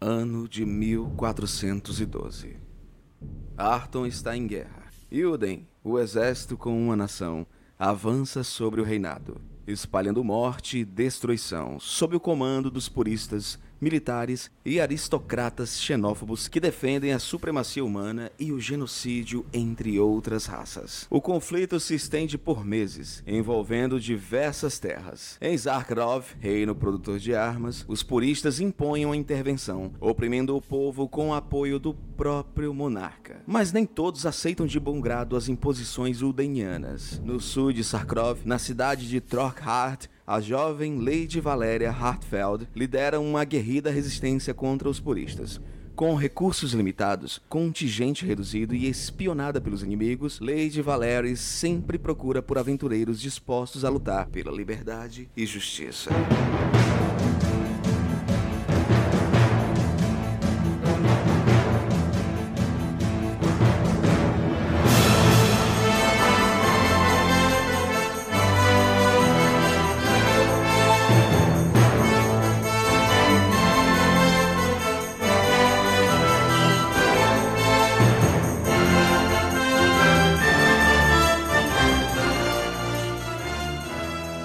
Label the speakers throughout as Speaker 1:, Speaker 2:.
Speaker 1: Ano de 1412. Arton está em guerra. Ilden, o exército com uma nação, avança sobre o reinado, espalhando morte e destruição sob o comando dos puristas, militares e aristocratas xenófobos que defendem a supremacia humana e o genocídio entre outras raças. O conflito se estende por meses, envolvendo diversas terras. Em Zarkrov, reino produtor de armas, os puristas impõem uma intervenção, oprimindo o povo com o apoio do próprio monarca. Mas nem todos aceitam de bom grado as imposições uldenianas. No sul de Sarkrov, na cidade de Trockhart, a jovem Lady Valéria Hartfeld lidera uma aguerrida resistência contra os puristas. Com recursos limitados, contingente reduzido e espionada pelos inimigos, Lady Valéria sempre procura por aventureiros dispostos a lutar pela liberdade e justiça.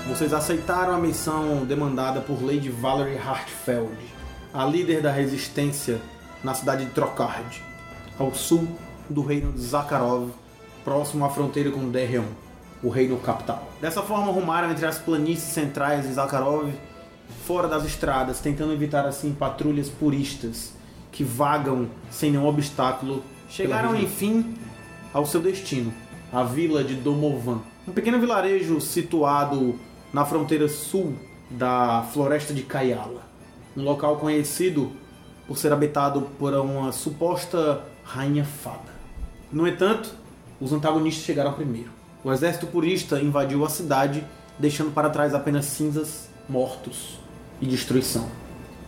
Speaker 2: Vocês aceitaram a missão demandada por Lady Valerie Hartfeld, a líder da resistência na cidade de Trocard, ao sul do reino de Zakharov, próximo à fronteira com Derreon, o reino capital. Dessa forma, rumaram entre as planícies centrais de Zakharov, fora das estradas, tentando evitar assim patrulhas puristas que vagam sem nenhum obstáculo. Chegaram,
Speaker 3: região.
Speaker 2: enfim, ao seu destino, a vila de Domovan, um pequeno vilarejo situado na fronteira sul da floresta de Kayala, um local conhecido por ser habitado por uma suposta rainha fada. No entanto, os antagonistas chegaram primeiro. O exército purista invadiu a cidade, deixando para trás apenas cinzas, mortos e destruição.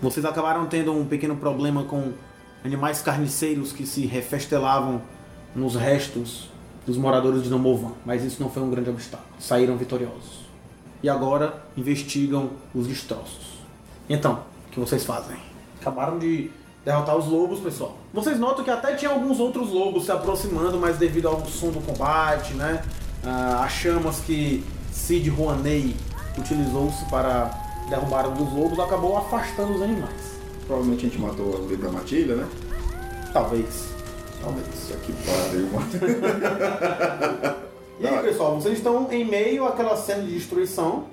Speaker 2: Vocês acabaram tendo um pequeno problema com animais carniceiros que se refestelavam nos restos dos moradores de Nomovan, mas isso não foi um grande obstáculo. Saíram vitoriosos. E agora investigam os destroços. Então, o que vocês fazem? Acabaram de derrotar os lobos, pessoal. Vocês notam que até tinha alguns outros lobos se aproximando, mas devido ao som do combate, né? ah, as chamas que Cid Rouanet utilizou-se para derrubar um dos lobos, acabou afastando os animais.
Speaker 3: Provavelmente a gente matou a Libra Matilha, né?
Speaker 2: Talvez.
Speaker 3: Talvez. Isso aqui pariu, mano.
Speaker 2: E aí, pessoal, vocês estão em meio àquela cena de destruição,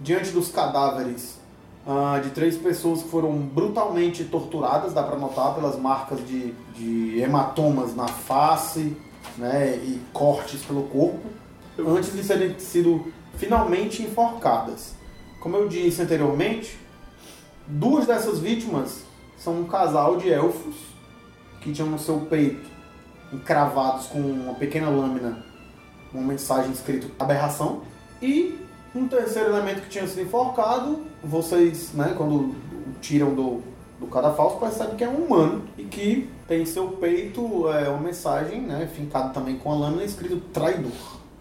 Speaker 2: diante dos cadáveres ah, de três pessoas que foram brutalmente torturadas, dá pra notar pelas marcas de, de hematomas na face, né, e cortes pelo corpo, antes de serem sido finalmente enforcadas. Como eu disse anteriormente, duas dessas vítimas são um casal de elfos que tinham no seu peito encravados com uma pequena lâmina uma mensagem escrita aberração. E um terceiro elemento que tinha sido enforcado, vocês, né, quando o tiram do, do cadafalso, percebem que é um humano e que tem em seu peito é, uma mensagem, né, fincada também com a lâmina, escrito traidor.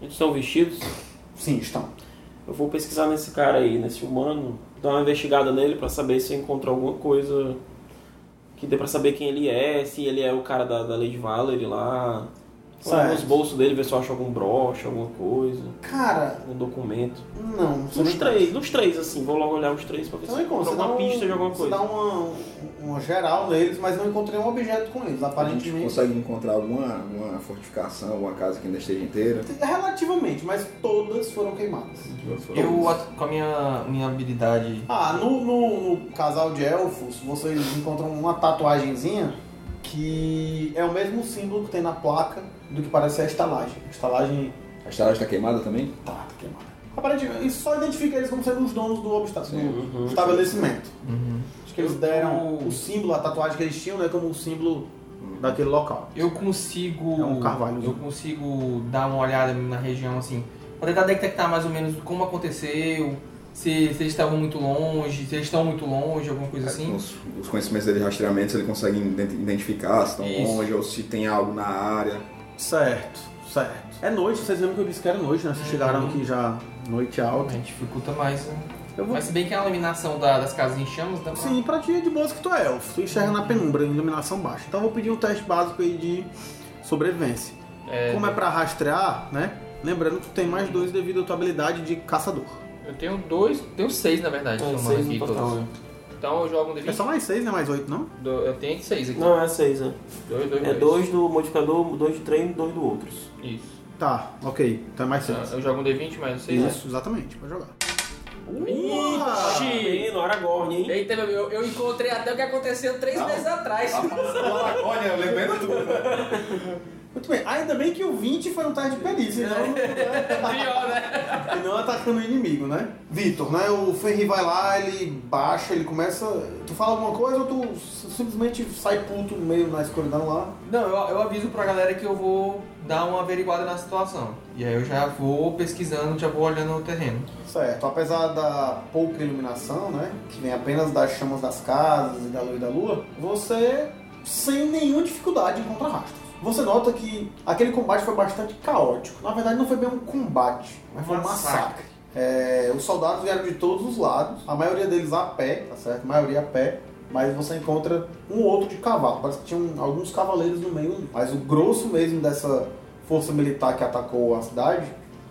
Speaker 4: Eles estão vestidos.
Speaker 2: Sim, estão.
Speaker 4: Eu vou pesquisar nesse cara aí, nesse humano, dar uma investigada nele pra saber se eu encontro alguma coisa que dê pra saber quem ele é, se ele é o cara da, da Lady Valerie lá. Olhar
Speaker 2: Certo.
Speaker 4: nos bolsos dele, ver se eu acho algum broche, alguma coisa,
Speaker 2: Cara,
Speaker 4: algum documento.
Speaker 2: não. você
Speaker 4: Dos
Speaker 2: não-
Speaker 4: três, dos três assim, vou logo olhar os três pra ver
Speaker 2: Você
Speaker 4: se
Speaker 2: não
Speaker 4: eu
Speaker 2: encontra. Você
Speaker 4: encontro
Speaker 2: dá
Speaker 4: alguma
Speaker 2: um,
Speaker 4: pista de alguma
Speaker 2: você
Speaker 4: coisa.
Speaker 2: dá uma, um, uma geral neles, mas não encontrei um objeto com eles,
Speaker 3: A gente
Speaker 2: aparentemente.
Speaker 3: consegue encontrar alguma, alguma fortificação, alguma casa que ainda esteja inteira.
Speaker 2: Relativamente, mas todas foram queimadas.
Speaker 5: Eu, at- com a minha, minha habilidade.
Speaker 2: Ah, no, no- no casal de elfos, vocês encontram uma tatuagenzinha que é o mesmo símbolo que tem na placa do que parece ser a estalagem. A estalagem
Speaker 3: A estalagem está queimada também?
Speaker 2: tá, tá queimada. Aparentemente, isso só identifica eles como sendo os donos do, obsta-
Speaker 3: Sim.
Speaker 2: do estabelecimento.
Speaker 5: Uhum.
Speaker 2: Acho que eles deram o símbolo, a tatuagem que eles tinham, né, como o símbolo daquele local.
Speaker 5: Eu consigo.
Speaker 2: É um carvalho.
Speaker 5: Eu consigo dar uma olhada na região assim. Pra tentar detectar mais ou menos como aconteceu. Se, se eles estavam muito longe, se eles estão muito longe, alguma coisa
Speaker 3: É, Com
Speaker 5: assim.
Speaker 3: Os, os conhecimentos dele de rastreamento, se ele consegue ident- identificar se estão
Speaker 5: Isso.
Speaker 3: longe ou se tem algo na área.
Speaker 2: Certo, Uhum. certo. É noite, vocês lembram que eu disse que era noite, né? Vocês chegaram aqui já noite alta.
Speaker 5: A gente dificulta mais. né?
Speaker 2: Eu vou...
Speaker 6: Mas se bem que a iluminação da- das casas em chamas dá pra-
Speaker 2: Sim, pra ti é de boas que tu é elfo. Tu enxerga na penumbra, em iluminação baixa. Então eu vou pedir um teste básico aí de sobrevivência.
Speaker 7: É,
Speaker 2: Como é pra rastrear, né? Lembrando que tu tem mais dois devido à tua habilidade de caçador.
Speaker 7: Eu tenho dois, tenho seis na verdade,
Speaker 4: É,
Speaker 2: um-
Speaker 7: somando
Speaker 4: seis
Speaker 7: aqui
Speaker 4: no total,
Speaker 7: todos. Então eu jogo um
Speaker 2: É
Speaker 7: D20.
Speaker 2: só mais seis, né? Mais oito, não?
Speaker 7: do- Eu tenho seis
Speaker 4: é.
Speaker 7: aqui.
Speaker 4: Não, é seis, né?
Speaker 7: Dois, dois,
Speaker 4: É dois do modificador, dois de treino e dois do outros.
Speaker 7: Isso.
Speaker 2: Tá, ok. Então é mais
Speaker 7: Então,
Speaker 2: seis.
Speaker 7: eu jogo um D20 mais um seis.
Speaker 2: Isso, exatamente. Pode jogar.
Speaker 7: Ixi!
Speaker 4: Menino, Tá Aragorn, hein?
Speaker 6: Eita, meu, eu, eu encontrei até o que aconteceu três meses atrás.
Speaker 3: Olha, lembrando tudo.
Speaker 2: Muito bem. Ainda bem que o 20 foi um teste de perícia,
Speaker 7: É.
Speaker 2: né?
Speaker 6: Pior, né?
Speaker 2: E não é atacando o inimigo, né? Vitor, né? O Ferri vai lá, ele baixa, ele começa. Tu fala alguma coisa ou tu s- simplesmente sai puto no meio na escuridão lá?
Speaker 6: Não, eu, eu aviso pra galera que eu vou dar uma averiguada na situação. E aí eu já vou pesquisando, já vou olhando o terreno.
Speaker 2: Certo, apesar da pouca iluminação, né? Que vem apenas das chamas das casas e da luz da lua, você sem nenhuma dificuldade encontra rastros. Você nota que aquele combate foi bastante caótico. Na verdade, não foi bem um combate, mas foi um massacre. É, os soldados vieram de todos os lados, a maioria deles a pé, tá certo? A maioria a pé, mas você encontra um ou outro de cavalo. Parece que tinham alguns cavaleiros no meio, ali. mas o grosso mesmo dessa força militar que atacou a cidade,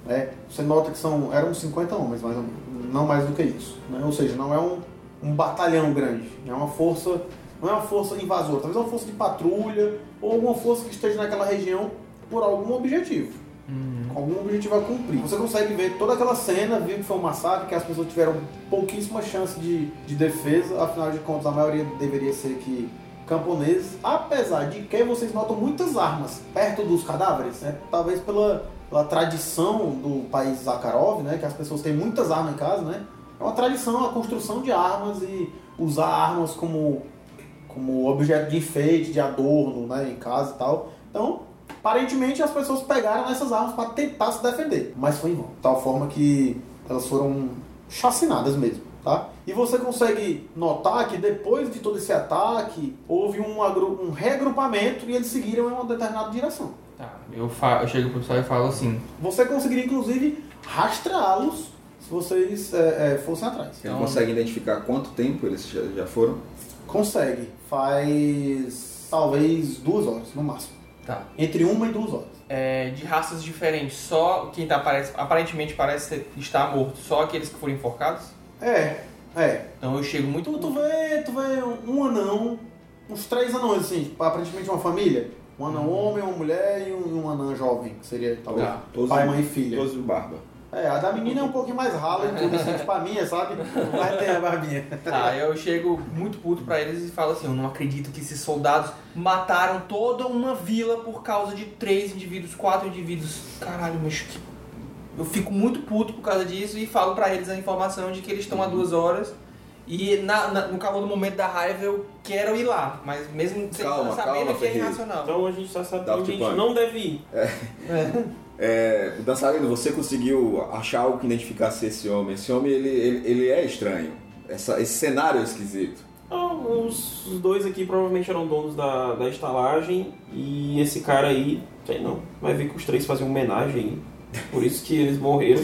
Speaker 2: né? Você nota que são eram uns 50 homens, mais ou menos, não mais do que isso, né? Ou seja, não é um, um batalhão grande, é uma força, não é uma força invasora, talvez é uma força de patrulha ou alguma força que esteja naquela região por algum objetivo com algum objetivo a cumprir. Você consegue ver toda aquela cena, viu que foi um massacre, que as pessoas tiveram pouquíssima chance de, de defesa, afinal de contas a maioria deveria ser que camponeses, apesar de que vocês notam muitas armas perto dos cadáveres, né? talvez pela, pela tradição do país Zakharov, né? que as pessoas têm muitas armas em casa, né? é uma tradição a construção de armas e usar armas como, como objeto de enfeite, de adorno né? em casa e tal. Então, Aparentemente as pessoas pegaram essas armas para tentar se defender, mas foi em vão. De tal forma que elas foram chacinadas mesmo, tá? E você consegue notar que depois de todo esse ataque, houve um, agru- um regrupamento e eles seguiram em uma determinada direção.
Speaker 7: Tá, eu, fa- eu chego pro pessoal e falo assim.
Speaker 2: Você conseguiria, inclusive, rastreá-los se vocês é, é, fossem atrás.
Speaker 3: Ele consegue identificar quanto tempo eles já, já foram?
Speaker 2: Consegue. Faz talvez duas horas, no máximo.
Speaker 6: Tá.
Speaker 2: Entre uma e duas horas.
Speaker 6: É, de raças diferentes, só quem tá parece, aparentemente parece ser- estar morto, só aqueles que foram enforcados.
Speaker 2: É, é.
Speaker 6: Então eu chego muito.
Speaker 2: Tu, tu vê, tu vê um, um anão, uns três anões, assim, tipo, aparentemente uma família. Um anão homem, uma mulher e um, e um anão jovem, que seria talvez
Speaker 3: Tá. Todos-
Speaker 2: pai, mãe e filha.
Speaker 3: Todos do Barba.
Speaker 2: É, a da menina é um pouquinho mais rala e tudo, assim, tipo a minha, sabe? Mas tem a barbinha.
Speaker 6: Tá, eu chego muito puto pra eles e falo assim: eu não acredito que esses soldados mataram toda uma vila por causa de três indivíduos, quatro indivíduos. Caralho, mas que. Eu fico muito puto por causa disso e falo pra eles a informação de que eles estão há duas horas. E na- na- no calor do momento da raiva eu quero ir lá, mas mesmo sem-
Speaker 3: Calma,
Speaker 6: sabendo
Speaker 3: calma,
Speaker 6: que é
Speaker 3: Ferreira.
Speaker 6: irracional.
Speaker 4: Então a gente tá sabendo
Speaker 3: Daft
Speaker 4: que a gente
Speaker 3: Punk.
Speaker 4: não deve ir.
Speaker 3: É, dançarino, você conseguiu achar algo que identificasse esse homem? Esse homem, ele, ele, ele é estranho. Essa- esse cenário é esquisito.
Speaker 4: Ah, os, os dois aqui provavelmente eram donos da, da estalagem e esse cara aí, sei não, vai ver que os três faziam homenagem aí. Por isso que eles morreram.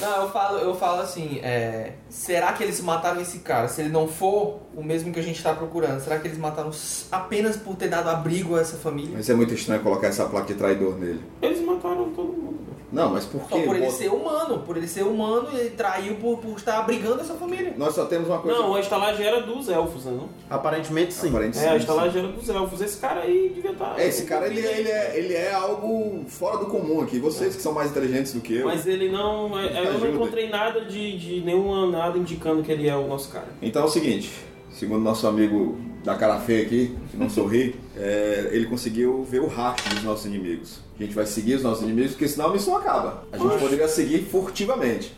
Speaker 6: Não, eu falo, eu falo assim, é, será que eles mataram esse cara? Se ele não for o mesmo que a gente tá procurando, será que eles mataram s- apenas por ter dado abrigo a essa família?
Speaker 3: Mas é muito estranho colocar essa placa de traidor nele.
Speaker 4: Eles mataram todo mundo.
Speaker 3: Não, mas por
Speaker 6: Só
Speaker 3: que?
Speaker 6: por ele
Speaker 3: bota-
Speaker 6: ser humano, por ele ser humano, ele traiu por, por estar abrigando essa família.
Speaker 3: Nós só temos uma coisa...
Speaker 4: Não, a estalagem era dos elfos, né? Não?
Speaker 2: Aparentemente sim.
Speaker 3: Aparente,
Speaker 4: É, a
Speaker 3: sim,
Speaker 4: estalagem era dos elfos. Esse cara aí devia tá estar.
Speaker 3: sim. É, esse cara, ele, ele é, ele é algo fora do comum aqui. Vocês que são mais inteligentes do que eu.
Speaker 4: Mas ele não. é- Eu
Speaker 3: Ajuda.
Speaker 4: não encontrei nada de, de nenhuma nada indicando que ele é o nosso cara.
Speaker 3: Então é o seguinte, segundo nosso amigo da cara feia aqui, que não sorri, é, ele conseguiu ver o rastro dos nossos inimigos. A gente vai seguir os nossos inimigos, porque senão a missão acaba. A gente poderia seguir furtivamente.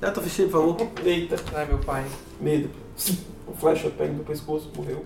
Speaker 2: Já tô fechei, por favor.
Speaker 4: Então, Eita,
Speaker 6: Ai, meu pai.
Speaker 4: medo. O flecha pega no pescoço, morreu.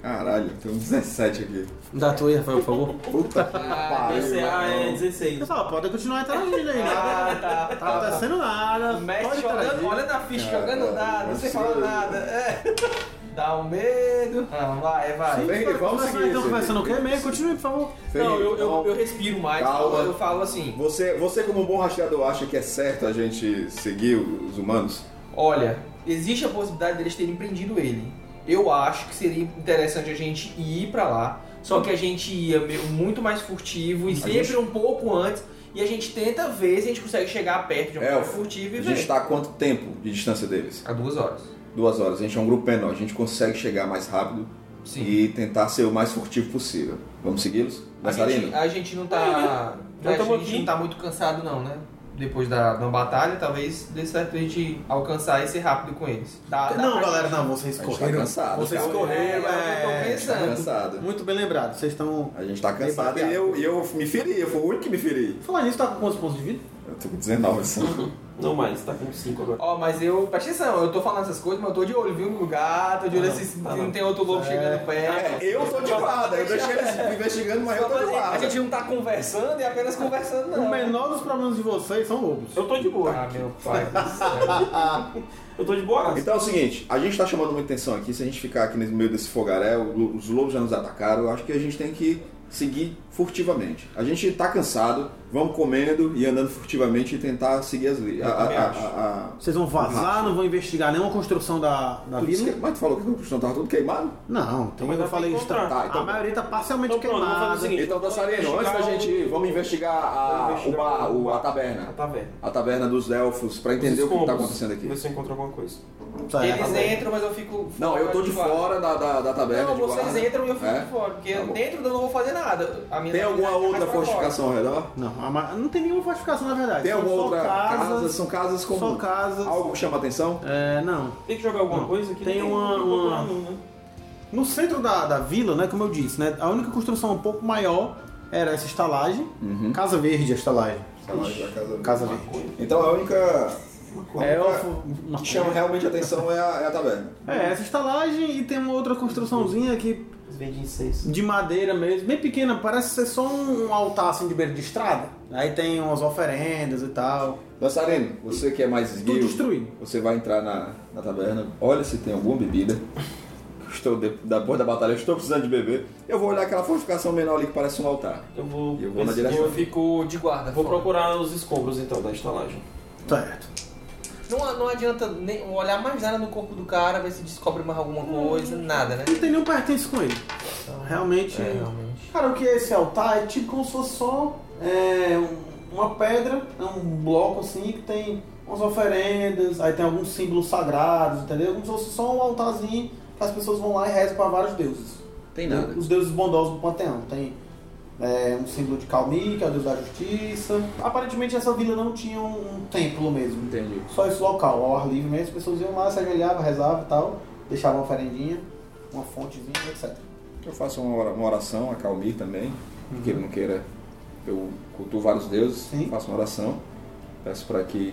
Speaker 3: Caralho, tem um 17 aqui.
Speaker 2: Dá tu aí, Rafael, por favor.
Speaker 3: Puta que
Speaker 6: Ah,
Speaker 3: pariu.
Speaker 4: Esse é, ah, é
Speaker 3: irmão.
Speaker 4: 16.
Speaker 2: Pessoal, pode continuar interagindo aí.
Speaker 6: Ah,
Speaker 2: Nada
Speaker 6: tá,
Speaker 2: tá acontecendo nada.
Speaker 6: O mestre
Speaker 2: Pode
Speaker 6: jogando,
Speaker 2: interagir.
Speaker 3: É,
Speaker 6: olhando a ficha,
Speaker 3: Cara,
Speaker 6: jogando nada,
Speaker 3: cara,
Speaker 6: não sei
Speaker 3: cara.
Speaker 6: falar nada. É. Dá um medo. Não, Ah, vai, é, vai.
Speaker 3: Sim. Bem, vamos seguir
Speaker 2: Então,
Speaker 3: isso.
Speaker 2: conversando o quê? Meia, continue, por favor.
Speaker 6: é, Não, eu,
Speaker 3: Então,
Speaker 6: eu, eu respiro mais,
Speaker 3: Calma.
Speaker 6: eu, eu falo assim,
Speaker 3: Você, você, como um bom rastreador, acha que é certo a gente seguir os humanos?
Speaker 6: olha, existe a possibilidade deles terem prendido ele. Eu acho que seria interessante a gente ir pra lá, só que a gente ia meio- muito mais furtivo e sempre um pouco antes, e a gente tenta ver se a gente consegue chegar perto de um
Speaker 3: É,
Speaker 6: cara
Speaker 3: o-
Speaker 6: furtivo e
Speaker 3: A
Speaker 6: ver.
Speaker 3: gente está a quanto tempo de distância deles?
Speaker 8: Há duas horas.
Speaker 3: Duas horas. A gente é um grupo menor, a gente consegue chegar mais rápido
Speaker 8: Sim.
Speaker 3: e tentar ser o mais furtivo possível. Vamos segui-los?
Speaker 6: A gente,
Speaker 3: Dançarino?
Speaker 6: a gente não tá.
Speaker 4: Já
Speaker 6: a
Speaker 4: tamo
Speaker 6: gente
Speaker 4: aqui.
Speaker 6: não tá muito cansado não, né? Depois da, da batalha, talvez dê certo a gente alcançar e ser rápido com eles. Dá- dá
Speaker 2: Não,
Speaker 6: pra-
Speaker 2: galera, não, vocês
Speaker 3: A gente
Speaker 2: correram.
Speaker 3: tá cansado,
Speaker 2: Vocês
Speaker 3: cara.
Speaker 2: correram,
Speaker 6: É, eu tô
Speaker 2: é.
Speaker 3: Tá
Speaker 6: pensando.
Speaker 3: cansado.
Speaker 2: Muito bem lembrado, vocês estão.
Speaker 3: A gente tá cansado
Speaker 2: Bem
Speaker 3: e eu, e eu me feri, eu fui o único que me feri.
Speaker 2: Falar nisso, tá com quantos pontos de vida?
Speaker 3: Eu tô com assim. 19 só.
Speaker 4: Não mais, tá com 5 agora.
Speaker 6: Ó, mas eu. Presta atenção, eu tô falando essas coisas, mas eu tô de olho, viu, no lugar, tô de olho
Speaker 4: Tá
Speaker 6: se, se
Speaker 4: bom.
Speaker 6: não tem outro lobo chegando perto.
Speaker 3: É, eu tô de guarda, eu deixei eles me investigando, mas eu tô de
Speaker 6: A
Speaker 3: guarda.
Speaker 6: gente não tá conversando e apenas conversando,
Speaker 3: Um
Speaker 6: não.
Speaker 2: O menor dos problemas de vocês são lobos.
Speaker 4: Eu tô de boa.
Speaker 8: Ah, meu pai do céu.
Speaker 4: Eu tô de boa.
Speaker 3: Então é o seguinte, a gente tá chamando muita atenção aqui, se a gente ficar aqui no meio desse fogaréu, lo- os lobos já nos atacaram, eu acho que a gente tem que seguir furtivamente. A gente tá cansado, vamos comendo e andando furtivamente e tentar seguir as li- a, a, a, a, a...
Speaker 2: Vocês vão vazar, não vão investigar nenhuma construção da, da
Speaker 3: Tu disse
Speaker 2: vila?
Speaker 3: que- Mas tu falou que o chão tava tudo queimado?
Speaker 2: Não, tem,
Speaker 4: Mas
Speaker 2: eu
Speaker 4: dá pra
Speaker 2: falei isso.
Speaker 4: encontrar.
Speaker 3: Tá, então-
Speaker 2: a maioria tá parcialmente
Speaker 4: Então pronto, vamos fazer o
Speaker 2: queimada.
Speaker 4: seguinte.
Speaker 3: Então, dançarino, antes da gente ir, vamos investigar, a,
Speaker 4: Vamos investigar
Speaker 3: o bar,
Speaker 4: o-
Speaker 3: o- a taverna.
Speaker 4: Tá velho.
Speaker 3: A taverna dos elfos, pra entender o que tá acontecendo aqui.
Speaker 4: Ver se eu encontro alguma coisa.
Speaker 2: Tá,
Speaker 6: Eles
Speaker 2: tá bom.
Speaker 6: entram, mas eu fico.
Speaker 3: né? Não, eu tô de
Speaker 6: guarda.
Speaker 3: fora da, da, da taverna.
Speaker 6: Não,
Speaker 3: de
Speaker 6: vocês
Speaker 3: guarda.
Speaker 6: entram e eu fico
Speaker 3: É?
Speaker 6: de fora, porque
Speaker 3: Tá bom.
Speaker 6: dentro eu não vou fazer nada. A minha
Speaker 3: Tem alguma
Speaker 6: atividade é
Speaker 3: outra
Speaker 6: mais pra fora.
Speaker 3: fortificação ao redor?
Speaker 2: Não, a ma- não tem nenhuma fortificação na verdade.
Speaker 3: Tem
Speaker 2: São
Speaker 3: alguma
Speaker 2: só
Speaker 3: outra casa?
Speaker 2: casas,
Speaker 3: São casas com
Speaker 2: Só casas.
Speaker 3: algo que chama atenção?
Speaker 2: É, não.
Speaker 4: Tem que jogar alguma
Speaker 2: Não,
Speaker 4: coisa aqui?
Speaker 2: tem
Speaker 4: não
Speaker 2: uma-
Speaker 4: não tem
Speaker 2: uma-
Speaker 4: problema, não, né?
Speaker 2: No centro da, da vila, né, como eu disse, né, a única construção um pouco maior era essa estalagem. Casa Verde, a estalagem. Casa Verde.
Speaker 3: Então a única
Speaker 2: É,
Speaker 3: Agora-
Speaker 2: elfo,
Speaker 3: que chama realmente atenção é a, é a taverna.
Speaker 2: é, essa estalagem e tem uma outra construçãozinha que
Speaker 4: Eles vendem em 6.
Speaker 2: de madeira mesmo, bem pequena, parece ser só um altar assim de beira de estrada. Aí tem umas oferendas e tal.
Speaker 3: Dançarino, você que é mais
Speaker 2: Tudo
Speaker 3: esguio,
Speaker 2: destruído.
Speaker 3: você vai entrar na, na taverna, olha se tem alguma bebida. Estou de- depois da batalha, estou precisando de beber. Eu vou olhar aquela fortificação menor ali que parece um altar.
Speaker 4: Eu vou.
Speaker 3: Eu vou na
Speaker 4: pes-
Speaker 3: direção.
Speaker 6: Eu fico de guarda.
Speaker 4: Vou
Speaker 6: fora.
Speaker 4: procurar os escombros então da estalagem.
Speaker 2: Certo.
Speaker 6: Não, não adianta nem olhar mais nada no corpo do cara, ver se descobre mais alguma coisa, nada, né?
Speaker 2: Não tem nenhum pertence com ele. Então, realmente.
Speaker 6: É, realmente.
Speaker 2: Cara, o que é esse altar? É tipo como se fosse só é, um- uma pedra, é um bloco assim que tem umas oferendas, aí tem alguns símbolos sagrados, entendeu? Como se fosse só um altarzinho que as pessoas vão lá e rezam para vários deuses.
Speaker 3: Tem nada.
Speaker 2: Os deuses bondosos do panteão. Tem é, um símbolo de Calmi, que é o deus da justiça. Aparentemente essa vila não tinha um, um templo mesmo.
Speaker 3: Entendi.
Speaker 2: Só esse local, ao ar livre mesmo, as pessoas iam lá, se ajoelhavam, rezavam e tal, deixavam uma oferendinha, uma fontezinha, etc.
Speaker 3: Eu faço uma ora- uma oração, a Calmi também, que ele não queira. Eu cultuo vários deuses,
Speaker 2: Sim.
Speaker 3: faço uma oração, peço para que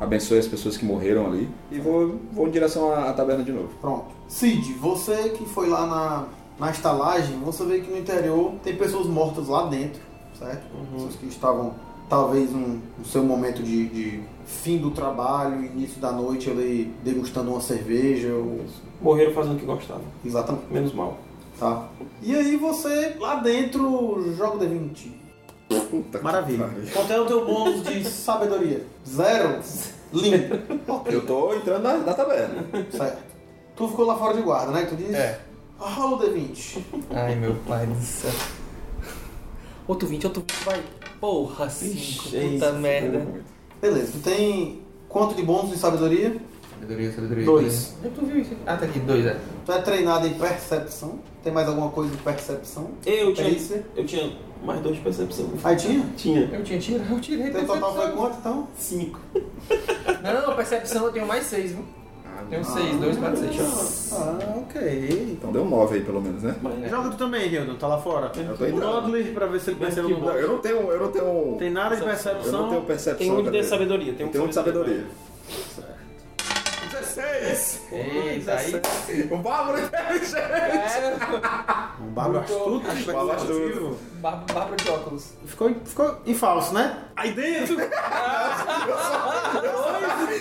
Speaker 3: abençoe as pessoas que morreram ali e vou, vou em direção à, à taberna de novo.
Speaker 2: Pronto. Cid, você que foi lá na, na estalagem, você vê que no interior tem pessoas mortas lá dentro, certo? Pessoas que estavam, talvez, um- no seu momento de, de fim do trabalho, início da noite, ali degustando uma cerveja, ou...
Speaker 4: Morreram fazendo o que gostavam.
Speaker 2: exatamente.
Speaker 4: Menos mal.
Speaker 2: Tá. E aí você, lá dentro, joga o D20.
Speaker 3: Puta que
Speaker 2: Maravilha.
Speaker 3: pariu.
Speaker 2: Quanto é o teu bônus de sabedoria? Zero. Lindo. Ok,
Speaker 3: Eu tô entrando na, na taberna.
Speaker 2: certo. Tu ficou lá fora de guarda, né? que Tu disse?
Speaker 6: É.
Speaker 2: Rola o D20.
Speaker 6: Ai, meu pai do céu. Outro 20, outro 20, vai. Porra, 5,
Speaker 4: Ixi, é
Speaker 6: puta
Speaker 4: isso,
Speaker 6: merda.
Speaker 2: Beleza, tu tem quanto de bônus de sabedoria?
Speaker 8: Sabedoria, sabedoria.
Speaker 4: Dois.
Speaker 6: Já tu viu isso aqui? Ah, tá aqui, dois, é.
Speaker 2: Tu é treinado em percepção. Tem mais alguma coisa de percepção?
Speaker 4: Eu tinha.
Speaker 2: Perícia.
Speaker 4: Eu tinha mais dois de percepção.
Speaker 2: Aí tinha?
Speaker 4: Tinha.
Speaker 6: Eu tinha tirado, eu tirei
Speaker 2: Teu total foi quanto então?
Speaker 4: Cinco.
Speaker 6: Não, não, percepção eu tenho mais 6, viu? Tenho 6, 2, 4, 6.
Speaker 2: Ah, ok.
Speaker 3: Então deu nove aí pelo menos, né?
Speaker 4: Mas,
Speaker 2: É. Joga tu também, Hildon, tá lá fora.
Speaker 3: Eu tô entrando.
Speaker 2: Rodley, pra ver se ele
Speaker 4: Mas
Speaker 2: percebe
Speaker 4: que
Speaker 2: alguma
Speaker 4: bom.
Speaker 3: Não, eu não tenho. Eu não tenho.
Speaker 2: Tem nada de
Speaker 3: eu não
Speaker 2: percepção.
Speaker 3: tenho percepção.
Speaker 4: Tem um de
Speaker 3: cadê?
Speaker 4: sabedoria. Tem um
Speaker 3: Eu tenho um de sabedoria.
Speaker 6: 6, aí.
Speaker 3: O Bárbaro
Speaker 2: Um barba astuto,
Speaker 3: Barba astuto.
Speaker 2: investigativo.
Speaker 6: Bar- Bárbara de óculos.
Speaker 2: Ficou, em- ficou em falso, né? Aí dentro! dois,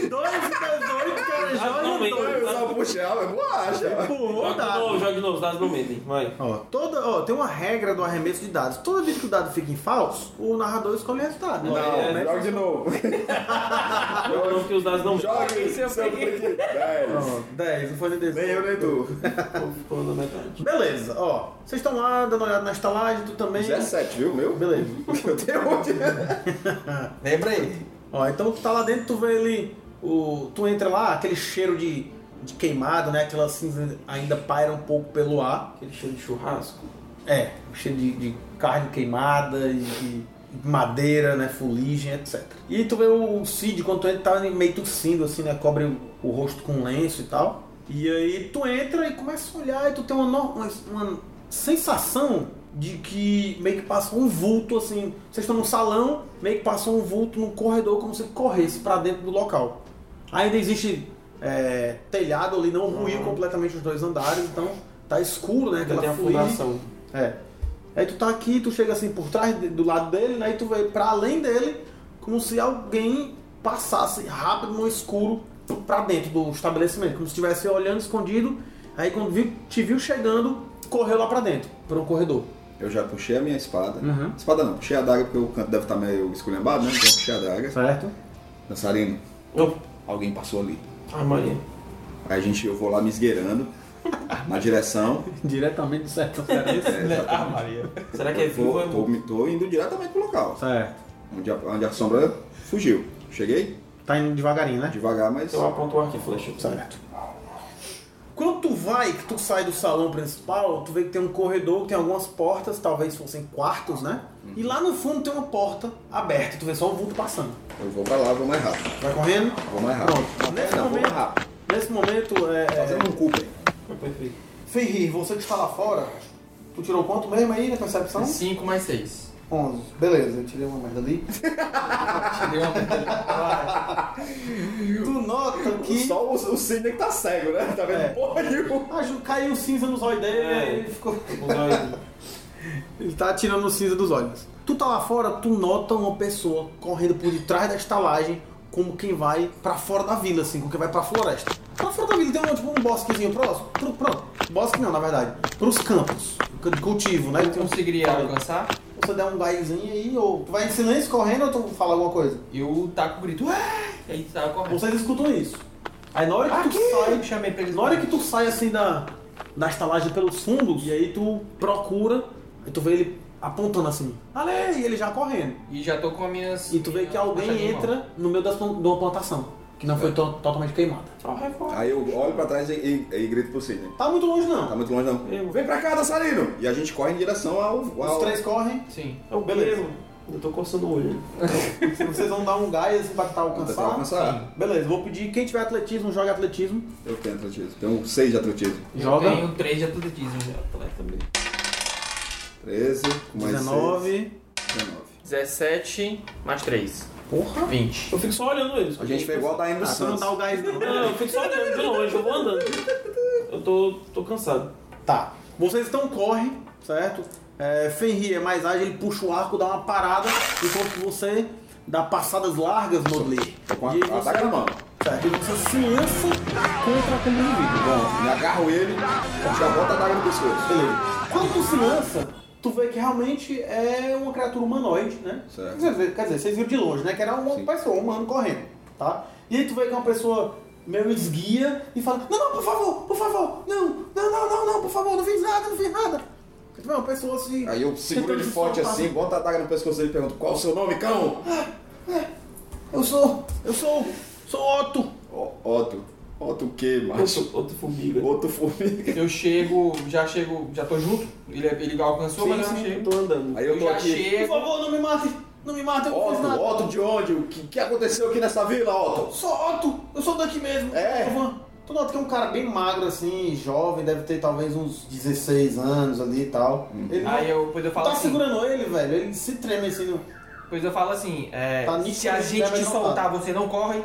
Speaker 2: dois, dezoito, cara,
Speaker 4: Ah, não,
Speaker 2: joga
Speaker 4: hein?
Speaker 2: dois.
Speaker 3: eu só Poxa, é borracha.
Speaker 2: Empurrou o
Speaker 4: Joga de
Speaker 2: dado.
Speaker 4: novo, joga de novo, os dados não mentem. Vai.
Speaker 2: Ó, toda, ó, tem uma regra do arremesso de dados. Toda vez que o dado fica em falso, o narrador escolhe o resultado. né?
Speaker 3: Não,
Speaker 2: né?
Speaker 3: joga de novo.
Speaker 4: Joga de novo que os dados não
Speaker 3: Joga
Speaker 4: mentem.
Speaker 3: isso, seu preguiça. Dez.
Speaker 2: Ó, 10, não foi nem 10.
Speaker 3: Nem eu, nem tu.
Speaker 4: Ficou- Ficou na metade.
Speaker 2: Beleza, ó. Vocês estão lá dando uma olhada na estalagem, tu também.
Speaker 3: 17, viu? Meu?
Speaker 2: Beleza.
Speaker 3: Eu tenho onde.
Speaker 5: Lembra aí.
Speaker 2: Ó, então tu tá lá dentro, tu vê ali. O, tu entra lá, aquele cheiro de, de queimado, né? Aquela cinza ainda paira um pouco pelo ar.
Speaker 4: Aquele cheiro de churrasco.
Speaker 2: É, cheio de, de carne queimada, e de madeira, né, fuligem, etc. E tu vê o Cid, quando tu entra, tá meio tossindo, assim, né, cobre o, o rosto com lenço e tal. E aí tu entra e começa a olhar e tu tem uma, no- uma, uma sensação de que meio que passa um vulto, assim, vocês estão num salão, meio que passa um vulto num corredor, como se corresse pra dentro do local. Ainda existe é, telhado ali, não ruiu completamente os dois andares, então tá escuro, né,
Speaker 4: Uhum. Ainda
Speaker 2: aquela
Speaker 4: tem a
Speaker 2: fuligem.
Speaker 4: fundação.
Speaker 2: É. Aí tu tá aqui, tu chega assim por trás de- do lado dele, né? E tu vê pra além dele, como se alguém passasse rápido no escuro pra dentro do estabelecimento, como se estivesse olhando escondido. Aí quando viu, te viu chegando, correu lá pra dentro, por um corredor.
Speaker 3: Eu já puxei a minha espada.
Speaker 2: Uhum.
Speaker 3: Espada não, puxei a daga porque o canto deve estar meio esculhambado, né? Então eu puxei a daga.
Speaker 2: Certo?
Speaker 3: Dançarino,
Speaker 4: Não.
Speaker 3: alguém passou ali.
Speaker 4: Ai, Ah, Maria.
Speaker 3: Aí a gente, eu vou lá me esgueirando na direção. É,
Speaker 2: Diretamente do certo.
Speaker 5: Ah, Maria.
Speaker 4: Será que é
Speaker 3: Tô,
Speaker 4: vivo ou é
Speaker 3: tô,
Speaker 4: morto?
Speaker 3: me- tô indo diretamente pro local.
Speaker 2: certo.
Speaker 3: Onde a, onde a sombra fugiu. Cheguei
Speaker 2: Tá indo devagarinho, né?
Speaker 3: devagar, mas.
Speaker 4: Eu aponto o arco e flecha.
Speaker 2: Certo. Quando tu vai, que tu sai do salão principal, tu vê que tem um corredor, que tem algumas portas, talvez fossem quartos, né? E lá no fundo tem uma porta aberta, tu vê só o vulto passando.
Speaker 3: Eu vou pra lá, vou mais rápido.
Speaker 2: Vai correndo?
Speaker 3: Vou mais rápido.
Speaker 2: Pronto. Nesse
Speaker 3: Não, vou mais
Speaker 2: momento,
Speaker 3: rápido.
Speaker 2: nesse momento é, é...
Speaker 3: Fazendo um Cooper.
Speaker 4: Foi perfeito.
Speaker 2: Ferrir, você que está lá fora, tu tirou quanto mesmo aí na percepção?
Speaker 6: 5 mais 6.
Speaker 2: 11. Beleza, eu tirei uma merda ali.
Speaker 6: Tirei uma medalha.
Speaker 2: tu nota que
Speaker 3: Só o, o Sidney que tá cego, né? Tá vendo
Speaker 2: É.
Speaker 3: porra nenhuma.
Speaker 2: Ah, Ju, caiu cinza nos olhos dele
Speaker 4: É.
Speaker 2: e ele ficou...
Speaker 4: Vou usar ele.
Speaker 2: Ele tá tirando cinza dos olhos. Tu tá lá fora, tu nota uma pessoa correndo por detrás da estalagem, como quem vai pra fora da vila, assim, como quem vai pra floresta. Pra fora da vila tem um, tipo, um bosquezinho próximo. Pro, pronto, bosque não, na verdade. Pros campos, de cultivo, né? Tem um-
Speaker 5: Conseguiria alcançar?
Speaker 2: Você der um gaizinho aí, ou tu vai em silêncio correndo ou tu fala alguma coisa.
Speaker 5: Eu taco o grito. "Ué!" E aí tá correndo.
Speaker 2: Vocês escutam isso. Aí na hora Ah, que tu sai,
Speaker 5: Eu chamei pra um eles.
Speaker 2: Na hora que tu sai assim da, da estalagem pelos fundos, e aí tu procura, aí tu vê ele apontando assim, ale, e ele já correndo.
Speaker 5: E já tô com as minhas.
Speaker 2: E tu vê que alguém entra no meio das, plan- de uma plantação, que não foi
Speaker 3: É.
Speaker 2: to- totalmente queimada.
Speaker 4: Ó, vai fora.
Speaker 3: Aí eu olho pra trás e, e- e grito pro Sidney.
Speaker 2: Tá muito longe
Speaker 3: Tá
Speaker 2: não.
Speaker 3: muito longe não.
Speaker 4: Eu-
Speaker 3: Vem pra cá, dançarino! E a gente corre em direção ao. ao...
Speaker 2: Os três correm,
Speaker 5: Sim.
Speaker 4: É o
Speaker 2: Beleza.
Speaker 4: Guilherme. Eu tô coçando o olho.
Speaker 2: vocês vão dar um gás assim pra tentar
Speaker 3: Tentar
Speaker 2: alcançar.
Speaker 3: alcançar.
Speaker 2: Beleza, vou pedir quem tiver atletismo, joga atletismo.
Speaker 3: Eu tenho atletismo. Tenho seis de atletismo.
Speaker 2: Joga. É,
Speaker 5: Eu tenho 3 de atletismo já.
Speaker 4: Atleta mesmo.
Speaker 3: 13, mais 19.
Speaker 2: 19.
Speaker 3: 19.
Speaker 5: 17 mais 3.
Speaker 2: Porra.
Speaker 5: 20.
Speaker 4: Eu fico só olhando eles.
Speaker 3: A gente foi igual a Daiane
Speaker 2: Ah,
Speaker 3: dos
Speaker 2: tu não
Speaker 3: Santos.
Speaker 2: dá o gás não.
Speaker 4: Não, eu fico só olhando de longe, eu vou andando. Eu tô, tô cansado.
Speaker 2: Tá. Vocês então correm, certo? É, Fenrir é mais ágil, ele puxa o arco, dá uma parada, enquanto que você dá passadas largas no Dudley.
Speaker 3: Tô É com a,
Speaker 2: E
Speaker 3: a
Speaker 2: você,
Speaker 3: daga na mão.
Speaker 2: certo, e você se lança contra aquele indivíduo.
Speaker 3: Bom, me agarro ele, já bota a daga no pescoço.
Speaker 2: Beleza. Quando tu se lança, tu vê que realmente é uma criatura humanoide, né?
Speaker 3: Certo.
Speaker 2: Quer dizer, quer dizer, vocês viram de longe, né? Que era uma
Speaker 3: Sim.
Speaker 2: pessoa, um humano correndo, tá? E aí tu vê que é uma pessoa meio esguia e fala, não, não, por favor, por favor, não, não, não, não, não, por favor, não fiz nada, não fiz nada. Tu vê uma pessoa assim...
Speaker 3: Aí eu seguro
Speaker 2: tentando
Speaker 3: ele
Speaker 2: se
Speaker 3: forte
Speaker 2: soltar.
Speaker 3: assim, bota a daga no pescoço dele e pergunto, qual o seu nome, cão?
Speaker 2: Eu sou, eu sou, sou Otto.
Speaker 3: Ó, Otto. Otto o quê, macho?
Speaker 4: Outro, outro formiga.
Speaker 3: Otto formiga.
Speaker 5: Eu chego, já chego, já tô junto. Ele, é, ele alcançou,
Speaker 4: Sim,
Speaker 5: mas eu não
Speaker 4: sim, eu
Speaker 5: chego.
Speaker 4: tô andando.
Speaker 3: Aí eu tô
Speaker 5: já
Speaker 3: aqui.
Speaker 2: Por
Speaker 5: chego.
Speaker 2: favor, não me mate, não me mate, eu não fiz nada.
Speaker 3: Otto, Otto de onde? O que, que aconteceu aqui nessa vila, Otto?
Speaker 2: Sou Otto, eu sou daqui mesmo.
Speaker 3: É.
Speaker 2: Eu vou- Tu nota que é um cara bem magro, assim, jovem, deve ter talvez uns 16 anos ali e tal. Ele não...
Speaker 5: Aí eu, depois eu
Speaker 2: Tu
Speaker 5: falo
Speaker 2: tá
Speaker 5: assim.
Speaker 2: segurando ele, velho, ele se treme assim. No...
Speaker 5: Depois eu falo assim, é,
Speaker 2: Tá
Speaker 5: se a
Speaker 2: nitidamente
Speaker 5: gente te
Speaker 2: deve
Speaker 5: soltar, você não corre.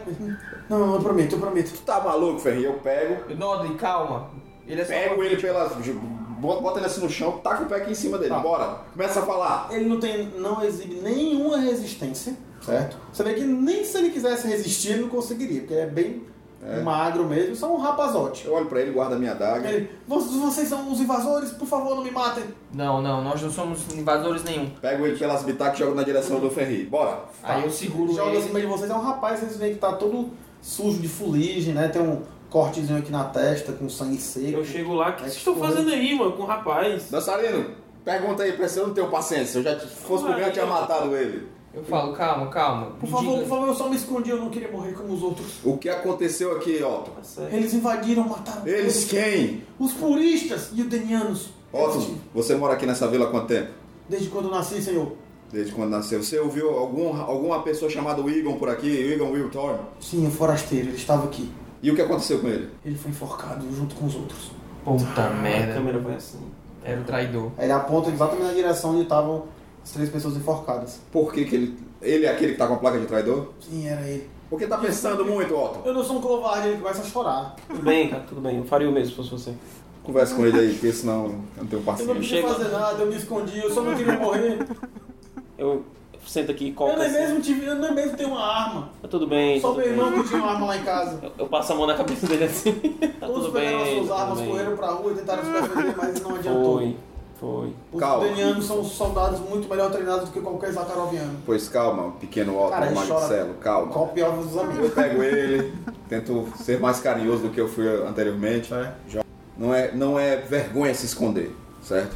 Speaker 2: Não, eu prometo, eu prometo.
Speaker 3: Tu tá maluco, Ferri? Eu pego,
Speaker 5: Eu, Nodri, calma. Ele é só.
Speaker 3: pego ele pelas. Bota bota ele assim no chão, taca o pé aqui em cima dele,
Speaker 2: Tá.
Speaker 3: bora. Começa a falar.
Speaker 2: Ele não tem, não exibe nenhuma resistência, certo? Você vê que nem se ele quisesse resistir, ele não conseguiria, porque é bem magro mesmo, só um rapazote.
Speaker 3: Eu olho pra ele, guardo a minha adaga.
Speaker 2: Ele, "Vocês- vocês são os invasores, por favor, não me matem.
Speaker 5: Não, não, nós não somos invasores nenhum.
Speaker 3: Pego ele pelas bitacas e jogo na direção do Ferri. Bora!
Speaker 5: Aí eu seguro
Speaker 2: Joga
Speaker 5: ele.
Speaker 2: assim meio de vocês, é um rapaz, vocês veem que tá todo sujo de fuligem, né? Tem um cortezinho aqui na testa, com sangue seco.
Speaker 4: Eu chego lá, o que
Speaker 2: Vai
Speaker 4: vocês estão
Speaker 2: correr.
Speaker 4: fazendo aí, mano, com o rapaz?
Speaker 3: Dançarino, pergunta aí pra ele se eu não tenho paciência. Se eu já te- fosse por mim, eu tinha matado ele.
Speaker 5: Eu falo, calma, calma.
Speaker 2: Por
Speaker 5: me
Speaker 2: favor,
Speaker 5: diga-
Speaker 2: por favor, eu só me escondi, eu não queria morrer como os outros.
Speaker 3: O que aconteceu aqui, Otto?
Speaker 4: Tá certo.
Speaker 2: Eles invadiram, mataram
Speaker 3: Eles
Speaker 2: todos.
Speaker 3: quem?
Speaker 2: Os puristas e Denianos.
Speaker 3: Otto, você mora aqui nessa vila há quanto tempo?
Speaker 2: Desde quando eu nasci, senhor.
Speaker 3: Desde quando nasceu. Você ouviu algum, alguma pessoa chamada Wigon por aqui? Wigon Wiltorn?
Speaker 2: Sim, o forasteiro, ele estava aqui.
Speaker 3: E o que aconteceu com ele?
Speaker 2: Ele foi enforcado junto com os outros.
Speaker 6: Puta
Speaker 4: A
Speaker 6: merda.
Speaker 4: câmera vai assim.
Speaker 6: Ah, Era o traidor.
Speaker 2: Aí ele aponta exatamente na direção onde estavam as três pessoas enforcadas.
Speaker 3: Por que, que ele. Ele é aquele que tá com a placa de traidor?
Speaker 2: Sim, era ele.
Speaker 3: Porque tá pensando muito, Otto.
Speaker 2: Eu não sou um covarde, ele começa a chorar.
Speaker 4: Tudo bem, cara, tudo bem. Eu faria o mesmo se fosse você.
Speaker 3: Conversa com ele aí, porque senão eu não tenho
Speaker 2: Eu não
Speaker 3: paciência.
Speaker 2: podia
Speaker 4: Chega.
Speaker 2: fazer nada, eu me escondi, eu só não queria morrer.
Speaker 4: Eu sento aqui e
Speaker 2: Eu
Speaker 4: coloco
Speaker 2: nem
Speaker 4: assim.
Speaker 2: mesmo tive, eu nem mesmo tenho uma arma.
Speaker 4: Tá tudo bem,
Speaker 2: Só
Speaker 4: tudo
Speaker 2: meu
Speaker 4: bem.
Speaker 2: irmão que tinha uma arma lá em casa.
Speaker 4: Eu, eu passo a mão na cabeça dele assim. tá
Speaker 2: Todos
Speaker 4: tudo
Speaker 2: pegaram as
Speaker 4: bem,
Speaker 2: suas armas,
Speaker 4: tudo bem.
Speaker 2: correram pra rua e tentaram se defender, mas não adiantou.
Speaker 4: Foi, foi.
Speaker 2: Os
Speaker 3: Calma.
Speaker 2: danianos são soldados muito melhor treinados do que qualquer zacaroviano.
Speaker 3: Pois calma, pequeno Otto,
Speaker 2: Cara, ele
Speaker 3: Magricelo, calma.
Speaker 2: Copiava os
Speaker 3: Eu
Speaker 2: amigos.
Speaker 3: pego ele, tento ser mais carinhoso do que eu fui anteriormente. Jo- Não, é, não é vergonha se esconder, certo?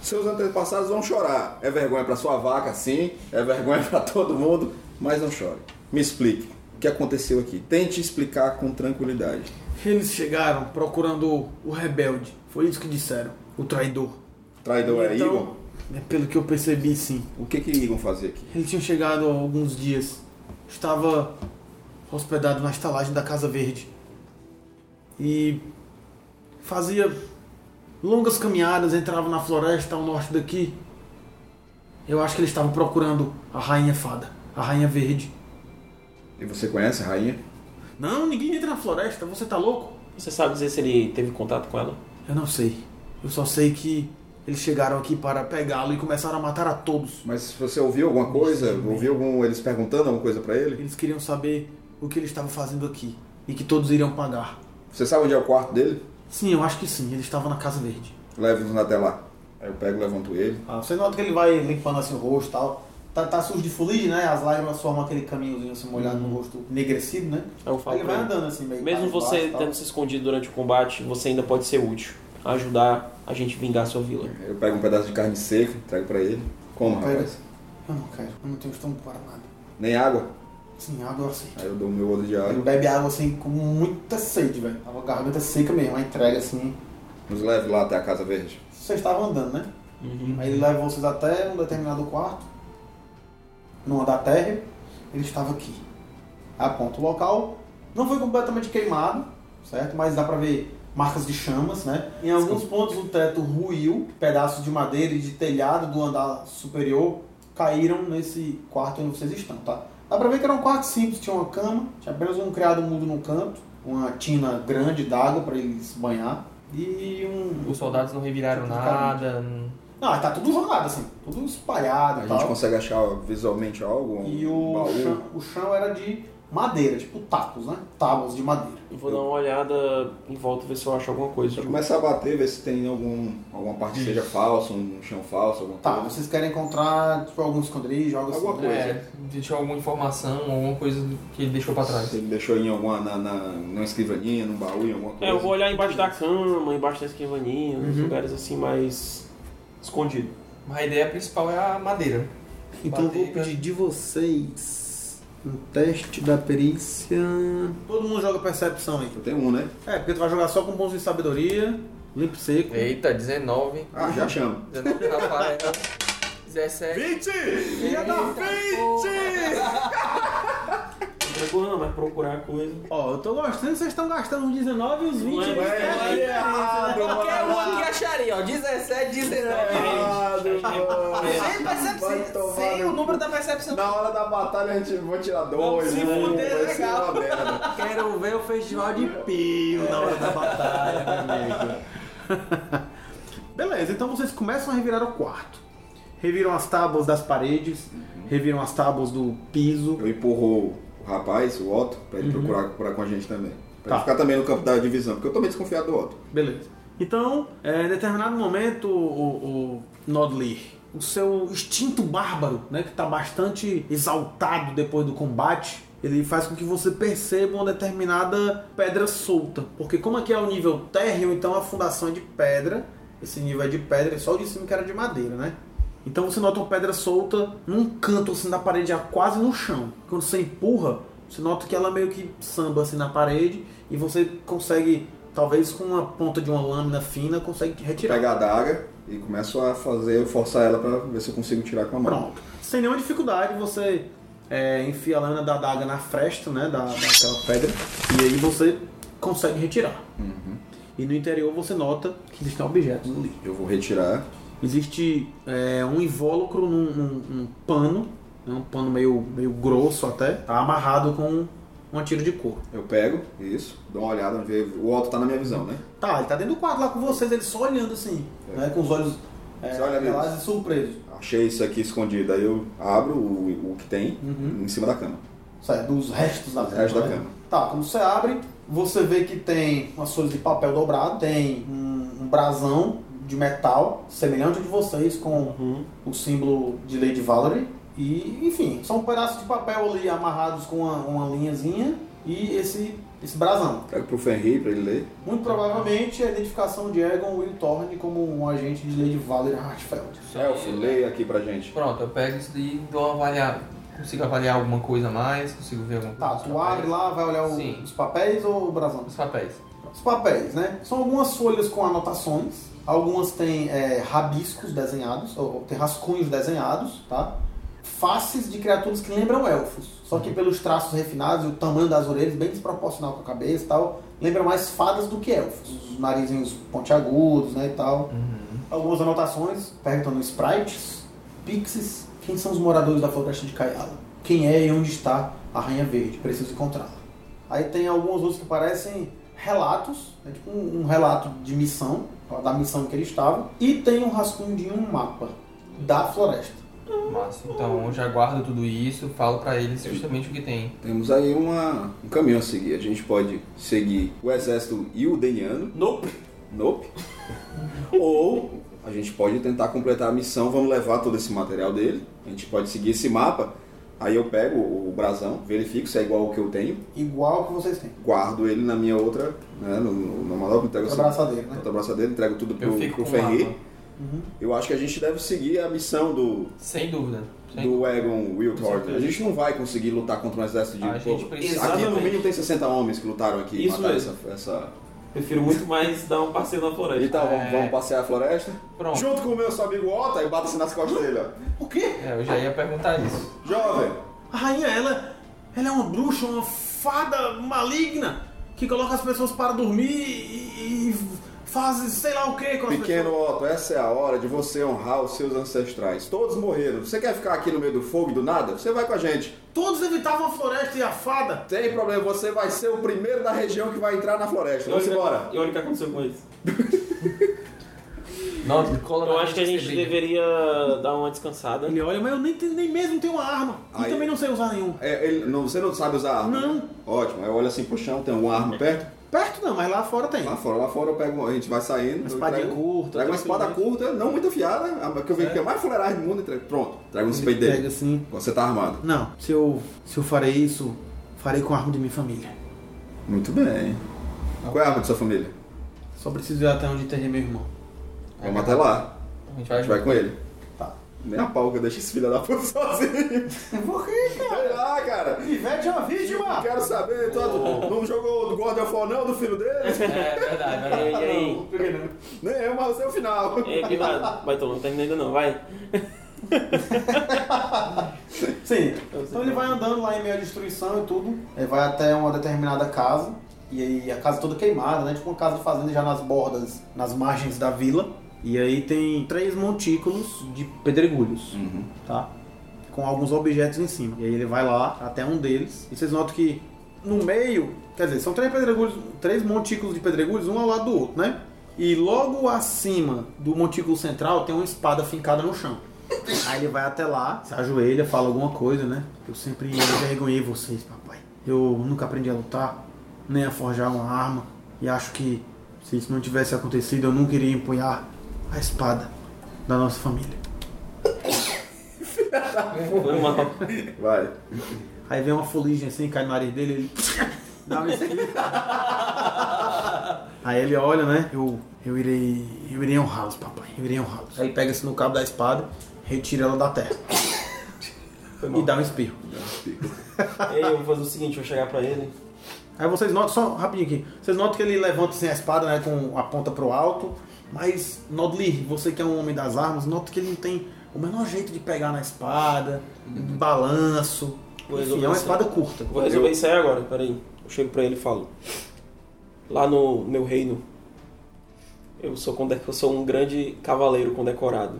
Speaker 3: Seus antepassados vão chorar. É vergonha pra sua vaca, sim. É vergonha pra todo mundo, mas não chore. Me explique o que aconteceu aqui. Tente explicar com tranquilidade.
Speaker 2: Eles chegaram procurando o rebelde. Foi isso que disseram. O traidor.
Speaker 4: Então,
Speaker 3: Traidor é Igor?
Speaker 2: é pelo que eu percebi, sim.
Speaker 3: O que que Igor fazia aqui?
Speaker 2: Ele tinha chegado há alguns dias. Estava hospedado na estalagem da Casa Verde. E fazia longas caminhadas, entrava na floresta ao norte daqui. Eu acho que ele estava procurando a Rainha Fada, a Rainha Verde.
Speaker 3: E você conhece a rainha?
Speaker 2: Não, ninguém entra na floresta, você tá louco?
Speaker 4: Você sabe dizer se ele teve contato com ela?
Speaker 2: Eu não sei. Eu só sei que eles chegaram aqui para pegá-lo e começaram a matar a todos.
Speaker 3: Mas você ouviu alguma coisa? Ouviu algum, eles perguntando alguma coisa pra ele?
Speaker 2: Eles queriam saber o que ele estava fazendo aqui e que todos iriam pagar.
Speaker 3: Você sabe onde é o quarto dele?
Speaker 2: Sim, eu acho que sim. Ele estava na Casa Verde.
Speaker 3: Leve-nos até lá. Aí eu pego, levanto ele.
Speaker 2: Ah, você nota que ele vai limpando assim o rosto e tal. Tá, tá sujo de fuligem, né? As lágrimas formam aquele caminhozinho assim molhado no rosto enegrecido, né?
Speaker 4: Eu falo
Speaker 2: Aí ele
Speaker 4: pra
Speaker 2: vai
Speaker 4: ele.
Speaker 2: andando assim meio
Speaker 4: É um Mesmo
Speaker 2: para baixo
Speaker 4: você
Speaker 2: e tal.
Speaker 4: tendo se escondido durante o combate, você ainda pode ser útil. Ajudar a gente a vingar a sua vila.
Speaker 3: Eu pego um pedaço de carne seca, trago pra ele. Como,
Speaker 2: Pega.
Speaker 3: rapaz?
Speaker 2: Eu não quero, eu não tenho estômago para nada.
Speaker 3: Nem água.
Speaker 2: Sim, água eu aceito.
Speaker 3: Aí eu dou o meu olho de
Speaker 2: Ele
Speaker 3: água.
Speaker 2: bebe água assim com muita sede, velho. A garganta seca mesmo, a entrega assim.
Speaker 3: Nos leve lá até a Casa Verde.
Speaker 2: Vocês estavam andando, né?
Speaker 4: Uhum.
Speaker 2: Aí ele leva vocês até um determinado quarto, numa da terra, ele estava aqui. Aponta o local. Não foi completamente queimado, certo? Mas dá pra ver marcas de chamas, né? Em alguns pontos o teto ruiu, pedaços de madeira e de telhado do andar superior caíram nesse quarto onde vocês estão, tá? Dá pra ver que era um quarto simples, tinha uma cama, tinha apenas um criado mudo no canto, uma tina grande d'água pra ele se banhar e um...
Speaker 6: Os soldados não reviraram nada. não-
Speaker 2: Não, tá tudo jogado, assim, tudo espalhado
Speaker 3: A
Speaker 2: e
Speaker 3: gente
Speaker 2: tal.
Speaker 3: consegue achar visualmente algo? Um
Speaker 2: E o
Speaker 3: baú?
Speaker 2: chão, o chão era de madeira, tipo tacos, né? Tábuas de madeira.
Speaker 4: Eu vou dar uma olhada em volta, ver se eu acho alguma coisa.
Speaker 3: Eu começo a bater, ver se tem algum, alguma parte que seja falsa, um chão falso, alguma
Speaker 2: Tá,
Speaker 3: coisa.
Speaker 2: vocês querem encontrar, tipo, algum esconderijo, algo assim. né?
Speaker 3: Alguma coisa.
Speaker 6: É, deixou alguma informação, alguma coisa que ele deixou pra trás.
Speaker 3: Se ele deixou em alguma, na, na, numa escrivaninha, num baú, em alguma
Speaker 4: É,
Speaker 3: coisa.
Speaker 4: eu vou olhar embaixo da cama, embaixo da esquivaninha, uns
Speaker 2: Uhum.
Speaker 4: lugares assim mais escondido.
Speaker 6: Mas a ideia principal é a madeira.
Speaker 2: Então eu vou
Speaker 6: Bater,
Speaker 2: pedir de vocês um teste da perícia. Todo mundo joga percepção aí.
Speaker 3: Eu tenho um, né?
Speaker 2: É, porque tu vai jogar só com bons de sabedoria, limpo e seco.
Speaker 6: Eita, 19.
Speaker 3: Ah, já chamo.
Speaker 6: 19 rapaz. 17.
Speaker 3: 20!
Speaker 6: Filha da
Speaker 4: Não é boa, não, mas procurar coisa.
Speaker 2: Ó, eu tô gostando, vocês estão gastando os 19 e os 20. eles
Speaker 4: é, é,
Speaker 2: querem.
Speaker 3: Aí é errado,
Speaker 6: Qualquer um
Speaker 3: mano.
Speaker 6: aqui acharia, ó. 17, 19.
Speaker 3: Errado, mano.
Speaker 6: Sem
Speaker 3: Vai
Speaker 6: percepção,
Speaker 3: tomar
Speaker 6: sem
Speaker 3: no
Speaker 6: o número da percepção.
Speaker 3: Na hora da batalha a gente vai tirar dois,
Speaker 6: se
Speaker 3: um,
Speaker 6: fuder,
Speaker 3: vai ser
Speaker 6: legal.
Speaker 3: uma merda.
Speaker 2: Quero ver o festival de pio na hora da batalha, meu amigo. Beleza, então vocês começam a revirar o quarto. Reviram as tábuas das paredes, reviram as tábuas do piso.
Speaker 3: Eu empurro o rapaz, o Otto, pra ele procurar, procurar com a gente também. Pra
Speaker 2: Uhum. Tá.
Speaker 3: ficar também no campo da divisão, porque eu tô meio desconfiado do Otto.
Speaker 2: Beleza. Então, é, em determinado momento, o, o Nodlir, o seu instinto bárbaro, né, que está bastante exaltado depois do combate, ele faz com que você perceba uma determinada pedra solta. Porque como aqui é o nível térreo, então a fundação é de pedra, esse nível é de pedra, é só o de cima que era de madeira, né? Então você nota uma pedra solta num canto assim da parede, já quase no chão. Quando você empurra, você nota que ela meio que samba assim na parede e você consegue, talvez com a ponta de uma lâmina fina, consegue retirar.
Speaker 3: Pego a adaga e começo a fazer, forçar ela pra ver se eu consigo tirar com a mão.
Speaker 2: Pronto. Sem nenhuma dificuldade, você é, enfia a lâmina da adaga na fresta, né? Da, daquela pedra. E aí você consegue retirar. E no interior você nota que existem objetos ali.
Speaker 3: Eu vou retirar.
Speaker 2: Existe é, um invólucro num, num- num pano, né, um pano meio, meio grosso até, tá amarrado com um tiro de couro.
Speaker 3: Eu pego, isso, dou uma olhada, ver. O Otto tá na minha visão, né?
Speaker 2: Tá, ele tá dentro do quarto lá com vocês, ele só olhando assim, né, com os olhos é,
Speaker 3: Só olha mesmo.
Speaker 2: quase surpresos.
Speaker 3: Achei isso aqui escondido, aí eu abro o, o que tem
Speaker 2: Uhum.
Speaker 3: em cima da cama.
Speaker 2: Sabe, dos restos da
Speaker 3: Dos
Speaker 2: cama.
Speaker 3: restos da
Speaker 2: né?
Speaker 3: cama.
Speaker 2: Tá, quando você abre, você vê que tem umas folhas de papel dobrado, tem um, um brasão de metal, semelhante ao de vocês, com
Speaker 4: Uhum.
Speaker 2: o símbolo de Lady Valerie. E, enfim, são pedaços de papel ali amarrados com uma, uma linhazinha e esse, esse brasão.
Speaker 3: Pego pro Fenrir pra ele ler.
Speaker 2: Muito provavelmente a identificação de Egon Will Thorne como um agente de Lady Valerie Hartfeld.
Speaker 3: Elf, leia aqui pra gente.
Speaker 6: Pronto, eu pego isso daí e dou uma avaliada. Consigo avaliar alguma coisa a mais? Consigo ver alguma
Speaker 2: Tá,
Speaker 6: coisa?
Speaker 2: tu abre lá, vai olhar o-
Speaker 6: Sim.
Speaker 2: os papéis ou o brasão?
Speaker 6: Os papéis.
Speaker 2: Os papéis, né? São algumas folhas com anotações, algumas têm é, rabiscos desenhados, ou, ou tem rascunhos desenhados, tá? Faces de criaturas que lembram elfos, só que pelos traços refinados e o tamanho das orelhas bem desproporcional com a cabeça e tal, lembram mais fadas do que elfos. Os narizinhos pontiagudos, né, e tal. Algumas anotações perguntando sprites, pixies, quem são os moradores da floresta de Caiala? Quem é e onde está a Rainha Verde? Preciso encontrá-la. Aí tem alguns outros que parecem relatos, né, tipo um, um relato de missão, da missão que ele estava, e tem um rascunho de um mapa da floresta.
Speaker 6: Massa. Então eu já guardo tudo isso, falo pra eles justamente o que tem.
Speaker 3: Temos aí uma, um caminho a seguir. A gente pode seguir o exército Iudeniano,
Speaker 2: Nope.
Speaker 3: nope. Ou a gente pode tentar completar a missão, vamos levar todo esse material dele. A gente pode seguir esse mapa. Aí eu pego o o brasão, verifico se é igual ao que eu tenho,
Speaker 2: Igual ao que vocês têm.
Speaker 3: guardo ele na minha outra, né, no, no, na manopla, entrego
Speaker 2: Pra
Speaker 3: essa-
Speaker 2: braçadeira, né?
Speaker 3: outra braçadeira, entrego tudo
Speaker 6: Eu
Speaker 3: pro,
Speaker 6: fico
Speaker 3: pro
Speaker 6: com o
Speaker 3: Ferri.
Speaker 6: mapa.
Speaker 3: Eu acho que a gente deve seguir a missão do,
Speaker 6: Sem dúvida. Sem
Speaker 3: do Egon
Speaker 4: Com
Speaker 3: Wilthorn.
Speaker 4: certeza.
Speaker 3: A gente não vai conseguir lutar contra um exército de
Speaker 6: Ah, A gente
Speaker 3: pô,
Speaker 6: precisa-
Speaker 3: Aqui no
Speaker 4: Exatamente.
Speaker 3: mínimo tem 60 homens que lutaram aqui e
Speaker 4: Isso
Speaker 3: mataram
Speaker 4: mesmo.
Speaker 3: essa. essa...
Speaker 4: Prefiro muito mais dar um passeio na floresta.
Speaker 3: Então, vamos,
Speaker 6: É.
Speaker 3: vamos passear a floresta.
Speaker 6: Pronto.
Speaker 3: Junto com o meu amigo Otto, aí bata-se nas costas dele, ó.
Speaker 2: O quê?
Speaker 6: É, eu já ia perguntar isso.
Speaker 3: Jovem,
Speaker 2: A rainha, ela, ela é uma bruxa, uma fada maligna que coloca as pessoas para dormir e, e faz sei lá o que com as
Speaker 3: pequeno Otto, essa é a hora de você honrar os seus ancestrais. Todos morreram. Você quer ficar aqui no meio do fogo e do nada? Você vai com a gente.
Speaker 2: pessoas. Todos evitavam a floresta e a fada.
Speaker 3: Tem problema, você vai ser o primeiro da região que vai entrar na floresta.
Speaker 4: E olha
Speaker 3: Vamos
Speaker 4: o que-
Speaker 3: embora.
Speaker 4: E olha o que aconteceu com eles.
Speaker 6: Nossa, cola
Speaker 4: Eu
Speaker 6: na
Speaker 4: acho que a gente
Speaker 6: você brilha.
Speaker 4: deveria dar uma descansada.
Speaker 2: Ele olha, mas eu nem, tenho- nem mesmo tenho uma arma.
Speaker 3: Aí-
Speaker 2: E também não sei usar nenhuma.
Speaker 3: É, ele- não, você não sabe usar arma?
Speaker 2: Não.
Speaker 3: né? Ótimo, aí eu olho assim pro chão, tem uma arma perto.
Speaker 2: Perto não, mas lá fora tem.
Speaker 3: Lá fora, lá fora eu pego, a gente vai saindo.
Speaker 2: Uma
Speaker 3: eu
Speaker 2: espadinha
Speaker 3: trago-
Speaker 2: curta,
Speaker 3: Trago uma espada curta, não muito afiada, a que eu vejo que é a mais fuleiragem do mundo. e trago- Pronto, trago um spade
Speaker 2: Pega
Speaker 3: dele.
Speaker 2: assim,
Speaker 3: Você tá armado.
Speaker 2: Não, se eu, se eu farei isso, farei com a arma de minha família.
Speaker 3: Muito bem. Qual é a arma de sua família?
Speaker 2: Só preciso ir até onde enterrei meu irmão.
Speaker 3: Vamos até lá.
Speaker 6: A gente
Speaker 3: A
Speaker 6: vai
Speaker 3: gente vai
Speaker 6: ajudar.
Speaker 3: com ele.
Speaker 2: Tá.
Speaker 3: Nem a pau que eu deixo esse filho da puta sozinho.
Speaker 2: Por que,
Speaker 3: Sei lá, cara.
Speaker 2: É Ivete é uma vítima!
Speaker 3: Quero saber, todo, não jogou do God of War não, do filho dele?
Speaker 6: É verdade,
Speaker 4: E aí,
Speaker 6: verdade.
Speaker 4: e aí?
Speaker 6: né?
Speaker 3: Nem eu, mas é o final.
Speaker 4: É, que vai, vai, Tom, não termina ainda não, vai.
Speaker 2: Sim. Então ele vai andando lá em meio à destruição e tudo. Ele vai até uma determinada casa. E aí a casa toda queimada, né? Tipo uma casa de fazenda já nas bordas, nas margens da vila. E aí tem três montículos de pedregulhos. tá? Com alguns objetos em cima. E aí ele vai lá até um deles. E vocês notam que no meio, quer dizer, são três pedregulhos, três montículos de pedregulhos, um ao lado do outro, né? E logo acima do montículo central tem uma espada fincada no chão. Aí ele vai até lá, se ajoelha, fala alguma coisa, né? Eu sempre envergonhei vocês, papai. Eu nunca aprendi a lutar. nem a forjar uma arma. E acho que se isso não tivesse acontecido, eu nunca iria empunhar a espada da nossa família.
Speaker 4: Foi mal.
Speaker 3: Vai.
Speaker 2: Aí vem uma fuligem assim, cai no nariz dele, ele dá uma esquina. Aí ele olha, né? Eu, eu irei. Eu irei honrá-los, papai. Eu irei honrá-los. Aí ele pega assim no cabo da espada, retira ela da terra. E dá um espirro.
Speaker 4: Ei, eu vou fazer o seguinte, eu vou chegar pra ele.
Speaker 2: Aí vocês notam, só rapidinho aqui, vocês notam que ele levanta assim a espada, né, com a ponta pro alto, mas Nodli, você que é um homem das armas, nota que ele não tem o menor jeito de pegar na espada, do balanço.
Speaker 4: Uhum. Vou
Speaker 2: Enfim,
Speaker 4: resolver
Speaker 2: é uma
Speaker 4: isso.
Speaker 2: espada curta.
Speaker 4: Vou resolver isso aí agora, peraí. Eu chego pra ele e falo. Lá no meu reino, eu sou, conde- eu sou um grande cavaleiro condecorado.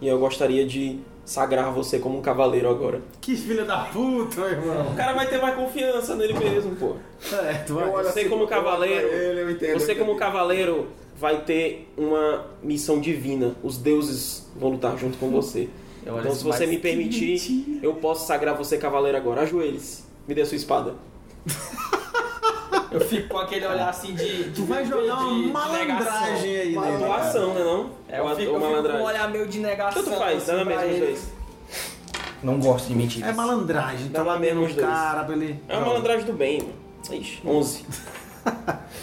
Speaker 4: E eu gostaria de sagrar você como um cavaleiro agora.
Speaker 2: Que filha da puta, meu irmão.
Speaker 4: O cara vai ter mais confiança nele mesmo, pô.
Speaker 2: É, tu vai.
Speaker 4: Você
Speaker 3: assim,
Speaker 4: como cavaleiro,
Speaker 3: Ele, eu entendo.
Speaker 4: Você
Speaker 3: eu
Speaker 4: como
Speaker 3: entendo.
Speaker 4: cavaleiro vai ter uma missão divina. Os deuses vão lutar junto com você.
Speaker 6: Eu olho
Speaker 4: Então
Speaker 6: assim,
Speaker 4: se você
Speaker 6: mas
Speaker 4: me
Speaker 6: que
Speaker 4: permitir, eu posso sagrar você cavaleiro agora. Ajoelhe-se. Me dê a sua espada.
Speaker 6: Eu fico com aquele olhar assim de. de
Speaker 2: Tu vai jogar
Speaker 6: de-
Speaker 2: uma
Speaker 6: de negação.
Speaker 2: malandragem aí,
Speaker 4: É uma
Speaker 2: né?
Speaker 4: ação, né não?
Speaker 6: É,
Speaker 4: uma,
Speaker 6: eu fico, eu
Speaker 4: uma
Speaker 6: fico com um
Speaker 4: malandragem.
Speaker 6: olhar meio de negação.
Speaker 4: Tanto faz, dá na
Speaker 6: assim, pra
Speaker 4: mesma os
Speaker 6: ele.
Speaker 4: dois.
Speaker 5: Não gosto de mentiras.
Speaker 2: É malandragem,
Speaker 4: Dá
Speaker 2: tá
Speaker 4: lá
Speaker 2: lá mesmo
Speaker 4: mesmo os dois.
Speaker 2: cara pra ele.
Speaker 4: É uma malandragem do bem, mano. Ixi, 11.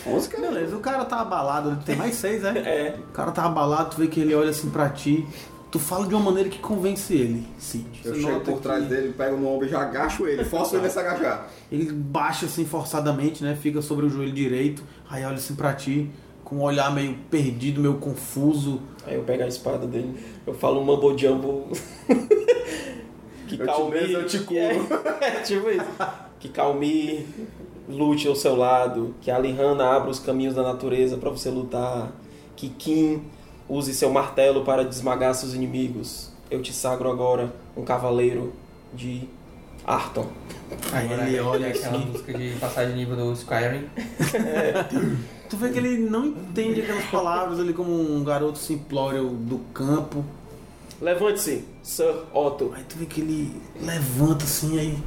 Speaker 3: 11, cara.
Speaker 2: Beleza, o cara tá abalado, ele tem mais seis, né?
Speaker 4: É.
Speaker 2: O cara tá abalado, tu vê que ele olha assim pra ti. Tu fala de uma maneira que convence ele, Cid.
Speaker 3: Eu
Speaker 2: Você
Speaker 3: chego
Speaker 2: nota
Speaker 3: por trás
Speaker 2: que
Speaker 3: dele, pego no ombro e já agacho ele. Faço ele se agachar.
Speaker 2: Ele baixa assim forçadamente, né? Fica sobre o joelho direito. Aí olha assim pra ti, com um olhar meio perdido, meio confuso.
Speaker 4: Aí eu pego a espada dele, eu falo um mambo jumbo. que
Speaker 3: Eu te
Speaker 4: calme.
Speaker 3: meto, eu te curo.
Speaker 4: É, é, tipo isso. Que calme, lute ao seu lado. Que a Lihana abra os caminhos da natureza pra você lutar. Que Kim use seu martelo para desmagar seus inimigos. Eu te sagro agora um cavaleiro de Arton.
Speaker 2: Aí
Speaker 6: Agora,
Speaker 2: ele olha
Speaker 6: aquela
Speaker 2: assim.
Speaker 6: música de passar de nível do Skyrim.
Speaker 2: Tu vê que ele não entende aquelas palavras ali como um garoto simplório do campo.
Speaker 4: Levante-se, Sir Otto.
Speaker 2: Aí tu vê que ele levanta assim, aí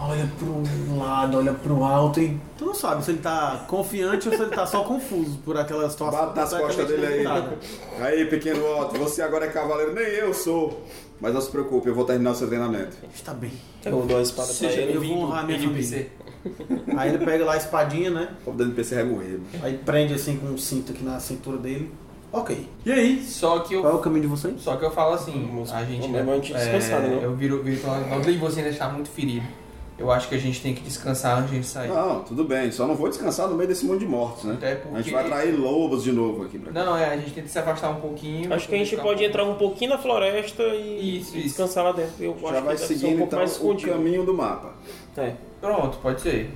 Speaker 2: olha pro lado, olha pro alto e tu não sabe se ele tá confiante ou se ele tá só confuso por aquela situação.
Speaker 3: Bata nas costas
Speaker 2: completamente
Speaker 3: dele aí.
Speaker 2: inusitada.
Speaker 3: Aí, pequeno Otto, você agora é cavaleiro, nem eu sou. Mas não se preocupe, eu vou terminar o seu treinamento.
Speaker 2: Está bem.
Speaker 4: Eu dou a espada pra
Speaker 2: Seja
Speaker 4: ele.
Speaker 2: eu vou honrar a minha família.
Speaker 6: NPC.
Speaker 2: Aí ele pega lá a espadinha, né?
Speaker 3: O pobre do NPC vai morrer. mano.
Speaker 2: Aí prende assim com um cinto aqui na cintura dele. Ok. E aí?
Speaker 6: Só que eu
Speaker 2: Qual é o caminho de vocês?
Speaker 6: Só que eu falo assim,
Speaker 4: Vamos-
Speaker 6: a gente. é,
Speaker 4: vamos- vamos descansar, né, não?
Speaker 6: Eu viro, viro e falo, não deixe você ainda está muito ferido. Eu acho que a gente tem que descansar antes de sair.
Speaker 3: Não, tudo bem, só não vou descansar no meio desse mundo de mortos, né? A
Speaker 4: É
Speaker 6: Até
Speaker 3: gente
Speaker 6: porque.
Speaker 3: vai atrair lobos de novo aqui pra cá.
Speaker 6: Não, é, a gente tem que se afastar um pouquinho.
Speaker 4: Acho que a gente
Speaker 6: ficar
Speaker 4: pode
Speaker 6: um-
Speaker 4: entrar um pouquinho na floresta e,
Speaker 6: Isso,
Speaker 4: e
Speaker 6: isso.
Speaker 4: descansar lá dentro. Eu acho
Speaker 3: Já
Speaker 4: que
Speaker 3: vai
Speaker 4: deve ser
Speaker 3: seguindo
Speaker 4: um pouco
Speaker 3: então
Speaker 4: mais
Speaker 3: o
Speaker 4: escondido.
Speaker 3: caminho do mapa.
Speaker 4: É.
Speaker 6: Pronto, pode ser.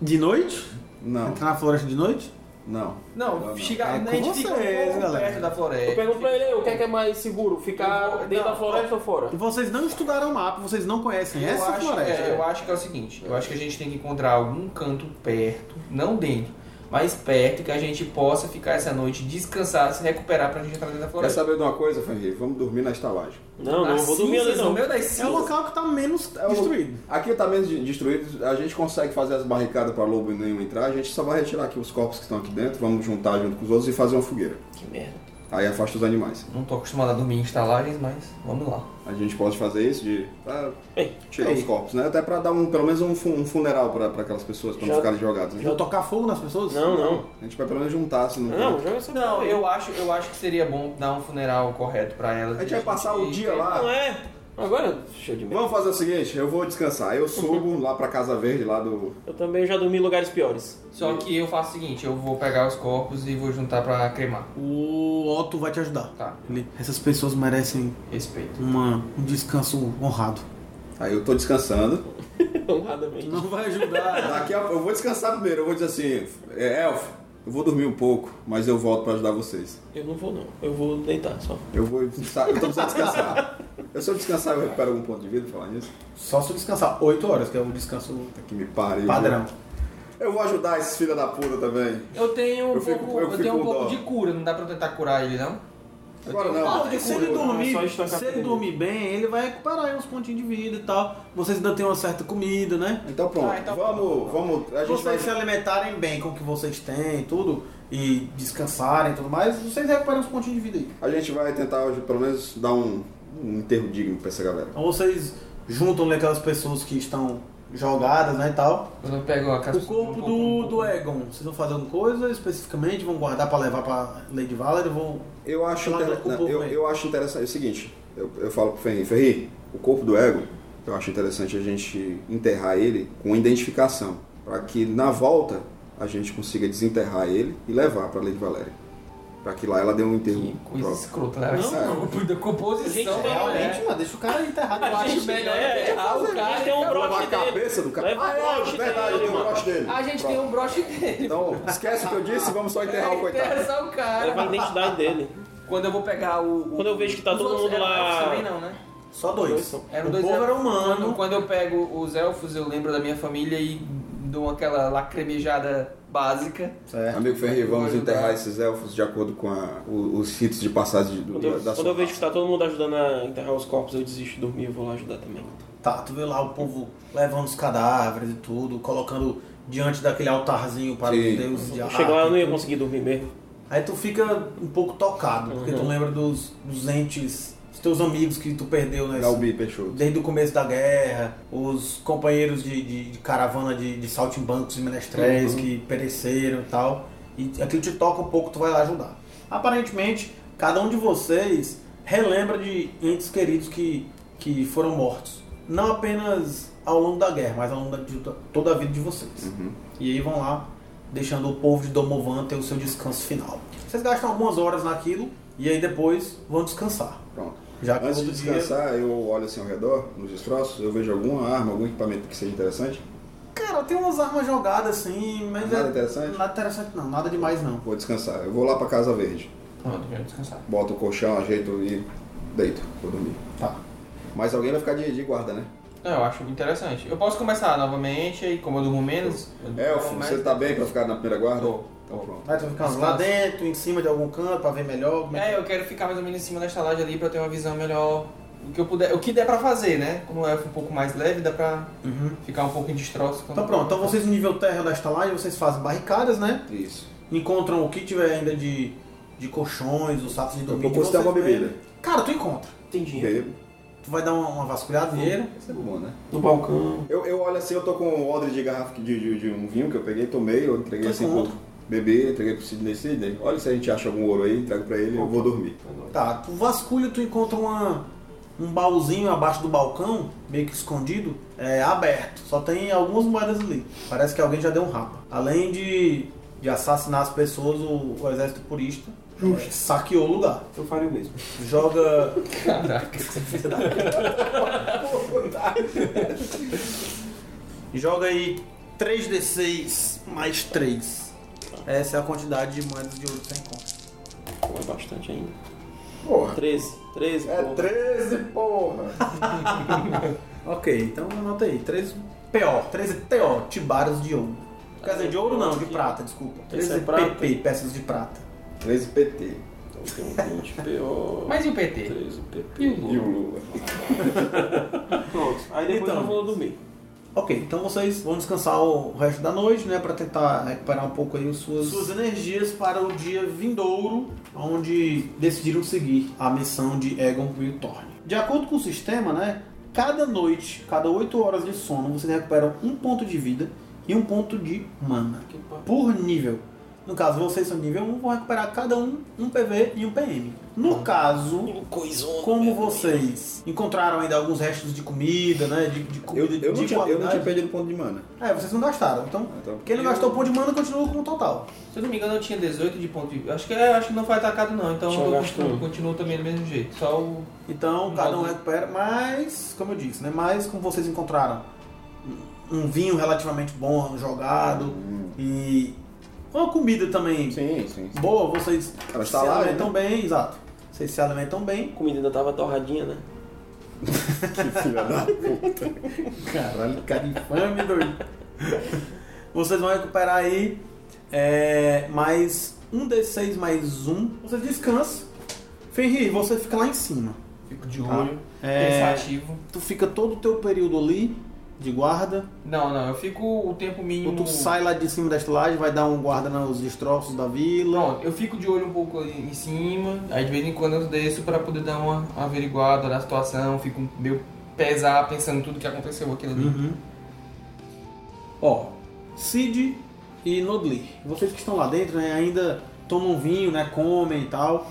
Speaker 2: De noite?
Speaker 3: Não,
Speaker 4: Então,
Speaker 2: Entrar na floresta de noite?
Speaker 3: não.
Speaker 6: Não,
Speaker 3: Não, não.
Speaker 6: chega,
Speaker 2: É
Speaker 6: a
Speaker 2: com
Speaker 6: gente fica um
Speaker 2: vocês,
Speaker 6: pouco
Speaker 2: galera.
Speaker 6: perto da floresta.
Speaker 4: Eu pergunto pra ele, aí, o que é que é mais seguro?
Speaker 6: Eu
Speaker 4: Ficar
Speaker 6: vou-
Speaker 4: dentro
Speaker 6: não,
Speaker 4: da floresta ou fora?
Speaker 2: E vocês não estudaram o mapa, vocês não conhecem
Speaker 6: Eu
Speaker 2: essa
Speaker 6: acho,
Speaker 2: floresta.
Speaker 6: é, eu acho que é o seguinte, eu acho que a gente tem que encontrar algum canto perto, não dentro, mas perto, que a gente possa ficar essa noite, descansar, se recuperar pra gente entrar dentro da
Speaker 3: Quer
Speaker 6: floresta.
Speaker 3: saber de uma coisa, Fenrir? Vamos dormir na estalagem.
Speaker 4: Não, não,
Speaker 6: Nas
Speaker 4: eu vou dormir ali
Speaker 6: cinzas,
Speaker 4: não.
Speaker 6: No meio das
Speaker 2: É o
Speaker 6: cinzas.
Speaker 2: local que tá menos
Speaker 3: É o-
Speaker 2: destruído.
Speaker 3: Aqui tá menos de- destruído, a gente consegue fazer as barricadas pra lobo nenhum entrar, a gente só vai retirar aqui os corpos que estão aqui dentro, vamos juntar junto com os outros e fazer uma fogueira.
Speaker 4: Que merda.
Speaker 3: Aí afasta os animais.
Speaker 6: Não tô acostumado a dormir em estalagens, mas vamos lá.
Speaker 3: A gente pode fazer isso de pra
Speaker 4: Bem,
Speaker 3: tirar os corpos, né? Até pra dar um, pelo menos um, fu- um funeral pra, pra aquelas pessoas, pra
Speaker 4: Já-
Speaker 3: não ficarem jogadas. né?
Speaker 2: Vou tocar fogo nas pessoas?
Speaker 4: não, não.
Speaker 3: A gente vai pelo menos juntar, se não
Speaker 4: Não, joga essa
Speaker 6: Não,
Speaker 4: porra aí.
Speaker 6: eu acho, eu acho que seria bom dar um funeral correto pra Tipo, elas.
Speaker 3: A gente vai passar o dia
Speaker 4: Não
Speaker 3: lá.
Speaker 4: é. Agora, cheio de merda.
Speaker 3: Vamos fazer o seguinte, eu vou descansar. Eu subo lá pra Casa Verde, lá do...
Speaker 4: Eu também já dormi em lugares piores.
Speaker 6: Só que eu faço o seguinte, eu vou pegar os corpos e vou juntar pra cremar.
Speaker 2: O Otto vai te ajudar.
Speaker 6: Tá,
Speaker 2: Ele- essas pessoas merecem
Speaker 6: respeito.
Speaker 2: uma- um descanso honrado.
Speaker 3: Aí eu tô descansando.
Speaker 4: Honradamente.
Speaker 2: Não vai ajudar.
Speaker 3: Daqui a... Eu vou descansar primeiro, eu vou dizer assim, é, Elfo, eu vou dormir um pouco, mas eu volto pra ajudar vocês.
Speaker 4: Eu não vou não. Eu vou deitar só.
Speaker 3: Eu vou... Eu tô precisando descansar. Eu se eu descansar, eu recupero algum ponto de vida, falar nisso.
Speaker 2: Só se descansar 8 horas, que é o descanso
Speaker 3: Que me pare. viu?
Speaker 2: padrão.
Speaker 3: Eu vou ajudar esses filha da puta também.
Speaker 6: Eu tenho um
Speaker 3: Eu fico-
Speaker 6: pouco,
Speaker 3: eu
Speaker 6: eu
Speaker 3: fico
Speaker 6: tenho um
Speaker 3: com
Speaker 6: pouco
Speaker 3: dó.
Speaker 6: de cura, não dá pra eu tentar curar ele, não?
Speaker 3: Agora não.
Speaker 2: Ah,
Speaker 3: tá é
Speaker 2: Se ele dormir, se ele dormir bem, ele vai recuperar aí uns pontinhos de vida e tal. Vocês ainda têm uma certa comida, né?
Speaker 3: Então pronto,
Speaker 5: Ah, então
Speaker 3: vamos, vamos. A
Speaker 2: Se
Speaker 3: gente
Speaker 2: vocês
Speaker 3: vai.
Speaker 2: se alimentarem bem com o que vocês têm e tudo, e descansarem e tudo mais, vocês recuperam uns pontinhos de vida aí.
Speaker 3: A gente vai tentar hoje, pelo menos, dar um, um enterro digno pra essa galera.
Speaker 2: Então vocês juntam ali aquelas pessoas que estão jogadas, né, e tal.
Speaker 6: Quando eu pego a um
Speaker 2: O corpo do, do Egon, vocês vão fazer alguma coisa especificamente? Vão guardar pra levar pra Lady Valerie? Vão...
Speaker 3: Eu acho,
Speaker 2: Ela
Speaker 3: inter-
Speaker 2: trocou
Speaker 3: não,
Speaker 2: por
Speaker 3: eu,
Speaker 2: meio.
Speaker 3: eu acho interessante é o seguinte, eu, eu falo pro Ferri, Ferri, o corpo do ego, eu acho interessante a gente enterrar ele com identificação, para que na volta a gente consiga desenterrar ele e levar para Lady Valéria. Para que lá ela dê um enterro
Speaker 6: Que coisa
Speaker 3: próprio.
Speaker 6: escrota, né? Esse
Speaker 3: não.
Speaker 6: corpo da composição.
Speaker 4: Gente,
Speaker 6: né?
Speaker 2: mano, deixa o cara enterrado.
Speaker 6: Eu acho melhor
Speaker 4: é
Speaker 6: enterrar o cara.
Speaker 4: tem um
Speaker 3: Lavar a
Speaker 4: broche dele.
Speaker 3: cabeça do cara.
Speaker 4: Leva o
Speaker 3: Ah, é,
Speaker 4: broche
Speaker 3: verdade,
Speaker 4: dele,
Speaker 3: tem um
Speaker 4: mano.
Speaker 3: broche dele.
Speaker 6: A gente
Speaker 3: Pronto.
Speaker 6: tem um broche dele.
Speaker 3: Então, esquece o que eu disse, vamos só enterrar o
Speaker 6: É
Speaker 3: coitado.
Speaker 6: só o cara.
Speaker 4: Leva a identidade dele.
Speaker 6: Quando eu vou pegar o. o-
Speaker 4: Quando eu vejo que tá
Speaker 6: os
Speaker 4: todo
Speaker 6: outros
Speaker 4: mundo
Speaker 6: eram
Speaker 4: lá-
Speaker 6: elfos Também não, né?
Speaker 2: Só dois.
Speaker 6: Eram
Speaker 2: o
Speaker 6: dois
Speaker 2: povo
Speaker 6: elfos.
Speaker 2: era um humano.
Speaker 6: Quando eu pego os elfos, eu lembro da minha família e dou aquela lacrimejada básica.
Speaker 2: Certo.
Speaker 3: É, Amigo Ferri, vamos
Speaker 6: Vou ajudar.
Speaker 3: enterrar esses elfos de acordo com a- o- os ritos de passagem do,
Speaker 4: Quando eu,
Speaker 3: da
Speaker 4: quando eu
Speaker 3: sua
Speaker 4: vejo que tá todo mundo ajudando a enterrar os corpos, eu desisto de dormir e vou lá ajudar também.
Speaker 2: Tá, tu vê lá o povo levando os cadáveres e tudo, colocando diante daquele altarzinho para
Speaker 3: Sim.
Speaker 2: os deuses de
Speaker 4: Eu
Speaker 2: arte
Speaker 4: chego lá, eu não
Speaker 2: e
Speaker 4: ia
Speaker 2: tudo.
Speaker 4: conseguir dormir mesmo.
Speaker 2: Aí tu fica um pouco tocado, porque tu lembra dos, dos entes, dos teus amigos que tu perdeu né? nesse,
Speaker 3: Galbi Peixoto.
Speaker 2: desde o começo da guerra, os companheiros de, de- de caravana de, de saltimbancos e menestréis
Speaker 3: Uhum.
Speaker 2: que pereceram e tal. E aquilo te toca um pouco, tu vai lá ajudar. Aparentemente, cada um de vocês relembra de entes queridos que, que foram mortos. Não apenas ao longo da guerra, mas ao longo da, de to- toda a vida de vocês.
Speaker 3: Uhum.
Speaker 2: E aí vão lá, deixando o povo de Domovan ter o seu descanso final. Vocês gastam algumas horas naquilo e aí depois vão descansar.
Speaker 3: Pronto.
Speaker 2: Já que
Speaker 3: Antes de
Speaker 2: outro dia-
Speaker 3: descansar, eu olho assim ao redor, nos destroços, eu vejo alguma arma, algum equipamento que seja interessante.
Speaker 2: Cara, tem umas armas jogadas assim, mas
Speaker 3: Nada
Speaker 2: é-
Speaker 3: interessante?
Speaker 2: Nada interessante não, nada demais não.
Speaker 3: Vou descansar. Eu vou lá pra Casa Verde.
Speaker 6: Pronto, já descansar.
Speaker 3: Boto o colchão, ajeito e deito. Vou dormir.
Speaker 2: Tá.
Speaker 3: Mas alguém vai ficar de, de guarda, né?
Speaker 6: Não, eu acho interessante. Eu posso começar novamente, e como eu durmo menos. eu
Speaker 3: Elfo,
Speaker 6: durmo mais.
Speaker 3: você tá bem pra ficar na primeira guarda?
Speaker 6: É, Tô,
Speaker 3: Então
Speaker 6: tô.
Speaker 3: pronto.
Speaker 2: Vai tu ficar lá
Speaker 6: Descansa.
Speaker 2: dentro, em cima de algum canto pra ver melhor. como é que-
Speaker 6: É, eu quero ficar mais ou menos em cima da estalagem ali pra ter uma visão melhor. O que eu puder, o que der pra fazer, né? Como o elfo um pouco mais leve, dá pra
Speaker 2: Uhum.
Speaker 6: ficar um pouco em destroço. quando-
Speaker 2: Então pronto, então vocês no nível terra da estalagem, vocês fazem barricadas, né?
Speaker 3: Isso.
Speaker 2: Encontram o que tiver ainda de, de colchões, os sacos de
Speaker 3: Eu
Speaker 2: dormir.
Speaker 3: Então, vou
Speaker 2: de
Speaker 3: custar uma
Speaker 2: vocês
Speaker 3: bebida.
Speaker 2: mesmo. Cara, tu encontra.
Speaker 4: Tem dinheiro.
Speaker 3: Bebo.
Speaker 2: Tu vai dar uma, uma vasculhada dinheiro.
Speaker 3: Isso é bom, né?
Speaker 4: No balcão.
Speaker 3: Eu, eu olho assim, eu tô com um odre de garrafa de, de- de um vinho que eu peguei, tomei, eu entreguei
Speaker 2: Tá
Speaker 3: assim
Speaker 2: com
Speaker 3: pro bebê, entreguei pro Sidney Sidney. Olha se a gente acha algum ouro aí, entrego pra ele, eu vou dormir.
Speaker 2: Tá, tu vasculha, tu encontra uma, um baúzinho abaixo do balcão, meio que escondido, é, aberto. Só tem algumas moedas ali. Parece que alguém já deu um rapa. Além de, de assassinar as pessoas, o, o exército purista é, saqueou o lugar.
Speaker 4: Eu faria o mesmo.
Speaker 2: Joga.
Speaker 6: Caraca.
Speaker 2: Joga aí 3d6 mais 3. Essa é a quantidade de moedas de ouro que você encontra.
Speaker 4: Pô, é bastante ainda.
Speaker 3: Porra.
Speaker 4: 13. 13,
Speaker 3: Ah. É
Speaker 4: pô.
Speaker 3: 13, porra!
Speaker 2: Ok, então anota aí. 3 PO, 13 TO, tibaras de ouro. Quer dizer, de ouro não, de prata, desculpa.
Speaker 4: Esse
Speaker 2: 13
Speaker 4: é prata.
Speaker 2: PP, peças de prata.
Speaker 3: 13 PT.
Speaker 4: Então tem um 20 PO.
Speaker 6: Mas e o PT?
Speaker 4: 13 PP.
Speaker 6: E o Lula?
Speaker 3: E o Lula.
Speaker 4: Pronto. Aí depois
Speaker 2: Então.
Speaker 4: eu vou dormir.
Speaker 2: Ok, então vocês vão descansar o resto da noite, né, para tentar recuperar um pouco aí as suas suas energias para o dia vindouro, onde decidiram seguir a missão de Egon Wiltorn. De acordo com o sistema, né, cada noite, cada 8 horas de sono, vocês recuperam um ponto de vida e um ponto de mana
Speaker 4: Que pa-
Speaker 2: por nível. No caso, vocês são nível 1, vão recuperar cada um um PV e um PM.
Speaker 3: Ah,
Speaker 2: No caso,
Speaker 3: um
Speaker 4: Coisona.
Speaker 2: como
Speaker 4: velho.
Speaker 2: vocês encontraram ainda alguns restos de comida, né? De, de
Speaker 3: Eu,
Speaker 2: comida
Speaker 3: eu,
Speaker 2: de
Speaker 3: não tinha, eu não tinha
Speaker 2: qualidade.
Speaker 3: perdido ponto de mana.
Speaker 2: É, vocês não gastaram. Então,
Speaker 3: Então,
Speaker 2: quem não gastou ponto de mana continua com o total.
Speaker 6: Se eu não me engano, eu tinha 18 de ponto de vida. Acho que, é, acho que não foi atacado, não. Então
Speaker 4: Tinha
Speaker 6: eu
Speaker 4: gasto
Speaker 6: continuo,
Speaker 4: um.
Speaker 6: continuo também do mesmo jeito. Só o.
Speaker 2: Então,
Speaker 6: Não
Speaker 2: cada um
Speaker 6: vale.
Speaker 2: recupera, mas, como eu disse, né? Mas como vocês encontraram um um vinho relativamente bom, jogado, e uma comida também
Speaker 3: Hum. Sim, né? sim.
Speaker 2: boa, vocês
Speaker 3: Ela
Speaker 2: se
Speaker 3: está lá,
Speaker 2: alimentam bem, exato. Vocês se alimentam bem.
Speaker 4: A comida ainda tava torradinha, né?
Speaker 3: Que filha da puta.
Speaker 2: Caralho, cara infame, doido. um Vocês vão recuperar aí é, mais um D6 mais um. Você descansa, Fenrir, você fica lá em cima.
Speaker 6: Fico de olho,
Speaker 2: É,
Speaker 6: pensativo.
Speaker 2: tu fica todo o teu período ali de guarda.
Speaker 6: Não, não, eu fico o tempo mínimo.
Speaker 2: Ou tu sai lá de cima da estalagem, vai dar um guarda nos destroços da vila.
Speaker 6: Pronto, eu fico de olho um pouco ali em cima, aí de vez em quando eu desço pra poder dar uma, uma averiguada na situação, fico meio pesar pensando em tudo que aconteceu aquilo ali.
Speaker 2: Uhum. Ó, Cid e Nodli, vocês que estão lá dentro, né, ainda tomam vinho, né, comem e tal.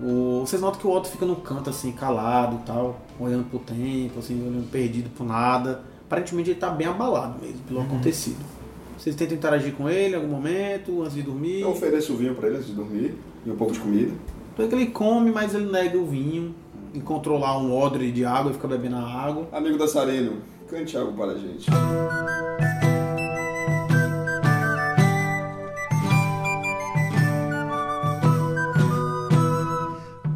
Speaker 2: O- vocês notam que o Otto fica no canto, assim, calado e tal, olhando pro tempo, assim, olhando perdido pro nada. Aparentemente ele tá bem abalado mesmo pelo acontecido. Vocês tentam interagir com ele em algum momento, antes de dormir.
Speaker 3: Eu ofereço o vinho pra ele antes de dormir e um pouco de comida.
Speaker 2: Então é que ele come, mas ele nega o vinho. Encontrou lá um odre de água e fica bebendo a água.
Speaker 3: Amigo dançarino, cante algo para a gente.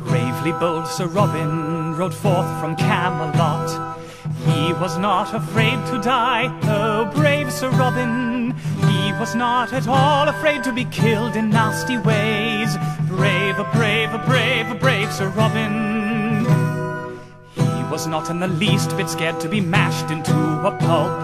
Speaker 9: Bravely bold Sir Robin rode forth from Camelot. He was not afraid to die, oh brave Sir Robin. He was not at all afraid to be killed in nasty ways. Brave, a brave, a brave, a brave Sir Robin. He was not in the least bit scared to be mashed into a pulp,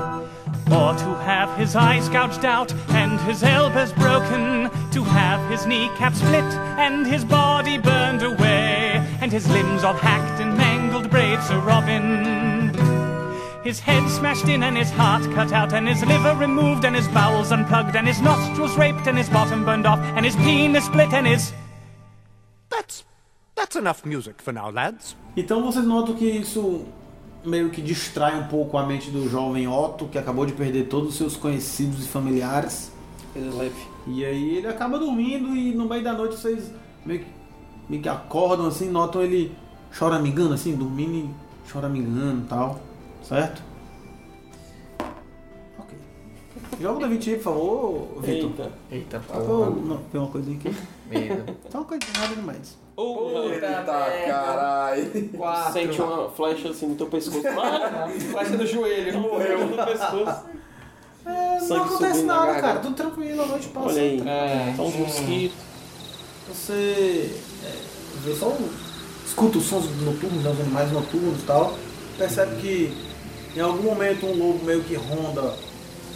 Speaker 9: or to have his eyes gouged out and his elbows broken, to have his kneecap split and his body burned away, and his limbs all hacked and mangled, brave Sir Robin. His head smashed in and his heart cut out and his liver removed and his bowels unplugged and his nostrils raped and his bottom burned off and his penis split and his.
Speaker 10: That's that's enough music for now, lads.
Speaker 2: Então vocês notam que isso meio que distrai um pouco a mente do jovem Otto, que acabou de perder todos os seus conhecidos e familiares.
Speaker 4: Coisa leve.
Speaker 2: E aí ele acaba dormindo e no meio da noite vocês meio que, meio que acordam assim, notam ele choramingando assim, dormindo e choramingando e tal, certo? Ok. Joga o da 20 aí, por favor, Vitor.
Speaker 4: Eita.
Speaker 6: Eita
Speaker 2: Ah, pô, Não, tem uma coisinha aqui.
Speaker 6: medo.
Speaker 2: Só uma coisinha, nada demais. tá
Speaker 3: Eita,
Speaker 6: merda.
Speaker 3: caralho!
Speaker 6: Quatro.
Speaker 4: Sente uma flecha assim no teu pescoço. Ah,
Speaker 6: Flecha do joelho.
Speaker 4: morreu no pescoço.
Speaker 2: É, não
Speaker 4: Sangue
Speaker 2: acontece
Speaker 4: subindo na
Speaker 2: nada,
Speaker 4: garganta.
Speaker 2: cara. Tudo tranquilo, a noite passa.
Speaker 4: Olha aí. um
Speaker 6: É,
Speaker 2: Então,
Speaker 4: São uns mosquitos.
Speaker 2: Você é, vê só um- escuta os sons noturnos, né, os animais noturnos e tal. Percebe que em algum momento um lobo meio que ronda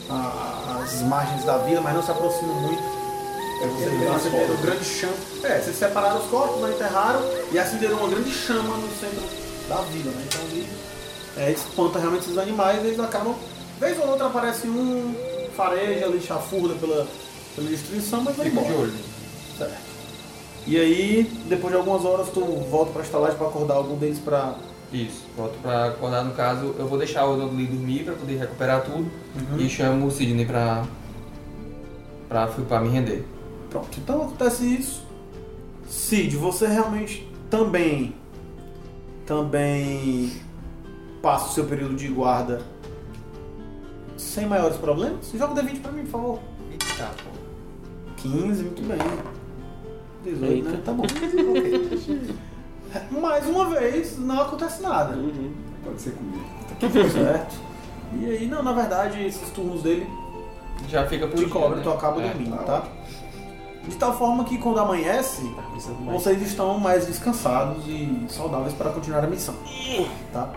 Speaker 2: a- as margens da vila, mas não se aproxima muito. Aí você vê lá, você vê um grande chama. É, vocês separaram os corpos, né, enterraram e acenderam uma grande chama no centro da vila, né? Então ali é, espanta realmente esses animais e eles acabam. Vez ou outra aparece um, fareja ali, chafurda pela, pela destruição, mas vai
Speaker 6: Fico de
Speaker 2: embora.
Speaker 6: olho.
Speaker 2: Certo. E aí, depois de algumas horas, tu volta pra estalagem pra acordar algum deles pra.
Speaker 6: Isso, volto pra acordar no caso, eu vou deixar o Dudley dormir pra poder recuperar tudo
Speaker 2: Uhum.
Speaker 6: e chamo o Sidney pra, pra, pra me render.
Speaker 2: Pronto, então acontece isso. Cid, você realmente também. Também. Passa o seu período de guarda sem maiores problemas? Joga o D20 pra mim, por favor.
Speaker 6: Eita, pô.
Speaker 2: 15, muito bem. 18,
Speaker 4: Eita.
Speaker 2: né? Tá bom. Ok. Mais uma vez, não acontece nada.
Speaker 3: Pode ser comigo.
Speaker 2: Certo? E aí, não, na verdade, esses turnos dele
Speaker 6: Já fica por
Speaker 2: de
Speaker 6: dia,
Speaker 2: cobre,
Speaker 6: né?
Speaker 2: tu acaba
Speaker 6: É.
Speaker 2: dormindo, tá? De tal forma que quando amanhece,
Speaker 6: Tá
Speaker 2: vocês estão mais descansados e saudáveis para continuar a missão, tá?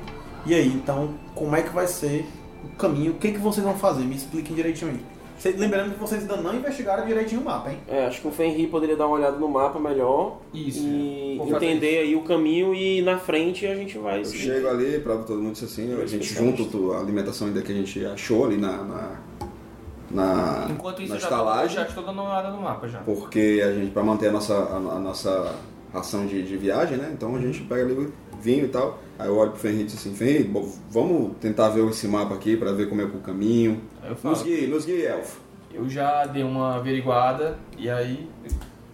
Speaker 2: E aí, então, como é que vai ser o caminho? O que, que vocês vão fazer? Me expliquem direitinho aí. Cê- Lembrando que vocês ainda não investigaram direitinho o mapa, hein?
Speaker 4: É, acho que o Fenrir poderia dar uma olhada no mapa melhor.
Speaker 6: Isso.
Speaker 4: E
Speaker 6: Vou fazer
Speaker 4: entender aí o caminho e na frente a gente vai.
Speaker 3: Eu chego ali, provo todo mundo isso assim, a gente junta tu- a alimentação ainda que a gente achou ali na. na, na-
Speaker 6: Enquanto isso,
Speaker 3: na
Speaker 6: eu já tô,
Speaker 3: estalagem.
Speaker 6: já estou dando uma olhada no mapa já.
Speaker 3: Porque a gente, pra manter a nossa, a, a nossa ração de, de viagem, né? Então a gente pega ali o vinho e tal. Aí eu olho pro Fenrir e disse assim, Fenrir, bom, vamos tentar ver esse mapa aqui pra ver como é que é o caminho.
Speaker 6: Aí eu falo,
Speaker 3: Nos guia, nos guia, elfo.
Speaker 6: eu já dei uma averiguada e aí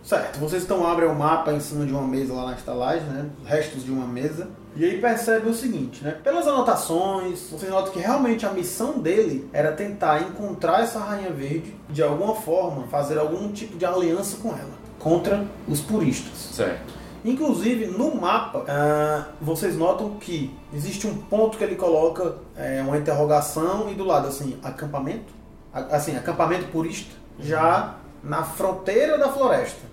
Speaker 2: Certo, vocês estão abrem o mapa em cima de uma mesa lá na estalagem, né? Restos de uma mesa. E aí percebe o seguinte, né? Pelas anotações, vocês notam que realmente a missão dele era tentar encontrar essa rainha verde de alguma forma, fazer algum tipo de aliança com ela contra os puristas.
Speaker 6: Certo.
Speaker 2: Inclusive, no mapa, ah, vocês notam que existe um ponto que ele coloca é, uma interrogação e do lado, assim, acampamento? A- Assim, acampamento purista, já na fronteira da floresta.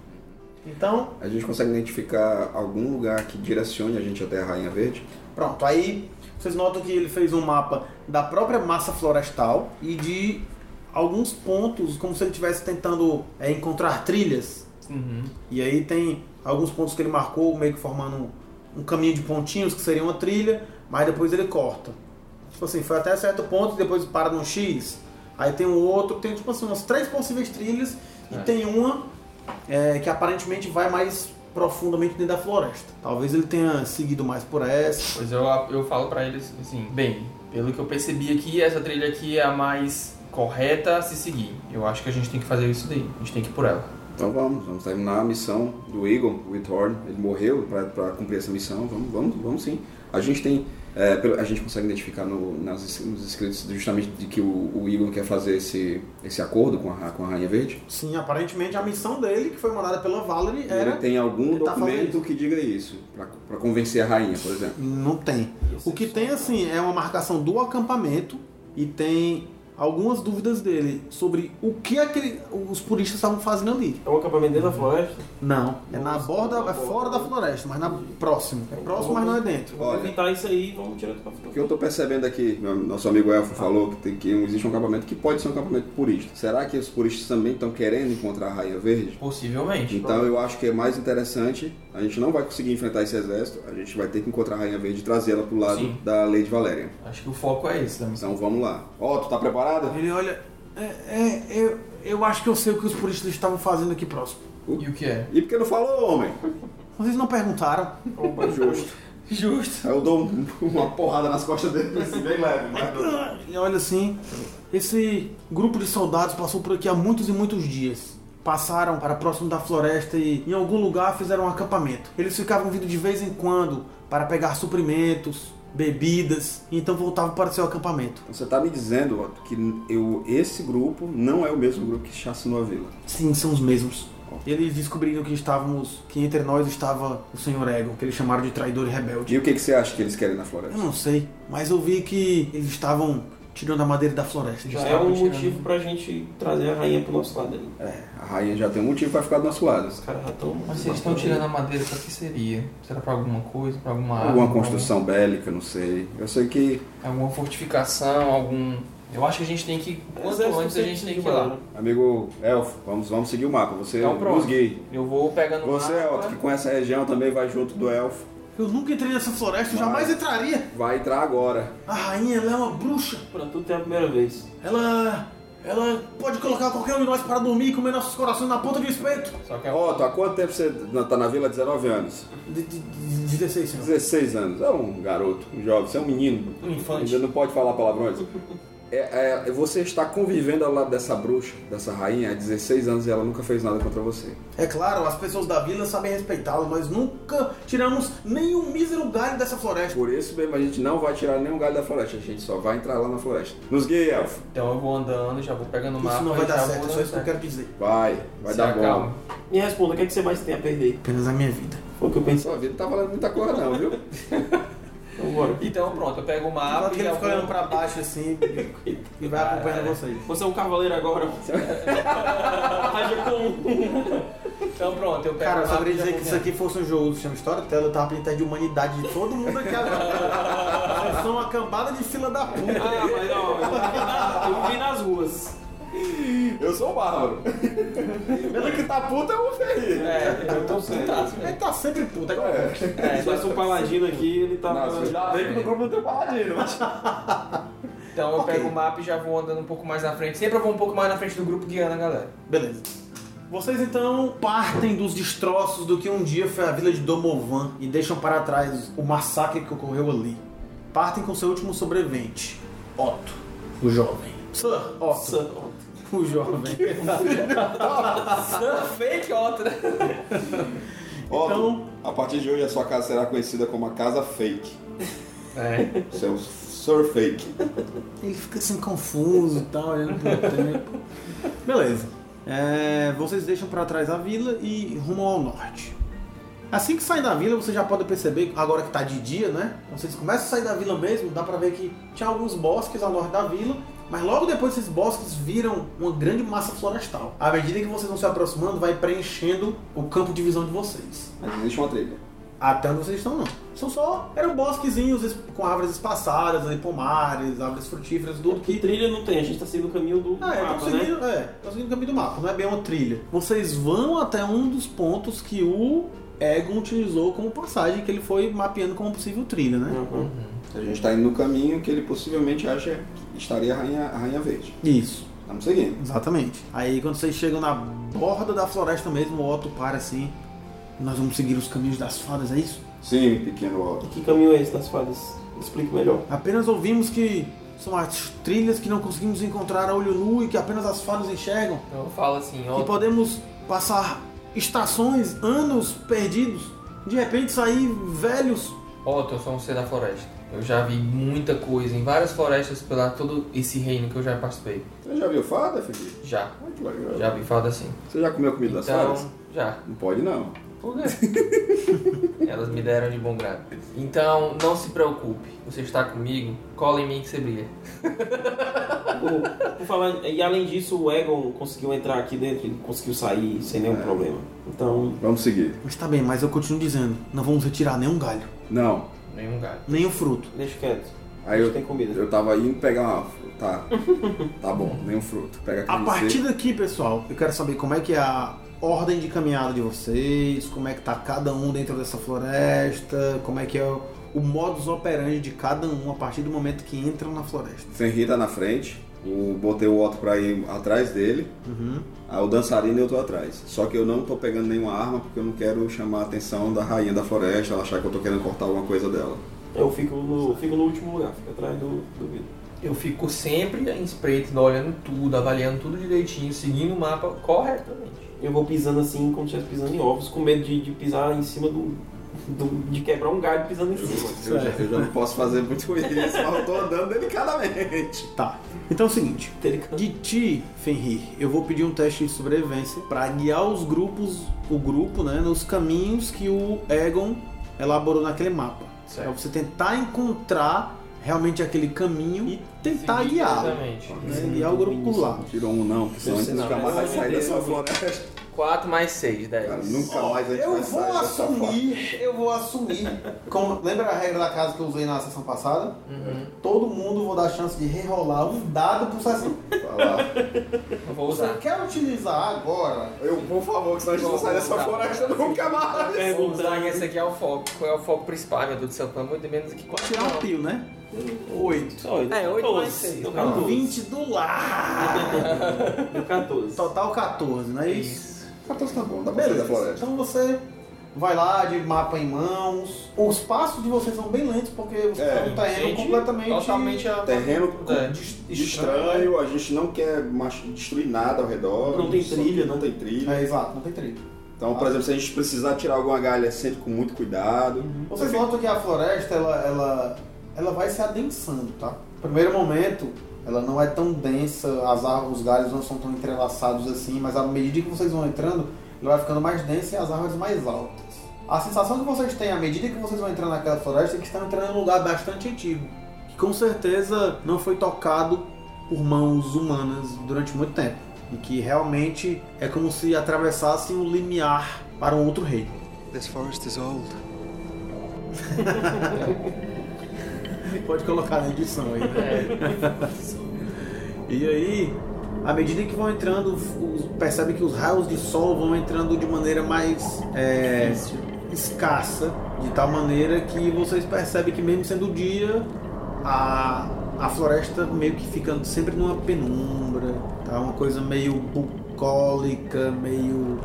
Speaker 2: Então,
Speaker 3: A gente consegue identificar algum lugar que direcione a gente até a Rainha Verde?
Speaker 2: Pronto, aí vocês notam que ele fez um mapa da própria massa florestal e de alguns pontos, como se ele estivesse tentando é, encontrar trilhas. E aí tem alguns pontos que ele marcou, meio que formando um, um caminho de pontinhos, que seria uma trilha, mas depois ele corta. Tipo assim, foi até certo ponto e depois para num X. Aí tem um outro, tem tipo assim, umas três possíveis trilhas e tem uma é, que aparentemente vai mais profundamente dentro da floresta. Talvez ele tenha seguido mais por essa.
Speaker 6: Pois eu, eu falo pra eles assim, bem, pelo que eu percebi aqui, essa trilha aqui é a mais correta a se seguir. Eu acho que a gente tem que fazer isso daí, a gente tem que ir por ela.
Speaker 3: Então vamos, vamos terminar a missão do Eagle, o Ithorn. Ele morreu para cumprir essa missão. Vamos, vamos, vamos sim. A gente tem, é, pelo- a gente consegue identificar no, nas, es- nos escritos justamente de que o, o Eagle quer fazer esse, esse acordo com a, ra- com a Rainha Verde.
Speaker 2: Sim, aparentemente a missão dele, que foi mandada pela Valerie,
Speaker 3: E
Speaker 2: era.
Speaker 3: Ele tem algum
Speaker 2: ele tá
Speaker 3: documento
Speaker 2: fazendo
Speaker 3: que diga isso para convencer a Rainha, por exemplo.
Speaker 2: Não tem. O que tem, assim, é uma marcação do acampamento e tem algumas dúvidas dele sobre o que aquele, os puristas estavam fazendo ali.
Speaker 4: É um acampamento dentro da floresta.
Speaker 2: Não, é na borda, é fora da floresta, mas na próximo. É próximo, mas não é dentro.
Speaker 4: Vamos
Speaker 3: Olha.
Speaker 4: evitar isso aí e vamos direto pra
Speaker 3: O
Speaker 4: frente.
Speaker 3: que eu tô percebendo aqui, meu- nosso amigo Elfo falou que, tem, que existe um acampamento que pode ser um acampamento purista. Será que os puristas também estão querendo encontrar a Rainha Verde?
Speaker 6: Possivelmente.
Speaker 3: Então eu acho que é mais interessante, a gente não vai conseguir enfrentar esse exército, a gente vai ter que encontrar a Rainha Verde e trazer ela pro lado
Speaker 6: Sim.
Speaker 3: da Lady Valéria.
Speaker 6: Acho que o foco é esse da missão.
Speaker 3: Então vamos lá. Ó, tu tá preparada?
Speaker 2: Ele olha. É, é, eu, eu acho que eu sei o que os puristas estavam fazendo aqui próximo.
Speaker 6: E o que é?
Speaker 3: E por que não falou, homem?
Speaker 2: Vocês não perguntaram.
Speaker 3: Opa, justo.
Speaker 6: Justo.
Speaker 3: Aí eu dou um- uma porrada nas costas dele, assim, bem leve. mas dou.
Speaker 2: E olha assim, esse grupo de soldados passou por aqui há muitos e muitos dias. Passaram para próximo da floresta e em algum lugar fizeram um acampamento. Eles ficavam vindo de vez em quando para pegar suprimentos, bebidas, e então voltavam para seu acampamento.
Speaker 3: Você tá me dizendo ó, que eu, esse grupo não é o mesmo grupo que chassinou a vila.
Speaker 2: Sim, são os mesmos. Eles descobriram que estávamos, que entre nós estava o Sr. Egon, que eles chamaram de traidor e rebelde.
Speaker 3: E o que, que você acha que eles querem na floresta?
Speaker 2: Eu não sei, mas eu vi que eles estavam tirando a madeira da floresta.
Speaker 4: Já é um motivo pra gente trazer a rainha pro nosso lado ali.
Speaker 3: É, a rainha já tem um motivo pra ficar do nosso lado.
Speaker 4: Os caras já estão.
Speaker 6: Mas se eles estão tirando a madeira, pra que seria? Será pra alguma coisa? Pra alguma arma?
Speaker 3: Alguma construção bélica, não sei. Eu sei que
Speaker 6: Algum- Alguma fortificação, algum... Eu acho que a gente tem que... Quanto antes a gente tem que ir lá.
Speaker 3: Amigo Elfo, vamos, vamos seguir o mapa. Você
Speaker 6: Então pronto.
Speaker 3: nos guie.
Speaker 6: Eu vou pegando o
Speaker 3: Você,
Speaker 6: mapa.
Speaker 3: Elfo, que conhece a região também, vai junto do Elfo.
Speaker 2: Eu nunca entrei nessa floresta, eu jamais entraria.
Speaker 3: Vai entrar agora.
Speaker 2: A rainha, ela é uma bruxa.
Speaker 4: Pra tudo tem a primeira vez.
Speaker 2: Ela. Ela pode colocar qualquer um de nós para dormir e comer nossos corações na ponta do espeto.
Speaker 6: Só que é
Speaker 3: Ó, tu há quanto tempo você na- tá na vila? 19 anos.
Speaker 2: De, de, de 16, senhor.
Speaker 3: 16 anos. É um garoto, um jovem, você é um menino.
Speaker 6: um infante.
Speaker 3: Ainda não pode falar palavrões. É, é, você está convivendo ao lado dessa bruxa, dessa rainha, há 16 anos e ela nunca fez nada contra você.
Speaker 2: É claro, as pessoas da vila sabem respeitá-lo, mas nunca tiramos nenhum mísero galho dessa floresta.
Speaker 3: Por isso mesmo a gente não vai tirar nenhum galho da floresta, a gente só vai entrar lá na floresta. Nos guie, Elfo.
Speaker 6: Então eu vou andando, já vou pegando o mapa.
Speaker 2: Isso não
Speaker 6: e
Speaker 2: vai
Speaker 6: já
Speaker 2: dar
Speaker 6: vou
Speaker 2: certo, é só
Speaker 6: dando
Speaker 2: isso que eu
Speaker 6: certo.
Speaker 2: quero te dizer.
Speaker 3: Vai, vai
Speaker 6: Se
Speaker 3: dar
Speaker 6: acalma.
Speaker 3: bom.
Speaker 4: Me responda, o que, é que você mais tem a perder?
Speaker 2: Apenas a minha vida.
Speaker 4: Foi o que eu pensei.
Speaker 3: Sua vida não tá valendo muita coisa não, viu?
Speaker 4: Então bora.
Speaker 6: Então pronto, eu pego o mapa
Speaker 2: Agora
Speaker 6: e
Speaker 2: que
Speaker 6: já
Speaker 2: ele fica olhando
Speaker 6: vou...
Speaker 2: pra baixo assim e vai acompanhando vocês.
Speaker 4: Você é um cavaleiro agora. Haja comum.
Speaker 6: Então pronto, eu pego
Speaker 2: Cara,
Speaker 6: o
Speaker 2: eu
Speaker 6: mapa
Speaker 2: só queria
Speaker 6: e já
Speaker 2: dizer
Speaker 6: vou
Speaker 2: que isso aqui fosse um jogo do chama História Tela, eu tava pintando de humanidade de todo mundo aqui agora. Vocês são uma cambada de fila da puta.
Speaker 4: Ah, mas não, eu vi na- eu vi nas ruas.
Speaker 3: Eu sou o Bárbaro. Pelo que tá puta é o Ferreira.
Speaker 6: É, eu tô sentado.
Speaker 2: Ele tá sempre puta, cara.
Speaker 3: É.
Speaker 4: Se tivesse um paladino aqui, ele tava.
Speaker 3: Nossa, já vem que no grupo não tem paladino.
Speaker 6: Então eu pego o mapa e já vou andando um pouco mais na frente. Sempre eu vou um pouco mais na frente do grupo guiando a galera.
Speaker 2: Beleza. Vocês então partem dos destroços do que um dia foi a vila de Domovan e deixam para trás o massacre que ocorreu ali. Partem com seu último sobrevivente, Otto, o jovem. Sir Otto, o jovem.
Speaker 6: Fake outra.
Speaker 3: Ó,
Speaker 2: Então-
Speaker 3: a partir de hoje a sua casa será conhecida como a casa fake.
Speaker 6: É.
Speaker 3: Seu Sir Fake.
Speaker 2: Ele fica assim confuso e tal, olhando pro tempo. Beleza. É, vocês deixam pra trás a vila e rumam ao norte. Assim que saem da vila, vocês já podem perceber, agora que tá de dia, né? Vocês começam a sair da vila mesmo, dá pra ver que tinha alguns bosques ao norte da vila Mas logo depois esses bosques viram uma grande massa florestal. À medida que vocês vão se aproximando, vai preenchendo o campo de visão de vocês.
Speaker 3: Mas existe uma trilha.
Speaker 2: Até onde vocês estão, não. São só. Eram bosquezinhos es- com árvores espaçadas, ali, pomares, árvores frutíferas, tudo que.
Speaker 4: Trilha não tem, a gente tá seguindo o caminho do
Speaker 2: Ah, é, tá
Speaker 4: mapa, né?
Speaker 2: seguindo, é, tá seguindo o caminho do mapa, não é bem uma trilha. Vocês vão até um dos pontos que o Egon utilizou como passagem, que ele foi mapeando como possível trilha, né?
Speaker 4: Uhum.
Speaker 3: A gente tá indo no caminho que ele possivelmente acha que estaria a Rainha, a Rainha Verde.
Speaker 2: Isso.
Speaker 3: Estamos seguindo.
Speaker 2: Exatamente. Aí quando vocês chegam na borda da floresta mesmo, o Otto para assim. Nós vamos seguir os caminhos das fadas, é isso?
Speaker 3: Sim, pequeno Otto.
Speaker 4: Que caminho é esse das fadas? Explique melhor.
Speaker 2: Apenas ouvimos que são as trilhas que não conseguimos encontrar a olho nu e que apenas as fadas enxergam.
Speaker 6: Eu falo assim,
Speaker 2: E
Speaker 6: ó.
Speaker 2: podemos passar estações, anos perdidos, de repente sair velhos.
Speaker 6: Ó, eu sou um ser da floresta. Eu já vi muita coisa em várias florestas pela todo esse reino que eu já participei.
Speaker 3: Você já viu fada, Felipe?
Speaker 6: Já.
Speaker 3: Ai, que legal.
Speaker 6: Já vi fada assim.
Speaker 3: Você já comeu comida das
Speaker 6: Então,
Speaker 3: fadas?
Speaker 6: já.
Speaker 3: Não pode não.
Speaker 6: Por quê? Elas me deram de bom grado. Então, não se preocupe. Você está comigo, cola em mim que você brilha.
Speaker 4: Por, por falar, e além disso, o Egon conseguiu entrar aqui dentro, ele conseguiu sair sem
Speaker 3: É.
Speaker 4: nenhum problema. Então,
Speaker 3: Vamos seguir.
Speaker 2: Mas tá bem, mas eu continuo dizendo, não vamos retirar nenhum galho,
Speaker 3: Não.
Speaker 6: Nenhum galho.
Speaker 2: nenhum fruto.
Speaker 4: deixa quieto.
Speaker 3: Aí
Speaker 4: a gente
Speaker 3: eu,
Speaker 4: tem comida.
Speaker 3: eu tava indo pegar uma. Tá. Tá bom, nenhum fruto. Pega
Speaker 2: A
Speaker 3: aquele
Speaker 2: partir
Speaker 3: seco.
Speaker 2: daqui, pessoal, eu quero saber como é que é a ordem de caminhada de vocês, como é que tá cada um dentro dessa floresta, como é que é o, o modus operandi de cada um a partir do momento que entram na floresta.
Speaker 3: Fenrir tá na frente. O, botei o Otto pra ir atrás dele.
Speaker 2: Uhum.
Speaker 3: Aí o dançarino eu tô atrás. Só que eu não tô pegando nenhuma arma porque eu não quero chamar a atenção da rainha da floresta, ela achar que eu tô querendo cortar alguma coisa dela.
Speaker 4: Eu fico no, fico no último lugar, fico atrás do, do vidro.
Speaker 6: Eu fico sempre em espreito, olhando tudo, avaliando tudo direitinho, seguindo o mapa corretamente.
Speaker 4: Eu vou pisando assim, como se estivesse pisando em ovos, com medo de, de pisar em cima do, do- de quebrar um galho pisando em cima.
Speaker 3: Eu já, eu já não posso fazer muito isso, mas eu tô andando delicadamente.
Speaker 2: Tá. Então é o seguinte,
Speaker 4: Delicado.
Speaker 2: de ti, Fenrir, eu vou pedir um teste de sobrevivência pra guiar os grupos, o grupo, né, nos caminhos que o Egon elaborou naquele mapa. Pra você tentar encontrar realmente aquele caminho e tentar
Speaker 6: Seguindo
Speaker 2: guiá-lo.
Speaker 6: corretamente.
Speaker 2: Né, guiar o grupo por lá.
Speaker 3: Tirou um não, porque senão a gente
Speaker 4: Não,
Speaker 3: nunca
Speaker 4: não,
Speaker 3: mais vai
Speaker 4: não,
Speaker 3: sair
Speaker 4: não,
Speaker 3: dessa
Speaker 4: não.
Speaker 3: floresta.
Speaker 6: 4 mais 6, 10.
Speaker 3: Cara, nunca mais é a gente
Speaker 2: Eu
Speaker 3: vai
Speaker 2: vou
Speaker 3: sair dessa floresta.
Speaker 2: assumir, eu vou assumir. Como- lembra a regra da casa que eu usei na sessão passada?
Speaker 6: Uhum.
Speaker 2: Todo mundo vou dar chance de rerolar um dado por sessão.
Speaker 3: Vai lá.
Speaker 6: Eu vou
Speaker 2: Você
Speaker 6: usar.
Speaker 2: quer utilizar agora?
Speaker 3: Eu, por favor, que senão a gente não sai dessa floresta nunca mais.
Speaker 4: É,
Speaker 6: Vou usar esse aqui é o foco. Qual é o foco principal, meu Deus do céu? Pelo amor de menos aqui. Quatro,
Speaker 2: Tirar um pio, né? Oito.
Speaker 4: Só oito.
Speaker 6: É, oito mais
Speaker 4: Doze.
Speaker 6: seis,
Speaker 4: Deu
Speaker 6: não.
Speaker 4: 14.
Speaker 2: 20 do lar.
Speaker 4: Deu 14.
Speaker 6: Tá
Speaker 2: Total 14, não é isso?
Speaker 6: Isso.
Speaker 3: 14 tá bom, dá pra sair da
Speaker 2: Beleza.
Speaker 3: floresta.
Speaker 2: Então você vai lá de mapa em mãos. Os passos de vocês são bem lentos porque você
Speaker 3: É,
Speaker 2: tá num terreno
Speaker 6: gente,
Speaker 2: completamente
Speaker 6: Totalmente a...
Speaker 3: Terreno
Speaker 6: É.
Speaker 3: dis- estranho, a gente não quer mach- destruir nada ao redor.
Speaker 4: Não tem
Speaker 3: só-
Speaker 4: trilha,
Speaker 3: não
Speaker 4: né?
Speaker 3: tem trilha.
Speaker 2: É, exato, não tem trilho.
Speaker 3: Então, por exemplo, se a gente precisar tirar alguma galha, é sempre com muito cuidado.
Speaker 2: Vocês notam que a floresta ela, ela, ela vai se adensando, tá? No primeiro momento, ela não é tão densa, as árvores, os galhos não são tão entrelaçados assim, mas à medida que vocês vão entrando, ela vai ficando mais densa e as árvores mais altas. A sensação que vocês têm à medida que vocês vão entrando naquela floresta é que estão entrando em um lugar bastante antigo, que com certeza não foi tocado por mãos humanas durante muito tempo, e que realmente é como se atravessassem um limiar para um outro reino.
Speaker 11: This forest is old.
Speaker 2: Pode colocar na edição aí, né? e aí, à medida que vão entrando, os- percebe que os raios de sol vão entrando de maneira mais é, escassa, de tal maneira que vocês percebem que mesmo sendo dia, a, a floresta meio que fica sempre numa penumbra, tá? Uma coisa meio bucólica, meio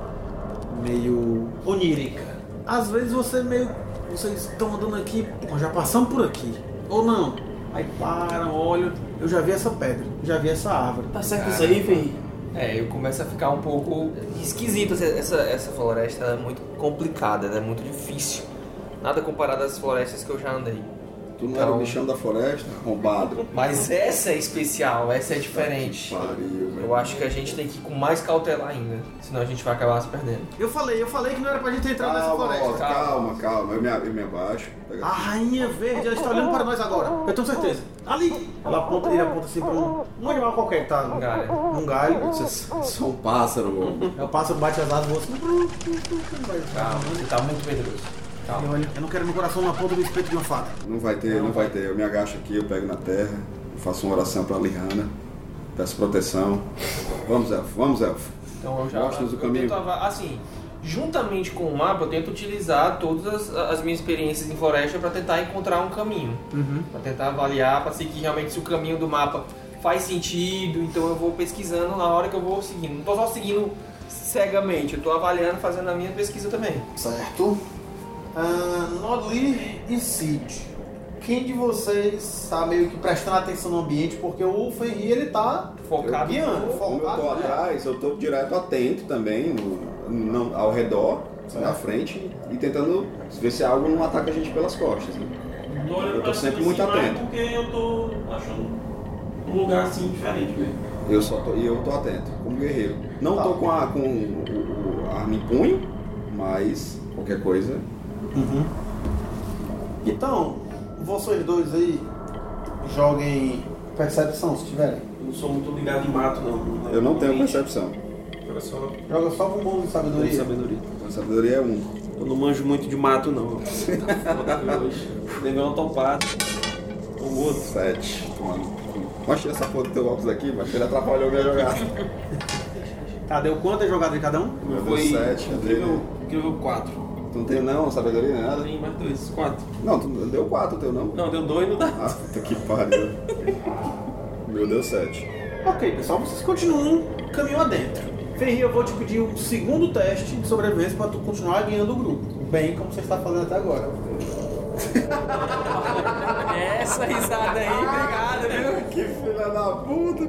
Speaker 2: meio onírica. Às vezes você meio. Vocês estão andando aqui, pô, já passamos por aqui. Ou não. Aí param, olham. Eu já vi essa pedra, já vi essa árvore.
Speaker 4: Tá
Speaker 3: Ah,
Speaker 4: certo isso aí, Fih?
Speaker 6: É, eu começo a ficar um pouco esquisito. Essa, essa, essa floresta ela é muito complicada, ela é muito difícil. Nada comparado às florestas que eu já andei.
Speaker 3: Tu não era o bichão da floresta, roubado.
Speaker 6: Mas essa é especial, essa é diferente.
Speaker 3: Pariu, velho.
Speaker 6: Eu acho que a gente tem que ir com mais cautela ainda, senão a gente vai acabar se perdendo.
Speaker 2: Eu falei, eu falei que é não era pra gente entrar nessa
Speaker 3: Calma,
Speaker 2: floresta.
Speaker 3: calma, calma, calma. Eu me, eu me abaixo. Pega
Speaker 2: A rainha verde, ela está olhando para nós agora. Eu tenho certeza. Ali! Ela aponta, ele aponta assim para um animal qualquer que tá num galho. Num galho.
Speaker 3: Só um pássaro, mano.
Speaker 2: Eu passo, bate as asas, vou assim.
Speaker 6: Calma, você tá muito medroso.
Speaker 2: E olha, eu não quero meu coração na ponta do espeto de uma fada.
Speaker 3: Não vai ter, não vai ter. Eu me agacho aqui, eu pego na terra, eu faço uma oração pra Lihana. Peço proteção. Vamos, elfo, vamos, elfo.
Speaker 6: Então eu já
Speaker 3: Mostra-nos o
Speaker 6: eu
Speaker 3: caminho.
Speaker 6: tento ava- assim, juntamente com o mapa, eu tento utilizar todas as, as minhas experiências em floresta para tentar encontrar um caminho, Pra tentar avaliar, para seguir realmente se o caminho do mapa faz sentido. Então eu vou pesquisando na hora que eu vou seguindo. Não tô só seguindo cegamente, eu tô avaliando, fazendo a minha pesquisa também.
Speaker 2: Certo. Ah, Nodli e Cid. Quem de vocês tá meio que prestando atenção no ambiente? Porque o Fenrir, ele tá
Speaker 6: Focado.
Speaker 2: guiando,
Speaker 3: Como eu
Speaker 2: focado.
Speaker 3: tô
Speaker 2: né?
Speaker 3: atrás, eu tô direto atento também, no- não, ao redor, assim, na frente, e tentando ver se algo não ataca a gente pelas costas. Né?
Speaker 4: Tô olhando
Speaker 3: Eu tô
Speaker 4: pra
Speaker 3: sempre
Speaker 4: cima
Speaker 3: muito
Speaker 4: de cima
Speaker 3: atento.
Speaker 4: assim, é Porque eu tô achando um lugar assim diferente mesmo.
Speaker 3: Eu só tô, e eu tô atento, como guerreiro. Não tô com a, com o- o- a arma em punho, mas qualquer coisa.
Speaker 2: Então, vocês dois aí, joguem percepção, se tiverem.
Speaker 4: Eu não sou muito ligado em mato, não.
Speaker 3: Eu não tenho percepção.
Speaker 4: Olha só,
Speaker 2: Joga só com o bônus de
Speaker 4: tô de
Speaker 2: sabedoria.
Speaker 4: sabedoria.
Speaker 3: A sabedoria é um.
Speaker 4: Eu não manjo muito de mato, não. Foda hoje. Levei uma topada. Um outro.
Speaker 3: Sete. Mas tira essa porra do teu óculos aqui, mas ele atrapalhou minha jogada.
Speaker 2: Tá, deu quantas jogadas de cada um?
Speaker 3: Eu dei
Speaker 4: Foi
Speaker 3: sete, né? eu dei.
Speaker 4: incrível, incrível 4.
Speaker 3: Tu não tem não, sabedoria nem nada?
Speaker 4: Tem mais dois, quatro.
Speaker 3: Não, tu deu quatro, o teu não.
Speaker 4: Não, deu dois, não dá.
Speaker 3: Ah, puta que pariu. Meu Deus, sete.
Speaker 2: Ok, pessoal, vocês continuam caminho adentro. Ferri, eu vou te pedir um segundo teste de sobrevivência pra tu continuar guiando o grupo. Bem como você está fazendo até agora.
Speaker 6: Essa risada aí, obrigado, viu?
Speaker 3: Que filha da puta!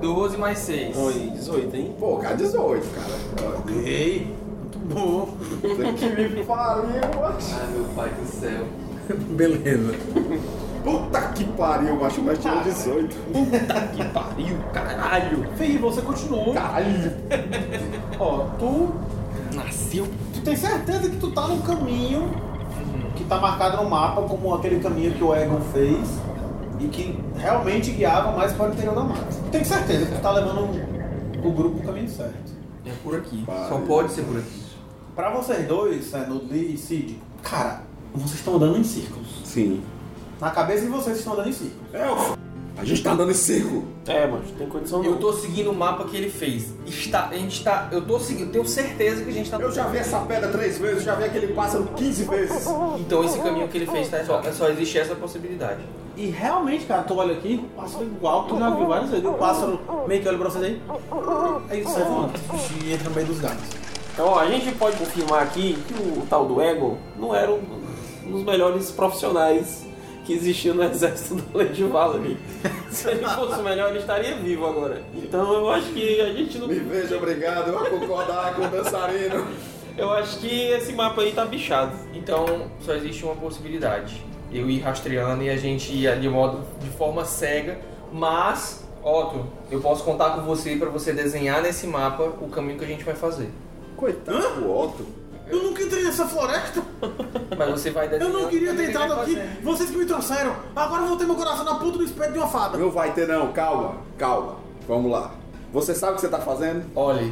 Speaker 6: 12 mais 6.
Speaker 4: Oi, 18, hein?
Speaker 3: Pô, cara, 18, cara.
Speaker 2: Ok, muito bom.
Speaker 3: Puta que me pariu, macho.
Speaker 6: Ai, meu pai do céu.
Speaker 2: Beleza.
Speaker 3: Puta que pariu, macho, mas tirou 18.
Speaker 6: Que pariu, caralho.
Speaker 2: Ferri, você
Speaker 3: Tá.
Speaker 2: continua.
Speaker 3: Caralho!
Speaker 2: Ó, tu,
Speaker 6: Nasceu.
Speaker 2: tu tem certeza que tu tá no caminho que tá marcado no mapa como aquele caminho que o Egon fez e que realmente guiava mais para o interior da mata. Tu tem certeza que tu tá levando o grupo pro caminho certo.
Speaker 6: É por aqui.
Speaker 3: Pariu.
Speaker 6: Só pode ser por aqui.
Speaker 2: Pra vocês dois, né, Nudli e Cid, cara, vocês estão andando em círculos.
Speaker 3: Sim.
Speaker 2: Na cabeça de vocês, vocês estão andando em círculos.
Speaker 3: A gente tá andando em circo.
Speaker 4: É, mas não tem condição não.
Speaker 6: Eu tô seguindo o mapa que ele fez. Está, a gente tá, eu tô seguindo, tenho certeza que a gente tá.
Speaker 3: Eu já vi essa pedra três vezes, já vi aquele pássaro 15 vezes.
Speaker 6: Então esse caminho que ele fez tá só, só existe essa possibilidade.
Speaker 2: E realmente, cara, tu olha aqui, o pássaro igual, tu já viu várias vezes. E O pássaro meio que olha pra vocês aí, aí ele sai voando e entra no meio dos gatos.
Speaker 4: Então, ó, a gente pode confirmar aqui que o, o tal do Ego não era um, um dos melhores profissionais que existia no exército da Lady Valerie. Se ele fosse o melhor, ele estaria vivo agora. Então, eu acho que a gente não...
Speaker 3: Me veja, obrigado, eu vou concordar com o dançarino.
Speaker 4: Eu acho que esse mapa aí tá bichado.
Speaker 6: Então só existe uma possibilidade. Eu ir rastreando e a gente ir de modo de forma cega, mas Otto, eu posso contar com você pra você desenhar nesse mapa o caminho que a gente vai fazer.
Speaker 3: Coitado do Otto.
Speaker 2: Eu nunca entrei nessa floresta,
Speaker 6: Mas você vai
Speaker 2: eu
Speaker 6: desenhar.
Speaker 2: não queria ter entrado aqui,
Speaker 6: Fazer.
Speaker 2: vocês que me trouxeram, agora eu vou ter meu coração na ponta do espelho de uma fada.
Speaker 3: Não vai ter não, calma, calma. Vamos lá. Você sabe o que você tá fazendo?
Speaker 6: Olha,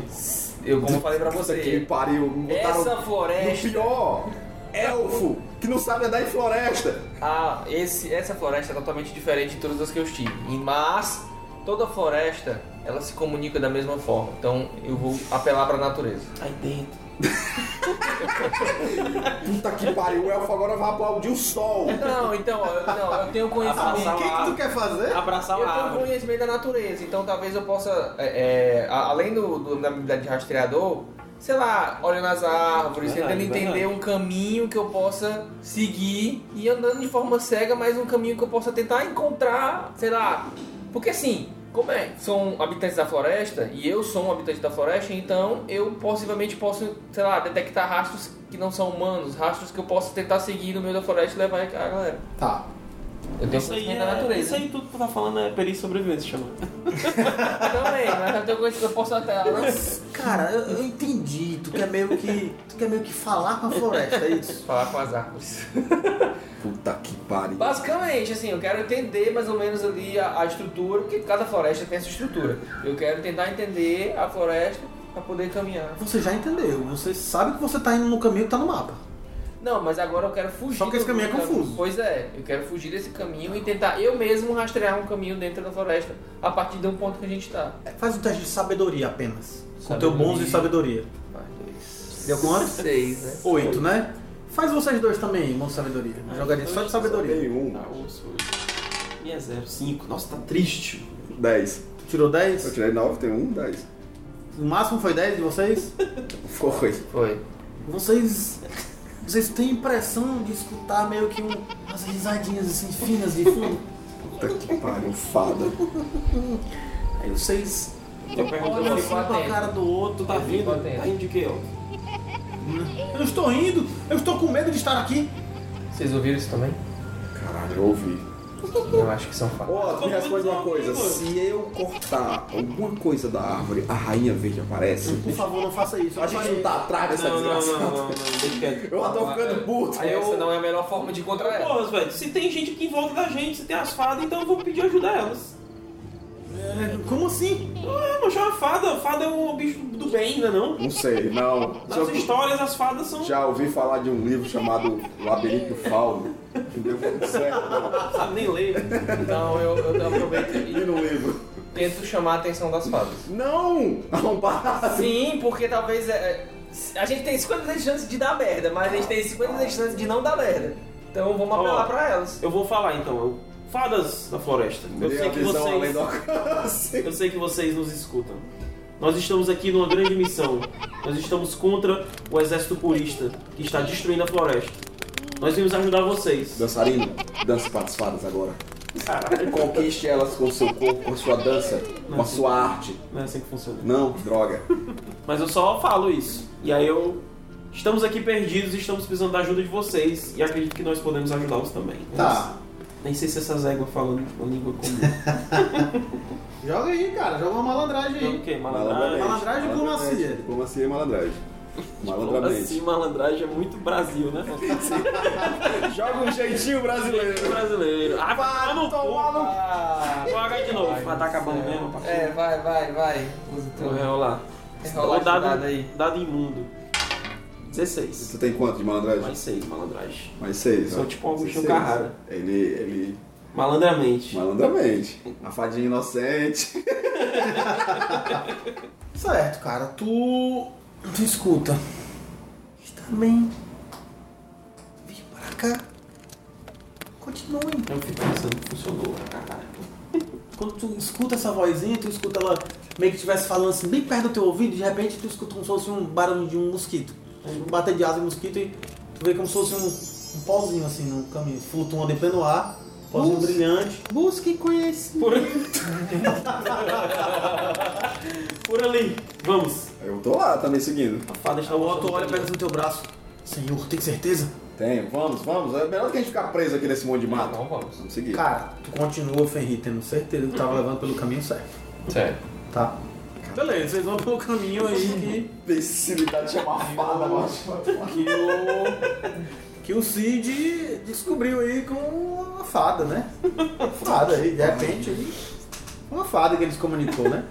Speaker 6: eu como eu falei pra
Speaker 3: Puta que
Speaker 6: você,
Speaker 3: pariu, me botaram
Speaker 6: essa
Speaker 3: no
Speaker 6: floresta
Speaker 3: pior elfo que não sabe andar em floresta.
Speaker 6: Ah, esse, essa floresta é totalmente diferente de todas as que eu estive. E- Mas toda floresta ela se comunica da mesma forma. Então eu vou apelar pra natureza.
Speaker 4: Tá Aí dentro.
Speaker 3: Puta que pariu, o elfo agora vai aplaudir o sol.
Speaker 6: Não, então, ó, eu, não, eu tenho
Speaker 2: E o
Speaker 6: conhecimento.
Speaker 2: que, que tu quer fazer?
Speaker 4: Abraçar
Speaker 6: Eu
Speaker 4: uma
Speaker 6: tenho
Speaker 4: árvore.
Speaker 6: conhecimento da natureza, então talvez eu possa, é, é, a- além do, do- da habilidade de rastreador, sei lá, olhando as árvores,
Speaker 4: Verdade,
Speaker 6: tentando entender
Speaker 4: verdade.
Speaker 6: um caminho que eu possa seguir e andando de forma cega, mas um caminho que eu possa tentar encontrar, sei lá. Porque assim, Como é? São habitantes da floresta e eu sou um habitante da floresta, então eu possivelmente posso, sei lá, detectar rastros que não são humanos, rastros que eu posso tentar seguir no meio da floresta e levar a galera.
Speaker 2: Tá.
Speaker 6: Eu tenho
Speaker 4: Isso aí,
Speaker 6: conhecimento
Speaker 4: é,
Speaker 6: da natureza.
Speaker 4: isso aí tudo que tu tá falando é perícia sobrevivência, chama.
Speaker 6: Também, mas eu tenho conhecimento, eu posso até.
Speaker 2: Cara, eu, eu entendi. Tu quer meio que. Tu quer meio que falar com a floresta, é isso?
Speaker 6: Falar com as árvores.
Speaker 3: Puta que pariu.
Speaker 6: Basicamente, assim, eu quero entender mais ou menos ali a, a estrutura, porque cada floresta tem essa estrutura. Eu quero tentar entender a floresta pra poder caminhar.
Speaker 2: Você já entendeu, você sabe que você tá indo no caminho que tá no mapa.
Speaker 6: Não, mas agora eu quero fugir.
Speaker 2: Só que esse
Speaker 6: do-
Speaker 2: caminho é
Speaker 6: da-
Speaker 2: confuso.
Speaker 6: Pois é, eu quero fugir desse caminho e tentar eu mesmo rastrear um caminho dentro da floresta a partir de um ponto que a gente tá.
Speaker 2: Faz um teste de sabedoria apenas. Com teu
Speaker 6: Sabedoria.
Speaker 2: bônus de sabedoria.
Speaker 6: Mais dois.
Speaker 2: Deu quanto?
Speaker 6: Seis, né?
Speaker 2: Oito, né? Faz vocês dois também, bônus de sabedoria. Uma jogadinha só de sabedoria.
Speaker 3: Nenhum.
Speaker 4: Tá, osso hoje. Minha 05. Nossa, tá triste.
Speaker 3: 10.
Speaker 2: Tu tirou
Speaker 3: Eu
Speaker 2: 10?
Speaker 3: tirei 9, tem um 10.
Speaker 2: O máximo foi 10 de vocês?
Speaker 3: Foi.
Speaker 6: Foi.
Speaker 2: Vocês. Vocês têm a impressão de escutar meio que um, umas risadinhas assim finas de fundo?
Speaker 3: Puta que pariu, fada.
Speaker 2: Aí vocês
Speaker 4: Tô perguntando
Speaker 2: olham assim
Speaker 6: Ficou
Speaker 4: assim.
Speaker 2: pra
Speaker 6: atento.
Speaker 2: cara do outro.
Speaker 4: Tá vindo?
Speaker 6: Ficou atento.
Speaker 4: Tá indo de quê, ó?
Speaker 2: Eu não estou rindo, eu estou com medo de estar aqui.
Speaker 6: Vocês ouviram isso também?
Speaker 3: Caralho, eu ouvi.
Speaker 6: Eu acho que são fatos.
Speaker 3: Ó, tu me responde uma coisa. Se eu cortar alguma coisa da árvore, a rainha verde aparece.
Speaker 2: Por favor, não faça isso.
Speaker 3: A gente não tá atrás dessa
Speaker 4: Não, não, não,
Speaker 3: desgraça.
Speaker 4: não, não, deixa quieto.
Speaker 3: Eu é. tô ficando puto.
Speaker 6: Aí essa não é a melhor forma de encontrar ela.
Speaker 4: Porra, velho, se tem gente aqui em volta da gente, se tem as fadas, então eu vou pedir ajuda a elas.
Speaker 2: É, Como assim?
Speaker 4: Ah, mas é uma fada, a fada é o bicho do bem, né não?
Speaker 3: Não sei, não.
Speaker 4: Nas histórias as fadas são.
Speaker 3: Já ouvi falar de um livro chamado Labirinto Fauno. Que deu muito certo.
Speaker 4: Não sabe nem ler.
Speaker 6: Então eu, eu aproveito
Speaker 3: E
Speaker 6: e
Speaker 3: no livro.
Speaker 6: tento chamar a atenção das fadas.
Speaker 3: Não! Arrombado!
Speaker 6: Sim, porque talvez é, é, a gente tem 50% de chance de dar merda, mas a gente tem 50% de chance de não dar merda. Então vamos
Speaker 4: Ó.
Speaker 6: apelar pra elas.
Speaker 4: Eu vou falar então. eu- Fadas da floresta. Eu
Speaker 3: Dei
Speaker 4: sei
Speaker 3: a
Speaker 4: que
Speaker 3: visão além do
Speaker 4: vocês.
Speaker 3: alcance.
Speaker 4: Eu sei que vocês nos escutam. Nós estamos aqui numa grande missão. Nós estamos contra o exército purista que está destruindo a floresta. Nós vimos ajudar vocês.
Speaker 3: Dançarino, dance para as fadas agora.
Speaker 4: Caralho.
Speaker 3: Conquiste elas com seu corpo, com sua dança, com a sua arte.
Speaker 4: Não é assim que funciona.
Speaker 3: Não, droga.
Speaker 4: Mas eu só falo isso. E aí eu. Estamos aqui perdidos, estamos precisando da ajuda de vocês. E acredito que nós podemos ajudá-los também.
Speaker 2: Tá,
Speaker 4: Mas Nem sei se essas éguas falam uma língua comum.
Speaker 2: joga aí, cara, joga uma malandragem
Speaker 4: Então, o
Speaker 2: aí.
Speaker 4: quê? Malandragem?
Speaker 2: Malandragem e diplomacia.
Speaker 3: Diplomacia e malandragem.
Speaker 4: Assim,
Speaker 3: Malandramente.
Speaker 4: malandragem é muito Brasil, né?
Speaker 3: Joga um jeitinho brasileiro.
Speaker 4: Brasileiro. Ah, vai no cu.
Speaker 6: Ah,
Speaker 4: Paga de novo. Mas tá acabando mesmo, pá.
Speaker 6: é, vai, vai, vai. tá- Usa o teu
Speaker 4: Então, é, ó lá.
Speaker 6: enrolar
Speaker 4: O
Speaker 6: esse
Speaker 4: dado,
Speaker 6: dado aí.
Speaker 4: dado imundo. 16.
Speaker 3: Você tem quanto de malandragem?
Speaker 4: Mais 6, malandragem.
Speaker 3: Mais seis.
Speaker 4: Sou
Speaker 3: ó.
Speaker 4: tipo um Agostinho
Speaker 3: Seis.
Speaker 4: Carrara.
Speaker 3: Ele, ele,
Speaker 4: Malandramente.
Speaker 3: malandramente. A fadinha inocente.
Speaker 2: Certo, cara, tu. Tu escuta. Está bem. Vem pra cá. Continuem.
Speaker 4: Eu fico pensando que funcionou. Caralho.
Speaker 2: Quando tu escuta essa vozinha, tu escuta ela meio que estivesse falando assim, bem perto do teu ouvido, de repente tu escuta como se fosse um barulho de um mosquito. Um bater de asa em mosquito e tu vê como se fosse um, um pauzinho assim no caminho, flutuando em pleno ar, pauzinho brilhante. Busque conhecer.
Speaker 4: Por... Por ali. Vamos.
Speaker 3: Eu tô lá também seguindo.
Speaker 4: A fada está
Speaker 2: O Otto
Speaker 4: mostrando
Speaker 2: olha e pega no teu braço. Senhor, tem certeza?
Speaker 3: Tenho, vamos, vamos. É melhor do que a gente ficar preso aqui nesse monte de mato.
Speaker 6: Ah, Não vamos.
Speaker 3: Vamos seguir.
Speaker 2: Cara, tu continua, Fenrir, tendo certeza que tu tava levando pelo caminho certo,
Speaker 6: Sério.
Speaker 2: tá? Beleza, vocês vão pelo caminho aí
Speaker 3: Imbecilidade de chamar fada, macho.
Speaker 2: que, que o. Que o Cid descobriu aí com a fada, né? Fada aí, de repente aí. Uma fada que eles comunicou, né?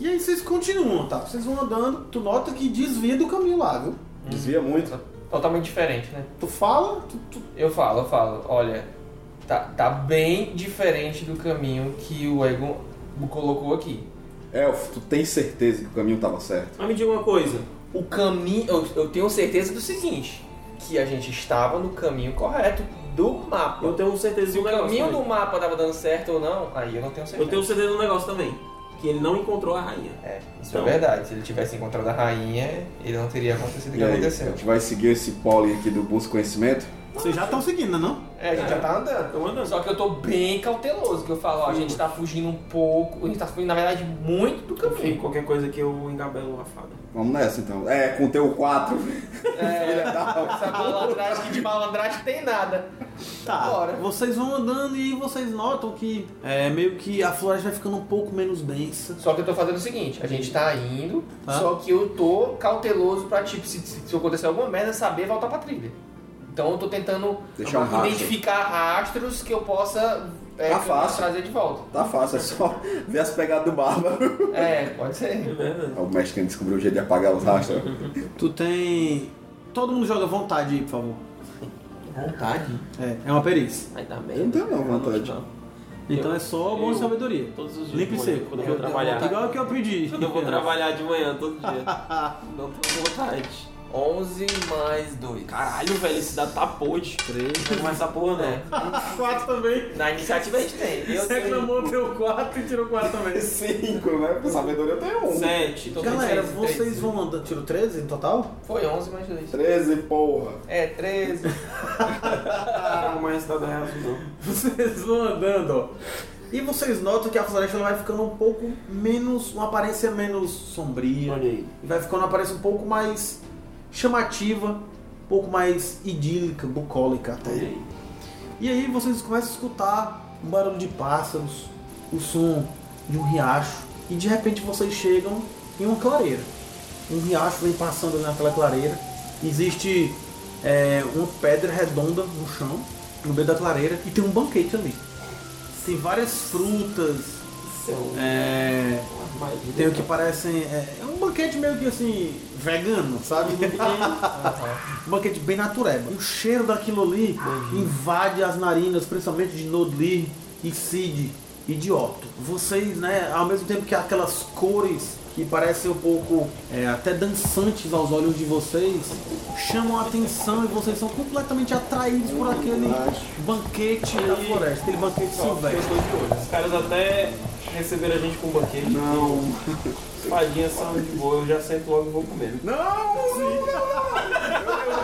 Speaker 2: E aí vocês continuam, tá? Vocês vão andando, tu nota que desvia do caminho lá, viu?
Speaker 3: Desvia muito.
Speaker 6: Totalmente diferente, né?
Speaker 2: Tu fala, tu, tu
Speaker 6: Eu falo, eu falo, olha, tá, tá bem diferente do caminho que o Egon colocou aqui.
Speaker 3: Elfo, tu tem certeza que o caminho tava certo?
Speaker 4: Mas me diga uma coisa.
Speaker 6: O caminho. Eu, eu tenho certeza do seguinte: que a gente estava no caminho correto do mapa.
Speaker 4: Eu tenho certeza
Speaker 6: Se
Speaker 4: de um
Speaker 6: o
Speaker 4: negócio
Speaker 6: caminho do
Speaker 4: também.
Speaker 6: mapa tava dando certo ou não, aí eu não tenho certeza.
Speaker 4: Eu tenho certeza de um negócio também. Que ele não encontrou a rainha.
Speaker 6: É, isso
Speaker 4: Então.
Speaker 6: é verdade. Se ele tivesse encontrado a rainha, ele não teria acontecido o que
Speaker 3: E aí, a
Speaker 6: aconteceu.
Speaker 3: gente vai seguir esse pole aqui do Busca Conhecimento?
Speaker 2: Vocês já estão seguindo, não? é
Speaker 6: É, a gente já tá andando.
Speaker 4: Tô andando.
Speaker 6: Só que eu tô bem cauteloso, que eu falo, ó, a gente tá fugindo um pouco, a gente tá fugindo, na verdade, muito do
Speaker 4: Enfim,
Speaker 6: caminho.
Speaker 4: qualquer coisa que eu engabelo a fada.
Speaker 3: Vamos nessa então. É, com o teu 4.
Speaker 6: Essa malandragem que de malandragem tem nada.
Speaker 2: Tá,
Speaker 6: Bora.
Speaker 2: vocês vão andando e vocês notam que é, meio que a floresta vai ficando um pouco menos densa.
Speaker 6: Só que eu tô fazendo o seguinte, a gente tá indo,
Speaker 2: Tá.
Speaker 6: só que eu tô cauteloso pra, tipo, se, se acontecer alguma merda, saber voltar pra trilha. Então eu tô tentando
Speaker 3: Deixar um rastro.
Speaker 6: identificar rastros que eu possa é,
Speaker 3: Tá fácil.
Speaker 6: trazer de volta.
Speaker 3: Tá fácil, é só ver as pegadas do bárbaro.
Speaker 6: É, pode ser.
Speaker 3: O mestre tem que descobrir o jeito de apagar os rastros.
Speaker 2: Tu tem. Todo mundo joga vontade aí, por favor.
Speaker 6: Vontade?
Speaker 2: É, é uma perícia.
Speaker 4: Aí dá
Speaker 3: Não
Speaker 4: merda.
Speaker 3: tem não, vontade.
Speaker 2: Então é só bom de
Speaker 4: eu-
Speaker 2: sabedoria.
Speaker 4: Todos os dias.
Speaker 2: Limpo e
Speaker 4: de manhã,
Speaker 2: seco.
Speaker 4: Quando eu vou
Speaker 6: Eu- eu
Speaker 4: trabalhar.
Speaker 6: vou-
Speaker 2: Igual que eu pedi.
Speaker 4: Quando eu vou trabalhar de manhã, todo dia. Não tenho vontade.
Speaker 6: 11 mais 2.
Speaker 4: Caralho, velho, esse dado tá podre. Não mais essa porra, não.
Speaker 2: Quatro também.
Speaker 6: Na iniciativa a gente tem. Eu
Speaker 2: Você
Speaker 6: tenho.
Speaker 4: um.
Speaker 2: clamou teu quatro e tirou quatro também.
Speaker 3: 5, né? Pra sabedoria eu tenho 1.
Speaker 4: Sete. Tô
Speaker 2: Galera,
Speaker 6: treze,
Speaker 2: vocês
Speaker 6: treze.
Speaker 2: vão andando. Tirou 13 no total?
Speaker 6: Foi 11 mais 2.
Speaker 3: 13, porra.
Speaker 6: É, 13.
Speaker 4: com mais resultado real, não.
Speaker 2: Vocês vão andando, ó. E vocês notam que a floresta ela vai ficando um pouco menos. uma aparência menos sombria.
Speaker 4: Olha aí.
Speaker 2: E vai ficando uma aparência um pouco mais chamativa, um pouco mais idílica, bucólica até. E aí vocês começam a escutar um barulho de pássaros, o som de um riacho, e de repente vocês chegam em uma clareira. Um riacho vem passando ali naquela clareira. Existe é, uma pedra redonda no chão, no meio da clareira, e tem um banquete ali. Tem várias frutas,
Speaker 4: São
Speaker 2: é,
Speaker 4: mais de
Speaker 2: tem o que parecem. É, é um banquete meio que assim. vegano, sabe? um banquete bem natureba. O cheiro daquilo ali invade as narinas, principalmente de Nodli e Cid e de Otto. Vocês, né, ao mesmo tempo que aquelas cores que parecem um pouco é, até dançantes aos olhos de vocês, chamam a atenção e vocês são completamente atraídos por aquele banquete da floresta, aquele banquete silvestre.
Speaker 4: Os caras até receberam a gente com banquete. Não. Fadinhas são de boa, eu já sento logo e vou comer.
Speaker 3: Não, não, não,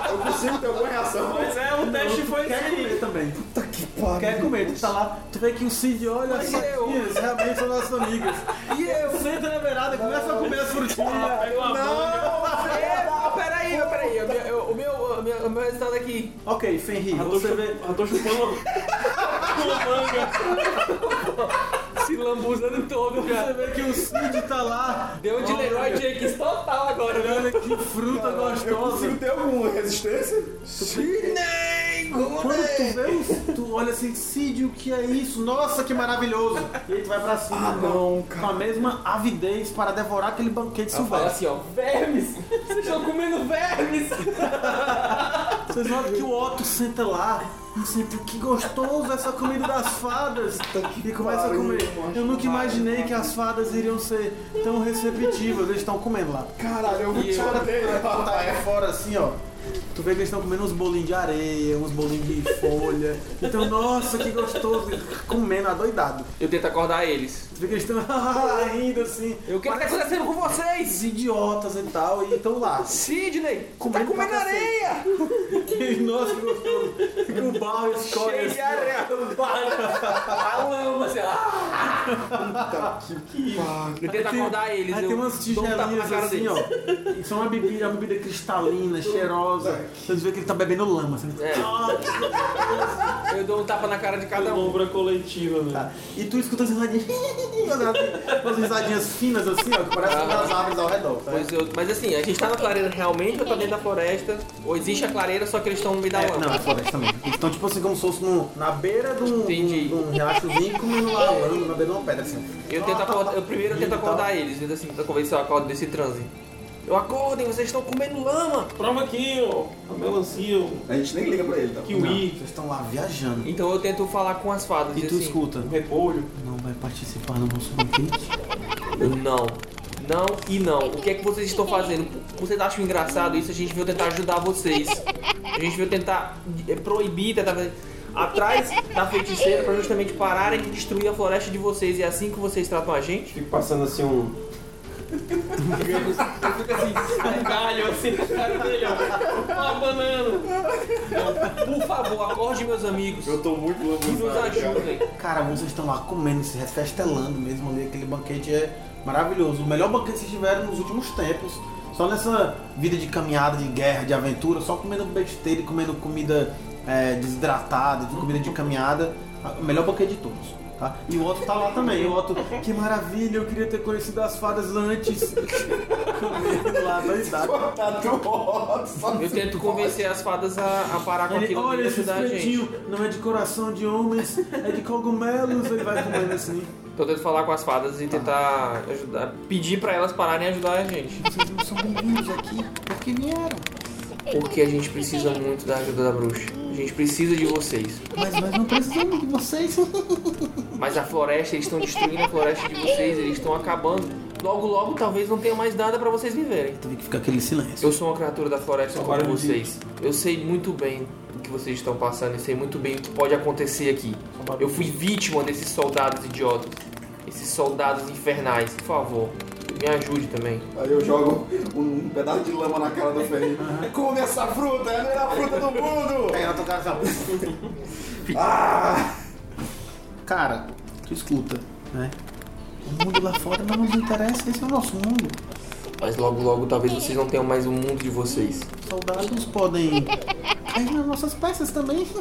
Speaker 3: Eu consigo ter alguma reação.
Speaker 4: Mas é, o teste foi
Speaker 2: Quer
Speaker 4: assim.
Speaker 2: comer também.
Speaker 3: Que pariu.
Speaker 2: Quer comer, tu tá lá, tu vê que o Cid olha as frutinhas, realmente são nossas amigas. E eu senta na beirada, começa a comer as frutinhas.
Speaker 4: Pega uma manga,
Speaker 6: É, não, peraí, peraí. O meu, eu- o meu, o meu, o meu resultado aqui.
Speaker 2: Ok, Fenri,
Speaker 4: já tô
Speaker 2: você vê.
Speaker 4: chu- já tô chupando uma manga.
Speaker 6: Se lambuzando todo,
Speaker 4: um.
Speaker 2: Você vê que o Cid tá lá,
Speaker 6: Deu de Leroy Jenkins total agora, né?
Speaker 2: olha que fruta
Speaker 3: Eu
Speaker 2: gostosa.
Speaker 3: consigo ter alguma resistência? Sim.
Speaker 2: Quando tu vê, os- tu olha assim, Cid, o que é isso? Nossa, que maravilhoso! E aí tu vai pra cima,
Speaker 3: Ah, não,
Speaker 2: com a mesma avidez para devorar aquele banquete
Speaker 6: Fala
Speaker 2: silvestre.
Speaker 6: assim, ó. Vermes! Vocês estão comendo vermes!
Speaker 2: Vocês notam que o Otto senta lá e sempre que gostoso essa comida das fadas e começa a comer. Eu nunca
Speaker 3: né?
Speaker 2: imaginei que as fadas iriam ser tão receptivas. Eles estão comendo lá.
Speaker 3: Caralho, eu vou te
Speaker 2: Fora,
Speaker 3: bater. né?
Speaker 2: tá, é fora assim, ó. Tu vê que eles estão comendo uns bolinhos de areia, uns bolinhos de folha. Então, nossa, que gostoso. Comendo, adoidado.
Speaker 6: Eu tento acordar eles.
Speaker 2: Tu vê que eles estão ainda assim.
Speaker 6: Eu quero que tá acontecendo com vocês!
Speaker 2: Esses idiotas e tal, e estão lá.
Speaker 6: Sidney! você
Speaker 2: Comendo
Speaker 6: tá
Speaker 2: pra
Speaker 6: comendo
Speaker 2: cacete.
Speaker 6: areia!
Speaker 2: E, nossa, que gostoso. O barro escorre
Speaker 6: Cheio
Speaker 2: assim, ó.
Speaker 6: de areia! A lama, sei lá.
Speaker 2: Aí
Speaker 6: Eu tento
Speaker 2: tem-
Speaker 6: acordar eles.
Speaker 2: Aí
Speaker 6: eu
Speaker 2: tem umas
Speaker 6: dou um tapa na
Speaker 2: tigelinhas
Speaker 6: cara
Speaker 2: assim,
Speaker 6: deles.
Speaker 2: ó. Isso é uma bebida, uma bebida cristalina, cheirosa. Vocês veem que ele tá bebendo lama, assim.
Speaker 6: É. Eu dou um tapa na cara de cada um.
Speaker 4: Lombra coletiva, né? velho.
Speaker 2: Tá. E tu escuta as risadinhas. assim, Umas risadinhas finas assim, ó, que parecem das árvores ao redor. Tá?
Speaker 6: Ah. Pois eu- mas assim, a gente tá na clareira realmente ou tá dentro da floresta? Ou existe a clareira, só que eles estão no meio da
Speaker 2: É,
Speaker 6: lama?
Speaker 2: não, é floresta mesmo. Então, tipo assim, como se fosse no- na beira de um,
Speaker 6: Entendi.
Speaker 2: de um riachozinho, comendo lá lama, na beira de uma pedra, assim.
Speaker 6: Eu tento acordar, eu primeiro eu tento acordar eles, eu tento assim, pra convencer eu acordo desse transe. Eu acordem, vocês estão comendo lama!
Speaker 4: Prova aqui, ó. A melancia, o
Speaker 3: A gente nem liga pra ele, tá?
Speaker 4: kiwi,
Speaker 2: Vocês estão lá viajando.
Speaker 6: Então eu tento falar com as fadas.
Speaker 2: E tu
Speaker 6: assim,
Speaker 2: escuta.
Speaker 4: o um repolho.
Speaker 2: Não vai participar do nosso banquete?
Speaker 6: Eu, Não, não e não. O que é que vocês estão fazendo? Vocês acham engraçado isso? A gente veio tentar ajudar vocês. A gente veio tentar eh, proibir, tentar fazer- atrás da feiticeira pra justamente pararem de destruir a floresta de vocês. E é assim que vocês tratam a gente?
Speaker 4: Fico passando assim um.
Speaker 6: Digamos, eu fico assim, um galho assim na cara dele, ó. Uma banana. Não, por favor, acorde meus amigos.
Speaker 3: Eu tô muito
Speaker 6: E nos
Speaker 3: lambuzado, cara.
Speaker 6: ajudem.
Speaker 2: Cara, vocês estão lá comendo, se refestelando mesmo ali, aquele banquete é maravilhoso. O melhor banquete que vocês tiveram nos últimos tempos. Só nessa vida de caminhada, de guerra, de aventura, só comendo besteira e comendo comida é, desidratada, de comida de caminhada. A- O melhor banquete de todos. Tá? E o Otto tá lá também. E o Otto, que maravilha, eu queria ter conhecido as fadas antes. comendo lá, tá. doidado.
Speaker 6: Eu tento convencer as fadas a, a parar com
Speaker 2: Ele,
Speaker 6: aquilo
Speaker 2: olha
Speaker 6: e
Speaker 2: esse
Speaker 6: ajudar a gente.
Speaker 2: espetinho, não é de coração de homens, é de cogumelos. Ele vai comendo assim.
Speaker 6: Então eu tento falar com as fadas e tentar ajudar, pedir pra elas pararem e ajudar a gente.
Speaker 2: Vocês não são bem-vindos aqui, porque vieram.
Speaker 6: Porque a gente precisa muito da ajuda da bruxa. A gente precisa de vocês.
Speaker 2: Mas nós não precisamos de vocês.
Speaker 6: Mas a floresta, eles estão destruindo a floresta de vocês, eles estão acabando. Logo, logo, talvez não tenha mais nada pra vocês viverem.
Speaker 2: Teve que ficar aquele silêncio.
Speaker 6: Eu sou uma criatura da floresta como vocês. Eu sei muito bem o que vocês estão passando e sei muito bem o que pode acontecer aqui. Eu fui vítima desses soldados idiotas, esses soldados infernais. Por favor, me ajude também.
Speaker 3: Aí eu jogo um, um pedaço de lama na cara do Ferrinho. Come essa fruta, é a melhor fruta do mundo!
Speaker 2: Pega na tua cara assim. ó. Ah! Cara, tu escuta, né? O mundo lá fora não nos interessa, esse é o nosso mundo.
Speaker 6: Mas logo, logo, talvez vocês não tenham mais o mundo de vocês.
Speaker 2: Soldados podem cair nas nossas peças também.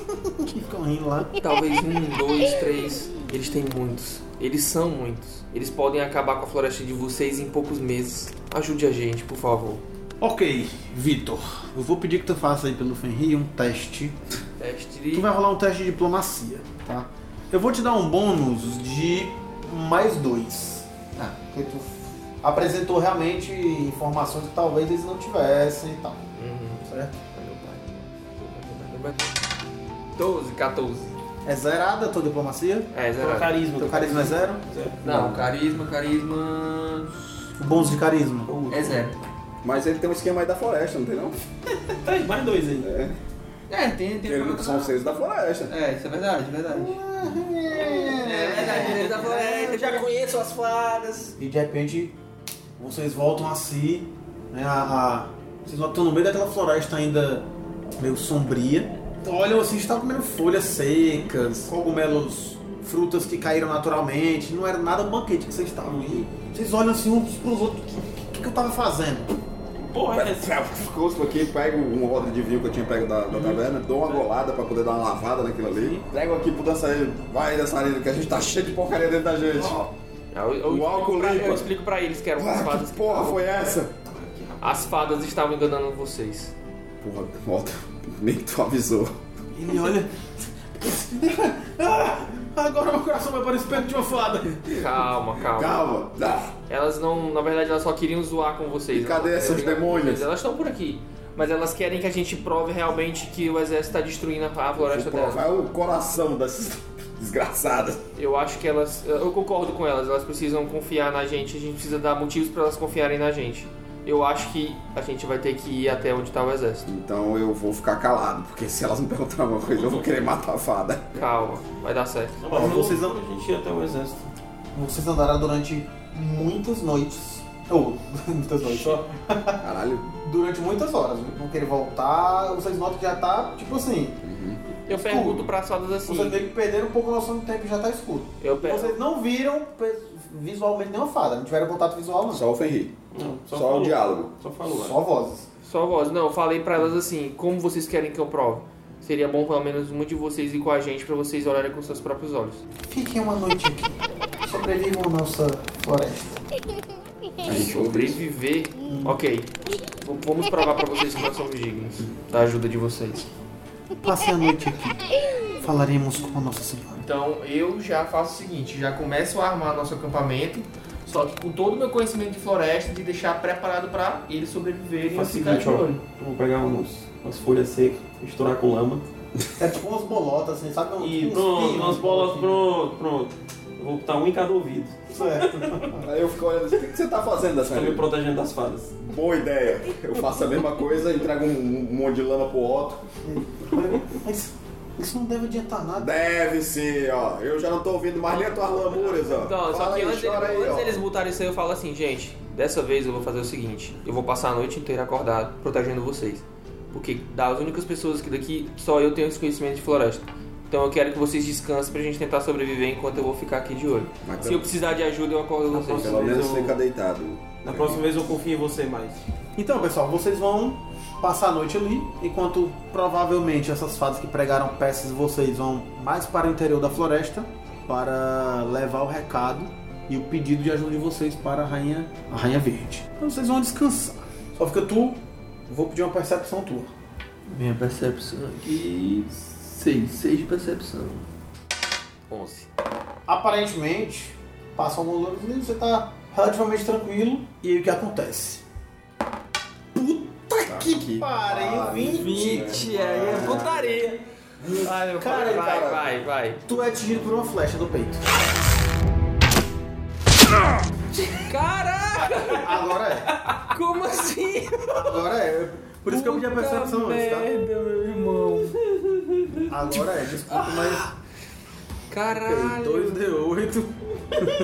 Speaker 2: Que ficam rindo lá.
Speaker 6: Talvez um, dois, três. Eles têm muitos. Eles são muitos. Eles podem acabar com a floresta de vocês em poucos meses. Ajude a gente, por favor.
Speaker 2: Ok, Vitor. Eu vou pedir que tu faça aí pelo Fenrir um teste
Speaker 6: Teste
Speaker 2: Tu
Speaker 6: de.
Speaker 2: vai rolar um teste de diplomacia, tá? Eu vou te dar um bônus de mais dois. Ah, porque tu apresentou realmente informações que talvez eles não tivessem e tal,
Speaker 6: Uhum.
Speaker 2: certo?
Speaker 6: 12, 14.
Speaker 2: É zerada a tua diplomacia?
Speaker 6: É, zero.
Speaker 2: Carisma. Teu carisma é zero?
Speaker 6: Não, carisma, carisma.
Speaker 2: O bônus de carisma?
Speaker 6: É zero.
Speaker 3: Mas ele tem um esquema aí da floresta, não tem não?
Speaker 5: Tá, mais dois aí.
Speaker 6: É, tem. tem
Speaker 3: Ele são os seres da floresta.
Speaker 6: É, isso é verdade, é verdade.
Speaker 3: Ah,
Speaker 6: É verdade, é verdade. Eu já conheço as fadas.
Speaker 2: E de repente vocês voltam a si, né? A, a- vocês estão no meio daquela floresta ainda meio sombria. Então, Olha, vocês estavam comendo folhas secas, cogumelos, frutas que caíram naturalmente. Não era nada banquete que vocês estavam aí. Vocês olham assim uns pros outros. O que, que, que eu tava fazendo?
Speaker 5: Porra, é
Speaker 3: Cuspo aqui, pego um roda de vinho que eu tinha pego da, da taverna, dou uma golada pra poder dar uma lavada naquilo ali. Pego aqui pro dançarino. Vai, dançarino, que a gente tá cheio de porcaria dentro da gente.
Speaker 6: Eu, eu,
Speaker 3: O
Speaker 6: explico
Speaker 3: álcool
Speaker 6: pra-
Speaker 3: limpa.
Speaker 6: eu explico pra eles que eram as
Speaker 3: Ah,
Speaker 6: fadas.
Speaker 3: que porra foi essa?
Speaker 6: As fadas estavam enganando vocês.
Speaker 3: Porra, volta. Nem tu avisou.
Speaker 2: Ele olha. Ah, agora meu coração vai para o espelho de uma fada.
Speaker 6: Calma, calma.
Speaker 3: Calma. Ah,
Speaker 6: Elas não, na verdade, elas só queriam zoar com vocês.
Speaker 3: E cadê
Speaker 6: Elas-
Speaker 3: essas demônias?
Speaker 6: Elas estão por aqui. Mas elas querem que a gente prove realmente que o exército está destruindo a a floresta
Speaker 3: vou
Speaker 6: delas.
Speaker 3: provar o coração dessas desgraçadas.
Speaker 6: Eu acho que elas. Eu concordo com elas, elas precisam confiar na gente, a gente precisa dar motivos para elas confiarem na gente. Eu acho que a gente vai ter que ir até onde tá o exército.
Speaker 3: Então eu vou ficar calado, porque se elas me perguntarem alguma coisa, eu vou querer matar a fada.
Speaker 6: Calma, vai dar certo.
Speaker 5: Não,
Speaker 2: Ó,
Speaker 5: mas
Speaker 2: vocês
Speaker 5: vocês
Speaker 2: não-
Speaker 5: não... a gente ia até o exército.
Speaker 2: Vocês andaram durante muitas noites. Ou, muitas noites. Só
Speaker 3: Caralho.
Speaker 2: durante muitas horas. Vão querer voltar, vocês notam que já tá, tipo assim,
Speaker 6: Eu pergunto para as fadas
Speaker 2: vocês
Speaker 6: assim.
Speaker 2: meio que perderam um pouco a noção do tempo e já tá escuro.
Speaker 6: Eu
Speaker 5: É.
Speaker 6: pergunto.
Speaker 2: Vocês não viram pe- visualmente nenhuma fada, não tiveram contato visual não. Só,
Speaker 3: Só o Fenrir.
Speaker 5: Não, só,
Speaker 3: Só,
Speaker 5: falou.
Speaker 3: o diálogo.
Speaker 5: Só falou. é.
Speaker 2: vozes.
Speaker 6: Só voz. Não, eu falei para elas assim, como vocês querem que eu prove? Seria bom pelo menos uma de vocês ir com a gente para vocês olharem com seus próprios olhos.
Speaker 2: Fiquem uma noite aqui. Sobrevivam à nossa floresta.
Speaker 6: Sobreviver. Ok. V- Vamos provar pra vocês que nós somos dignos da ajuda de vocês.
Speaker 2: Passem a noite aqui. Falaremos com a Nossa Senhora.
Speaker 6: Então eu já faço o seguinte, já começo a armar nosso acampamento, só que com todo o meu conhecimento de floresta, de deixar preparado pra eles sobreviverem
Speaker 5: Faz o seguinte, ó. assim, Eu vou pegar uns, umas folhas secas, misturar com lama.
Speaker 2: É tipo umas bolotas, assim, sabe? Um-
Speaker 5: E
Speaker 2: uns
Speaker 5: pronto,
Speaker 2: pinos,
Speaker 5: umas bolas,
Speaker 2: assim.
Speaker 5: pronto, pronto. Eu vou botar um em cada ouvido.
Speaker 2: Certo.
Speaker 3: Aí eu fico olhando, o que que você tá fazendo dessa
Speaker 5: Tô me protegendo das fadas.
Speaker 3: Boa ideia. Eu faço a mesma coisa, entrego um, um monte de lama pro Otto.
Speaker 2: Mas Isso não deve adiantar nada.
Speaker 3: Deve sim, ó. Eu já não tô ouvindo mais nem as tuas lamúrias, ó.
Speaker 6: Então, só
Speaker 3: Fala
Speaker 6: que
Speaker 3: aí,
Speaker 6: antes,
Speaker 3: chora
Speaker 6: ele-
Speaker 3: aí,
Speaker 6: antes
Speaker 3: ó.
Speaker 6: eles botarem isso aí, eu falo assim, gente, dessa vez eu vou fazer o seguinte, eu vou passar a noite inteira acordado, protegendo vocês. Porque das únicas pessoas que daqui, só eu tenho esse conhecimento de floresta. Então eu quero que vocês descansem pra gente tentar sobreviver enquanto eu vou ficar aqui de olho.
Speaker 3: Mas
Speaker 6: Se eu precisar de ajuda, eu acordo vocês.
Speaker 3: Pelo menos fica deitado.
Speaker 4: Na próxima vez eu confio em você mais.
Speaker 2: Então, pessoal, vocês vão passar a noite ali, enquanto provavelmente essas fadas que pregaram peças, vocês vão mais para o interior da floresta para levar o recado e o pedido de ajuda de vocês para a rainha, a rainha verde. Então vocês vão descansar. Só fica tu, eu vou pedir uma percepção tua.
Speaker 6: Minha percepção aqui... 6, 6 de percepção. 11.
Speaker 2: Aparentemente, passam alguns anos e você tá relativamente tranquilo. E aí o que acontece? Puta que,
Speaker 3: que
Speaker 2: pariu, 20.
Speaker 6: 20, aí é putaria. Vai,
Speaker 2: Cara,
Speaker 6: vai,
Speaker 2: cara.
Speaker 6: vai, vai, vai.
Speaker 2: Tu é atingido por uma flecha do peito.
Speaker 6: Caraca,
Speaker 2: Agora é.
Speaker 6: como assim?
Speaker 2: Agora é. Por isso que eu pedi a percepção antes, tá?
Speaker 6: Merda, meu irmão.
Speaker 2: Agora é, desculpa, mas.
Speaker 6: Caralho.
Speaker 2: 2D8.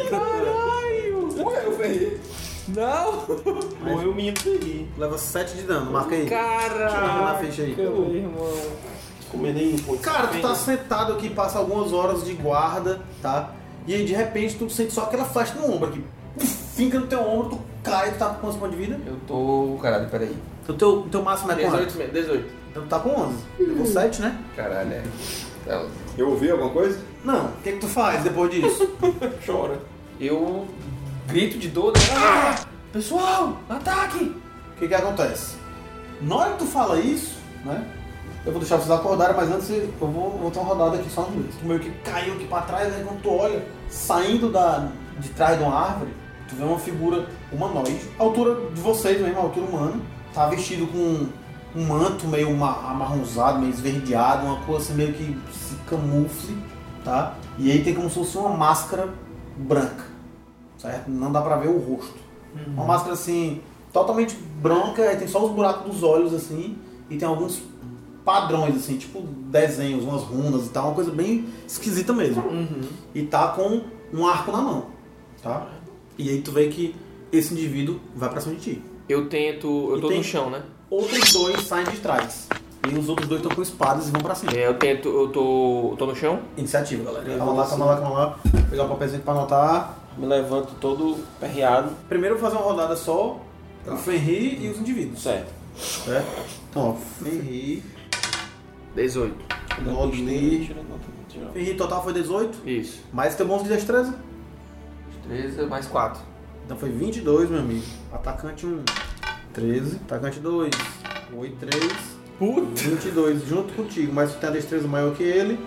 Speaker 6: Caralho.
Speaker 3: Ué, eu ferrei.
Speaker 6: Não.
Speaker 4: Morreu o menino daqui.
Speaker 2: Leva 7 de dano, marca aí. Deixa eu ver na
Speaker 6: Caralho.
Speaker 2: ficha aí.
Speaker 6: Meu irmão.
Speaker 4: Comendo aí um pouco.
Speaker 2: Cara, tu tá sentado aqui, passa algumas horas de guarda, tá? E aí de repente tu sente só aquela flecha no ombro aqui. Puf, Finca no teu ombro, tu cai, tu tá com quantos pontos de vida?
Speaker 6: Eu tô... Caralho, peraí.
Speaker 2: O teu, o teu máximo é quanto?
Speaker 6: 18 mesmo, 18.
Speaker 2: Então tu tá com 11. Levou 7, né?
Speaker 6: Caralho, é. Ela-
Speaker 3: Eu ouvi alguma coisa?
Speaker 2: Não, o que que tu faz depois disso?
Speaker 4: Chora.
Speaker 6: Eu grito de dor. né? Ah! Pessoal, ataque.
Speaker 2: O que que acontece? Na hora que tu fala isso, né? Eu vou deixar vocês acordarem, mas antes eu vou, vou dar uma rodada aqui só um no Tu meio que caiu aqui pra trás, aí quando tu olha, saindo da, de trás de uma árvore, tu vê uma figura humanoide, a altura de vocês mesmo, a altura humana. Tá vestido com um manto meio ma- amarronzado, meio esverdeado, uma coisa assim meio que se camufle, tá? E aí tem como se fosse uma máscara branca, certo? Não dá pra ver o rosto.
Speaker 4: Uhum.
Speaker 2: Uma máscara assim, totalmente branca, aí tem só os buracos dos olhos assim, e tem alguns padrões assim, tipo desenhos, umas runas e tal, uma coisa bem esquisita mesmo.
Speaker 4: Uhum.
Speaker 2: E tá com um arco na mão, tá? E aí tu vê que esse indivíduo vai pra cima de ti.
Speaker 6: Eu tento... Eu
Speaker 2: E
Speaker 6: tô
Speaker 2: tem-
Speaker 6: no chão, né?
Speaker 2: Outros dois saem de trás. E os outros dois estão com espadas e vão pra cima.
Speaker 6: É, Eu tento... Eu tô... Eu tô no chão?
Speaker 2: Iniciativa, galera.
Speaker 4: Eu
Speaker 2: Calma
Speaker 4: vou
Speaker 2: lá,
Speaker 4: assim.
Speaker 2: calma lá, calma lá. Vou Pegar o papelzinho pra anotar.
Speaker 4: Me levanto todo perreado.
Speaker 2: Primeiro eu vou fazer uma rodada só.
Speaker 4: Tá.
Speaker 2: O Fenrir e os indivíduos,
Speaker 4: Certo.
Speaker 2: certo? Então, ó, Fenrir,
Speaker 6: 18.
Speaker 2: Nobli. Fenrir total foi 18,
Speaker 6: Isso.
Speaker 2: mais teu bônus um de destreza.
Speaker 6: 13 mais 4.
Speaker 2: Então foi 22, meu amigo. Atacante 1, 13. Atacante 2, 8, 3. Puta! 22, junto contigo, mas tu tem a destreza maior que ele.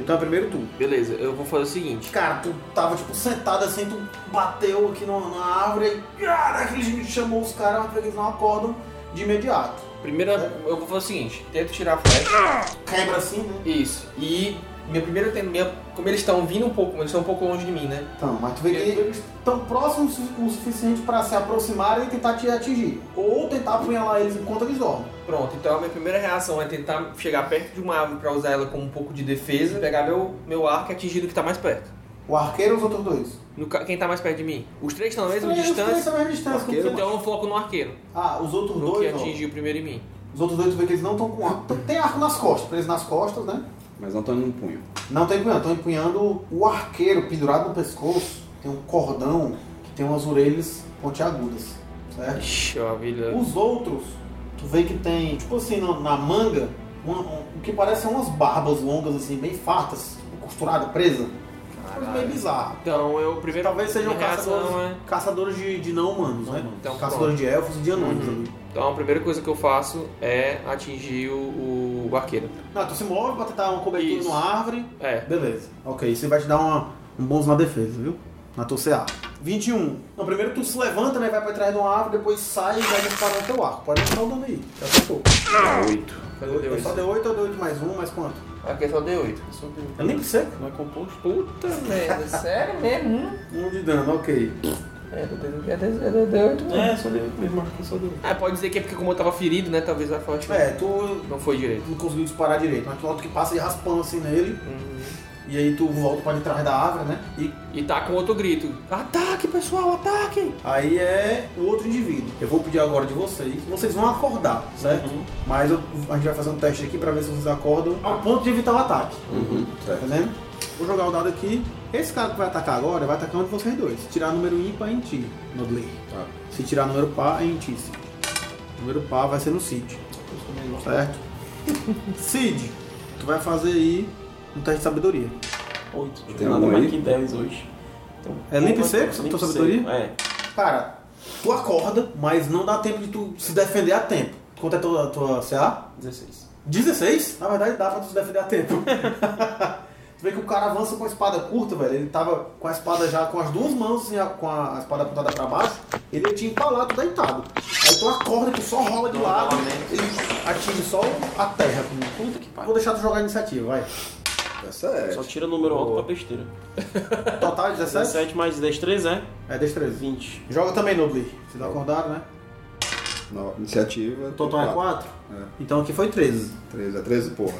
Speaker 2: Então é primeiro tu.
Speaker 6: Beleza, eu vou fazer o seguinte.
Speaker 2: Cara, tu tava tipo sentado assim, tu bateu aqui numa, numa árvore e. Cara, aquele gente chamou os caras, mas eles não acordam de imediato.
Speaker 6: Primeira, eu vou fazer o seguinte. Tento tirar a flecha.
Speaker 2: Quebra assim, né?
Speaker 6: Isso. E minha primeira... ten- Minha, como eles estão vindo um pouco, eles estão um pouco longe de mim, né?
Speaker 2: Então, mas tu vê que eles estão próximos o suficiente pra se aproximarem e tentar te atingir. Ou tentar apunhalar eles enquanto eles dormem.
Speaker 6: Pronto, então a minha primeira reação é tentar chegar perto de uma árvore pra usar ela como um pouco de defesa, pegar meu, meu arco e atingir o que tá mais perto.
Speaker 2: O arqueiro ou os outros dois?
Speaker 6: No ca- quem tá mais perto de mim? Os três estão na mesma
Speaker 2: Três, três
Speaker 6: distância.
Speaker 2: são a mesma distância.
Speaker 3: Arqueiro,
Speaker 2: como tu-
Speaker 6: Então eu foco no arqueiro,
Speaker 2: Ah, os outros
Speaker 6: no que
Speaker 2: dois, ó.
Speaker 6: atingiu primeiro em mim.
Speaker 2: Os outros dois tu vê que eles não estão com arco. Tem arco nas costas, preso nas costas, né?
Speaker 1: Mas não tô num punho.
Speaker 2: Não estão empunhando, estão empunhando o arqueiro pendurado no pescoço. Tem um cordão que tem umas orelhas pontiagudas, certo?
Speaker 6: Ixi, ó, vida.
Speaker 2: Os outros, tu vê que tem, tipo assim, na, na manga, uma- um- o que parece umas barbas longas, assim, bem fartas, tipo, costurada, presa. Coisa meio bizarra.
Speaker 6: Então eu primeiro.
Speaker 2: Talvez sejam
Speaker 6: minha reação
Speaker 2: caçadores,
Speaker 6: é-
Speaker 2: caçadores de, de não humanos, né?
Speaker 6: Então,
Speaker 2: caçadores de elfos e de anões ali.
Speaker 6: Então a primeira coisa que eu faço é atingir o, o arqueiro.
Speaker 2: Não, tu se move pra tentar uma cobertura
Speaker 6: Isso.
Speaker 2: numa árvore.
Speaker 6: É.
Speaker 2: Beleza. Ok, isso vai te dar uma- um bônus na defesa, viu? Na tua CA. 21. Não, primeiro tu se levanta, né? Vai pra trás de uma árvore, depois sai e vai disparar o teu arco. Pode entrar o dano aí. Já acertou.
Speaker 1: Oito.
Speaker 6: Cadê o
Speaker 2: Eu só
Speaker 6: D8?
Speaker 2: deu 8 ou deu 8 mais 1, mais quanto?
Speaker 6: Aqui é só D8.
Speaker 2: Eu nem sei.
Speaker 6: Não é composto? Puta merda, sério mesmo?
Speaker 2: Um de dano, ok.
Speaker 5: É, do D8 é D- é do D8 mesmo.
Speaker 4: É, só deu mesmo, acho que só deu.
Speaker 6: Ah, pode dizer que é porque como eu tava ferido, né? Talvez a forte
Speaker 2: É, tu
Speaker 6: não foi direito.
Speaker 2: não conseguiu disparar direito, mas tu nota que passa e raspando assim nele. E aí tu volta pra trás da árvore, né? E
Speaker 6: E tá com outro grito. Ataque, pessoal, ataque!
Speaker 2: aí é o outro indivíduo. Eu vou pedir agora de vocês. Vocês vão acordar, certo? Mas eu- a gente vai fazer um teste aqui pra ver se vocês acordam ao ponto de evitar o ataque. Tá entendendo? Vou jogar o dado aqui. Esse cara que vai atacar agora vai atacar um de vocês dois. Se tirar número ímpar é em ti, no delay.
Speaker 3: Tá.
Speaker 2: Se tirar número par é em ti. Cid. Número par vai ser no Cid. Certo? Cid, tu vai fazer aí um teste de sabedoria.
Speaker 4: 8. Tipo,
Speaker 3: Tem
Speaker 4: nada
Speaker 3: um
Speaker 4: mais
Speaker 3: aí?
Speaker 4: que 10 hoje. Então,
Speaker 2: É limpo e
Speaker 4: opa,
Speaker 2: seco,
Speaker 4: limpo
Speaker 2: tua
Speaker 4: e
Speaker 2: sabedoria?
Speaker 4: seco, É.
Speaker 2: Cara, tu acorda, mas não dá tempo de tu se defender a tempo. Quanto é tua, tua CA?
Speaker 4: É, 16.
Speaker 2: 16? Na verdade dá pra tu se defender a tempo. tu vê que o cara avança com a espada curta, velho. Ele tava com a espada já com as duas mãos, assim, a- com a, a espada apontada pra baixo. Ele ia te empalar, tu deitado. Aí tu acorda, tu só rola de lado. Ele atinge só a terra.
Speaker 4: Puta que pariu.
Speaker 2: Vou deixar tu jogar a iniciativa, vai.
Speaker 3: Essa é.
Speaker 4: Só tira número alto pra besteira.
Speaker 2: Total de 17?
Speaker 4: 17 mais 10, 13 é?
Speaker 2: É, destreza.
Speaker 4: 20.
Speaker 2: Joga também, Nobly. Vocês acordaram, né?
Speaker 3: No- iniciativa.
Speaker 2: O total é 4? Então aqui foi 13.
Speaker 3: 13, é 13, porra.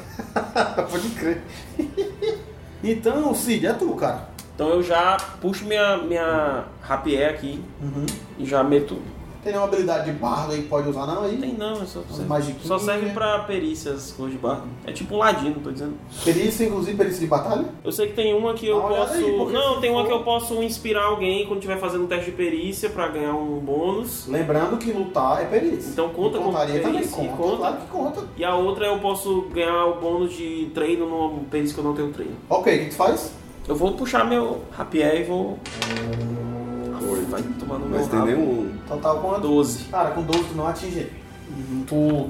Speaker 2: Pode crer. então, Cid, é tu, cara.
Speaker 4: Então eu já puxo minha, minha rapier aqui
Speaker 2: Uhum.
Speaker 4: e já meto.
Speaker 2: Tem nenhuma habilidade de bardo aí que pode usar, não? Aí
Speaker 4: Tem não, é só serve,
Speaker 2: magiquinhas.
Speaker 4: só serve pra perícias, cor de barro. É tipo um ladino, tô dizendo.
Speaker 2: Perícia, inclusive perícia de batalha?
Speaker 4: Eu sei que tem uma que eu
Speaker 2: Dá uma olhada
Speaker 4: posso.
Speaker 2: Ah, aí, porque
Speaker 4: não,
Speaker 2: se
Speaker 4: tem uma
Speaker 2: for-
Speaker 4: que eu posso inspirar alguém quando estiver fazendo um teste de perícia pra ganhar um bônus.
Speaker 2: Lembrando que lutar é perícia.
Speaker 4: Então conta
Speaker 2: E
Speaker 4: como
Speaker 2: contaria também.
Speaker 4: perícia,
Speaker 2: Conta,
Speaker 4: e conta.
Speaker 2: claro que conta.
Speaker 4: E a outra eu posso ganhar o bônus de treino numa perícia que eu não tenho treino.
Speaker 2: Ok, o que tu faz?
Speaker 4: Eu vou puxar meu rapier e vou.
Speaker 3: Oito.
Speaker 4: Vai tomar no meu
Speaker 3: Mas tem
Speaker 4: rabo.
Speaker 3: nenhum.
Speaker 2: Total Então tá com a
Speaker 4: 12.
Speaker 2: Cara, com 12 tu não atinge ele. Tu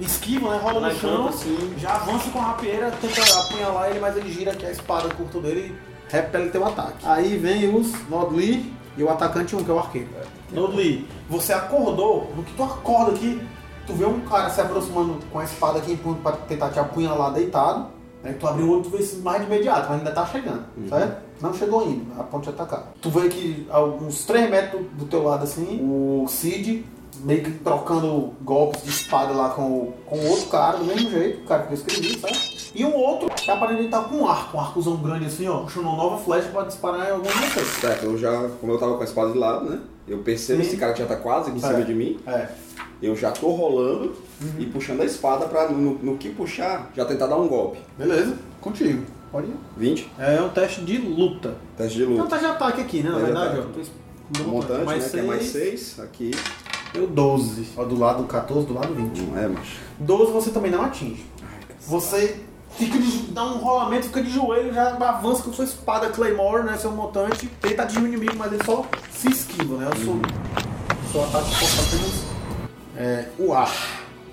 Speaker 2: esquiva, né? Rola no
Speaker 4: Na
Speaker 2: chão,
Speaker 4: janta, assim.
Speaker 2: já avança com a rapieira, tenta apunhalar ele, mas ele gira aqui a espada curta dele e repele teu um ataque. Aí vem os Nodli e o atacante 1, que é o arqueiro. Nodli, você acordou, no que tu acorda aqui, tu vê um cara se aproximando com a espada aqui em ponto pra tentar te apunhalar deitado. Aí tu abre o olho e tu vê isso mais de imediato, mas ainda tá chegando,
Speaker 3: Uhum.
Speaker 2: certo? Não chegou ainda, a ponto de atacar. Tu vê que a uns 3 metros do teu lado assim, o Cid meio que trocando golpes de espada lá com o, com o outro cara, do mesmo jeito, o cara que eu escrevi, sabe? E um outro que aparentemente tá com um arco, um arcozão grande assim, ó, puxando uma nova flecha pra disparar em algum de vocês.
Speaker 3: Certo, eu Tá, então já, como eu tava com a espada de lado, né? Eu percebo
Speaker 2: Sim.
Speaker 3: esse cara que já tá quase aqui em
Speaker 2: É.
Speaker 3: cima de mim.
Speaker 2: É.
Speaker 3: Eu já tô rolando e
Speaker 2: Uhum.
Speaker 3: puxando a espada pra, no, no que puxar, já tentar dar um golpe.
Speaker 2: Beleza, contigo. Pode ir.
Speaker 3: 20,
Speaker 2: É um teste de luta.
Speaker 3: teste de
Speaker 2: É um
Speaker 3: luta.
Speaker 2: teste de ataque aqui, né? Na
Speaker 3: Teste de
Speaker 2: verdade, ó.
Speaker 3: ataque.
Speaker 2: Meu
Speaker 3: Montante, né? Que é mais
Speaker 2: seis.
Speaker 3: 6 aqui.
Speaker 2: Eu 12. Ó, do lado 14, do lado 20.
Speaker 3: Não é, macho.
Speaker 2: 12 você também não atinge. Você fica de, dá um rolamento, fica de joelho, já avança com sua espada Claymore, né? Seu montante. Tenta atingir o inimigo, mas ele só se esquiva, né? Eu sou. Seu ataque força apenas. É, o ar.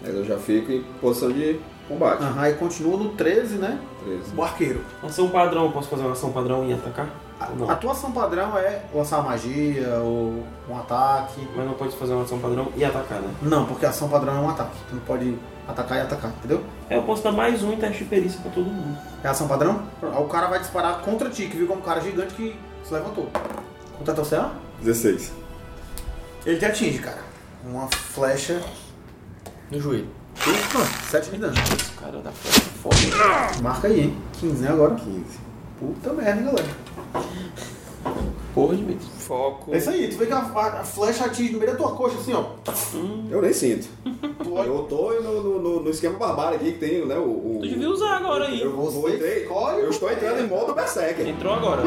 Speaker 3: Mas eu já fico em posição de combate.
Speaker 2: Aham, e continua no 13, né?
Speaker 3: 13.
Speaker 2: O arqueiro.
Speaker 4: Ação padrão, eu posso fazer uma ação padrão e atacar? Ou não.
Speaker 2: A tua ação padrão é lançar magia ou um ataque.
Speaker 4: Mas não pode fazer uma ação padrão e atacar, né?
Speaker 2: Não, porque a ação padrão é um ataque. Tu não pode atacar e atacar, entendeu?
Speaker 4: É, eu posso dar mais um em teste de perícia pra todo mundo.
Speaker 2: É ação padrão? Aí o cara vai disparar contra ti, que viu como um cara gigante que se levantou. Conta teu CA?
Speaker 3: 16.
Speaker 2: Ele te atinge, cara. Uma flecha.
Speaker 6: No joelho.
Speaker 2: Ufa, 7 de dano.
Speaker 4: Esse cara da flecha é foda.
Speaker 2: Marca aí, hein? 15, né? Agora.
Speaker 3: 15.
Speaker 2: Puta merda, galera.
Speaker 4: Porra, Dmitry.
Speaker 6: Foco.
Speaker 2: É isso aí, tu vê que a, a- a flecha atinge no meio da tua coxa, assim, ó.
Speaker 3: Eu nem sinto.
Speaker 2: Tu olha.
Speaker 3: Eu tô no, no- no- no esquema barbário aqui que tem, né? O, o-
Speaker 4: Tu devia usar agora aí.
Speaker 3: Eu vou, vou
Speaker 2: Você
Speaker 3: entrei-
Speaker 2: escolhe
Speaker 3: Eu estou entrando em modo berserker.
Speaker 4: Entrou agora.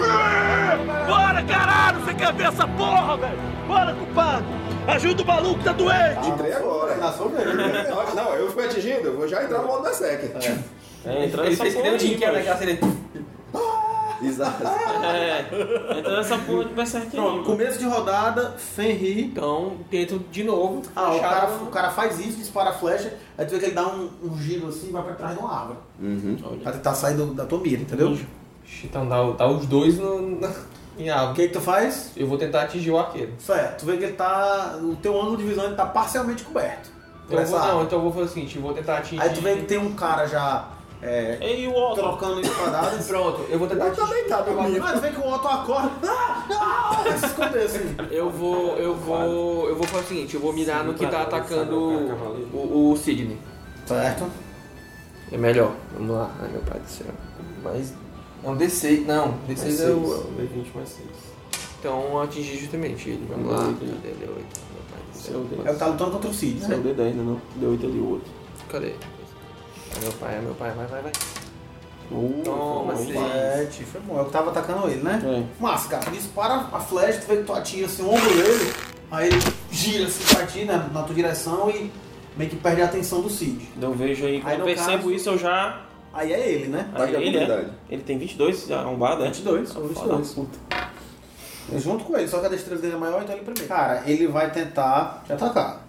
Speaker 2: Ah,
Speaker 3: Entrei agora.
Speaker 2: Na sua vez.
Speaker 3: Não, eu fico atingindo, eu vou já entrar no modo Berserker.
Speaker 4: É, entrou
Speaker 6: Ele
Speaker 4: nessa
Speaker 6: fez que
Speaker 4: porra
Speaker 6: nem o
Speaker 4: aí,
Speaker 6: Jim Carrey naquela
Speaker 4: velho.
Speaker 6: cena.
Speaker 3: Exato.
Speaker 4: É, entrou nessa porra de berserk aí,
Speaker 2: Pronto,
Speaker 4: mano.
Speaker 2: começo de rodada, Fenrir.
Speaker 6: Então, tento de novo.
Speaker 2: Ah, o
Speaker 6: puxar
Speaker 2: cara,
Speaker 6: no-
Speaker 2: o cara faz isso, dispara a flecha, aí tu vê que ele dá um, um giro assim e vai pra trás de uma árvore.
Speaker 6: Olha.
Speaker 2: Pra tentar sair do- da tua mira, entendeu?
Speaker 6: Ixi, Então dá, o- dá os dois no, na, em
Speaker 2: O
Speaker 6: árvore.
Speaker 2: que que tu faz?
Speaker 6: Eu vou tentar atingir o arqueiro.
Speaker 2: Certo, tu vê que ele tá. O teu ângulo de visão ele tá parcialmente coberto. por
Speaker 6: Eu
Speaker 2: essa
Speaker 6: vou, não,
Speaker 2: árvore.
Speaker 6: então eu vou fazer o seguinte, eu vou tentar atingir...
Speaker 2: Aí tu vê que tem um cara já é,
Speaker 4: Ei, o Otto.
Speaker 2: trocando espadadas.
Speaker 6: Pronto, eu vou tentar
Speaker 3: Eu também tá
Speaker 2: Mas
Speaker 3: dormindo.
Speaker 2: vê que o Otto acorda. Ah! vai se esconder assim.
Speaker 6: Eu vou, eu vou, eu vou fazer o seguinte, eu vou mirar no que tá atacando o, o, o Sidney.
Speaker 2: Certo.
Speaker 6: É melhor. Vamos lá. Ai, meu pai do céu. Mas,
Speaker 5: É um D6. Não,
Speaker 6: Mais
Speaker 5: D6
Speaker 6: seis.
Speaker 5: é o.
Speaker 4: D20 mais 6.
Speaker 6: então, atingir justamente ele. Vamos lá.
Speaker 4: Oito.
Speaker 6: Cadê ele? Oito. Meu pai do
Speaker 4: Seu
Speaker 6: céu.
Speaker 4: D.
Speaker 2: Ela tá lutando contra o Cid,
Speaker 4: Seu
Speaker 2: né?
Speaker 4: D10, né? Não? D8 ali, o outro.
Speaker 6: Cadê? É meu pai, é meu pai. Vai, vai, vai.
Speaker 4: Uh,
Speaker 6: Toma,
Speaker 4: foi
Speaker 6: seis.
Speaker 4: longe.
Speaker 2: Sete, foi bom. É o que tava atacando ele, né?
Speaker 4: É.
Speaker 2: Mas, cara, dispara a flecha, tu vê que tu atinge assim, o ombro dele, aí ele gira assim pra ti, né, na tua direção e meio que perde a atenção do Cid.
Speaker 4: Então eu vejo aí, quando
Speaker 2: Aí,
Speaker 4: eu
Speaker 2: no
Speaker 4: percebo
Speaker 2: caso-
Speaker 4: isso, eu já.
Speaker 2: Aí é ele, né? é
Speaker 3: Ataque
Speaker 4: Aí
Speaker 3: da
Speaker 4: ele, é.
Speaker 3: oportunidade.
Speaker 4: ele tem 22 já arrombado, né?
Speaker 2: 22, são 22.
Speaker 4: Puta.
Speaker 2: É Junto com ele, só que a destreza dele é maior, então ele primeiro. Cara, ele vai tentar te atacar.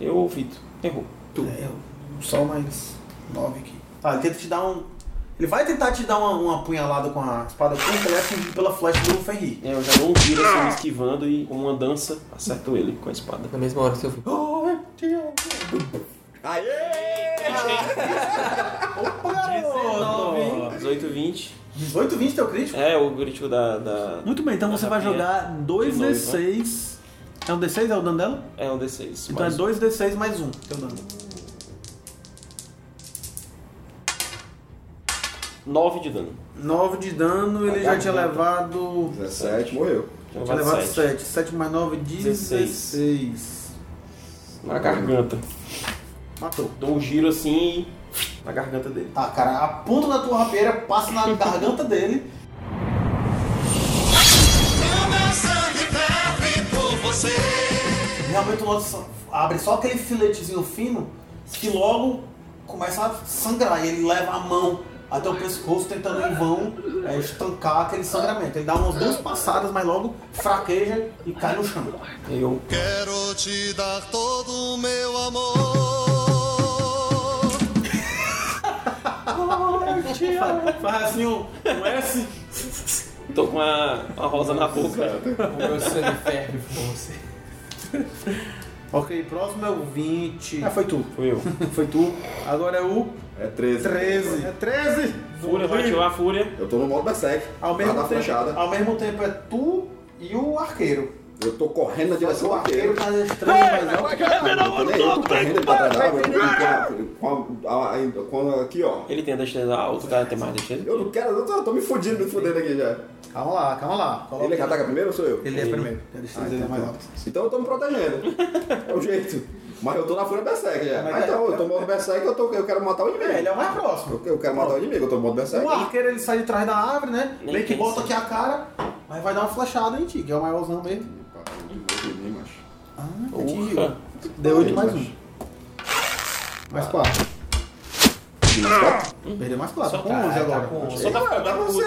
Speaker 4: Eu ouvido. Errou.
Speaker 2: É, eu- só mais 9 aqui. Tá, ele tenta te dar um... Ele vai tentar te dar uma, uma punhalada com a espada curta, ele é atingido pela flecha do Ferri.
Speaker 4: É, Eu já dou um tiro assim, me esquivando e com uma dança acerto ele com a espada.
Speaker 6: Na mesma hora, seu filho.
Speaker 2: Opa, garoto!
Speaker 4: 18, 20.
Speaker 2: 18, 20 teu crítico?
Speaker 4: É, o crítico da, da-
Speaker 2: Muito bem, então você vai
Speaker 4: Rapinha.
Speaker 2: jogar
Speaker 4: De novo,
Speaker 2: 2d6. É um d6 é o dano dela?
Speaker 4: É um D6.
Speaker 2: Então é
Speaker 4: mais
Speaker 2: 2d6 mais Então, 1 teu dano.
Speaker 4: 9 de dano.
Speaker 2: 9 de dano, ele já tinha
Speaker 4: Garganta.
Speaker 2: levado.
Speaker 3: 17, morreu.
Speaker 4: Já
Speaker 2: Tinha
Speaker 4: vai
Speaker 2: levado
Speaker 4: 7.
Speaker 2: 7. 7 mais 9,
Speaker 4: 16.
Speaker 2: 16.
Speaker 4: Na garganta.
Speaker 2: Matou.
Speaker 4: Dou um giro assim e. Na garganta dele.
Speaker 2: Tá, cara, a ponta da tua rapieira passa na garganta dele. Realmente o nosso abre só aquele filetezinho fino que logo começa a sangrar. E ele leva a mão até o pescoço tentando em vão é, estancar aquele sangramento. Ele dá umas duas passadas, mas logo fraqueja e cai no chão.
Speaker 4: Eu.
Speaker 11: Quero te dar todo o meu amor.
Speaker 2: Faz assim um, um S.
Speaker 4: Tô com a, a rosa na boca.
Speaker 6: O meu sangue ferve por você.
Speaker 2: Ok, próximo é o 20. Ah, foi tu.
Speaker 4: Foi eu.
Speaker 2: Foi tu. Agora é o
Speaker 3: É 13.
Speaker 2: 13. É 13!
Speaker 4: Fúria, vai ativar a fúria.
Speaker 3: Eu tô no modo Berserk.
Speaker 2: Ao
Speaker 3: tá
Speaker 2: mesmo,
Speaker 3: na
Speaker 2: tempo,
Speaker 3: flechada.
Speaker 2: ao mesmo tempo é tu e o arqueiro.
Speaker 3: Eu tô correndo na direção
Speaker 2: o
Speaker 3: do
Speaker 2: arqueiro
Speaker 3: arqueiro.
Speaker 2: tá estranho, mas não.
Speaker 3: Eu falei, eu tô correndo ele pra trás da árvore, eu tô com a- a- a- com a- Aqui, ó.
Speaker 4: Ele tem a destreza alta, tá? Tem mais destreza?
Speaker 3: Eu não quero, eu tô, eu tô me fudendo, me fudendo aqui já.
Speaker 2: Calma lá, calma lá. Coloca-
Speaker 3: Ele é que ataca primeiro ou sou eu?
Speaker 2: Ele é primeiro. A destreza dele é mais alta.
Speaker 3: Então eu tô me protegendo. É o jeito. Mas eu tô na fúria Berserk já.
Speaker 2: Mas
Speaker 3: Ah,
Speaker 2: é-
Speaker 3: então, eu tô no modo Berserk eu, tô, eu quero matar o inimigo.
Speaker 2: É, ele é o mais próximo.
Speaker 3: Eu, eu quero matar o inimigo, eu tô no modo Berserk.
Speaker 2: O arqueiro ele sai de trás da árvore, né?
Speaker 4: Nem
Speaker 2: Meio que
Speaker 4: pensa.
Speaker 2: bota aqui a cara, mas vai dar uma flechada em ti, que é o maiorzão mesmo. Ah, atingiu.
Speaker 4: Urra.
Speaker 2: Deu 8 mais 1. Mais 4. Perdeu mais 4. Tá com 11 agora.
Speaker 4: Só pra
Speaker 3: Ué,
Speaker 4: ficar
Speaker 3: dá pra
Speaker 4: puto.
Speaker 3: você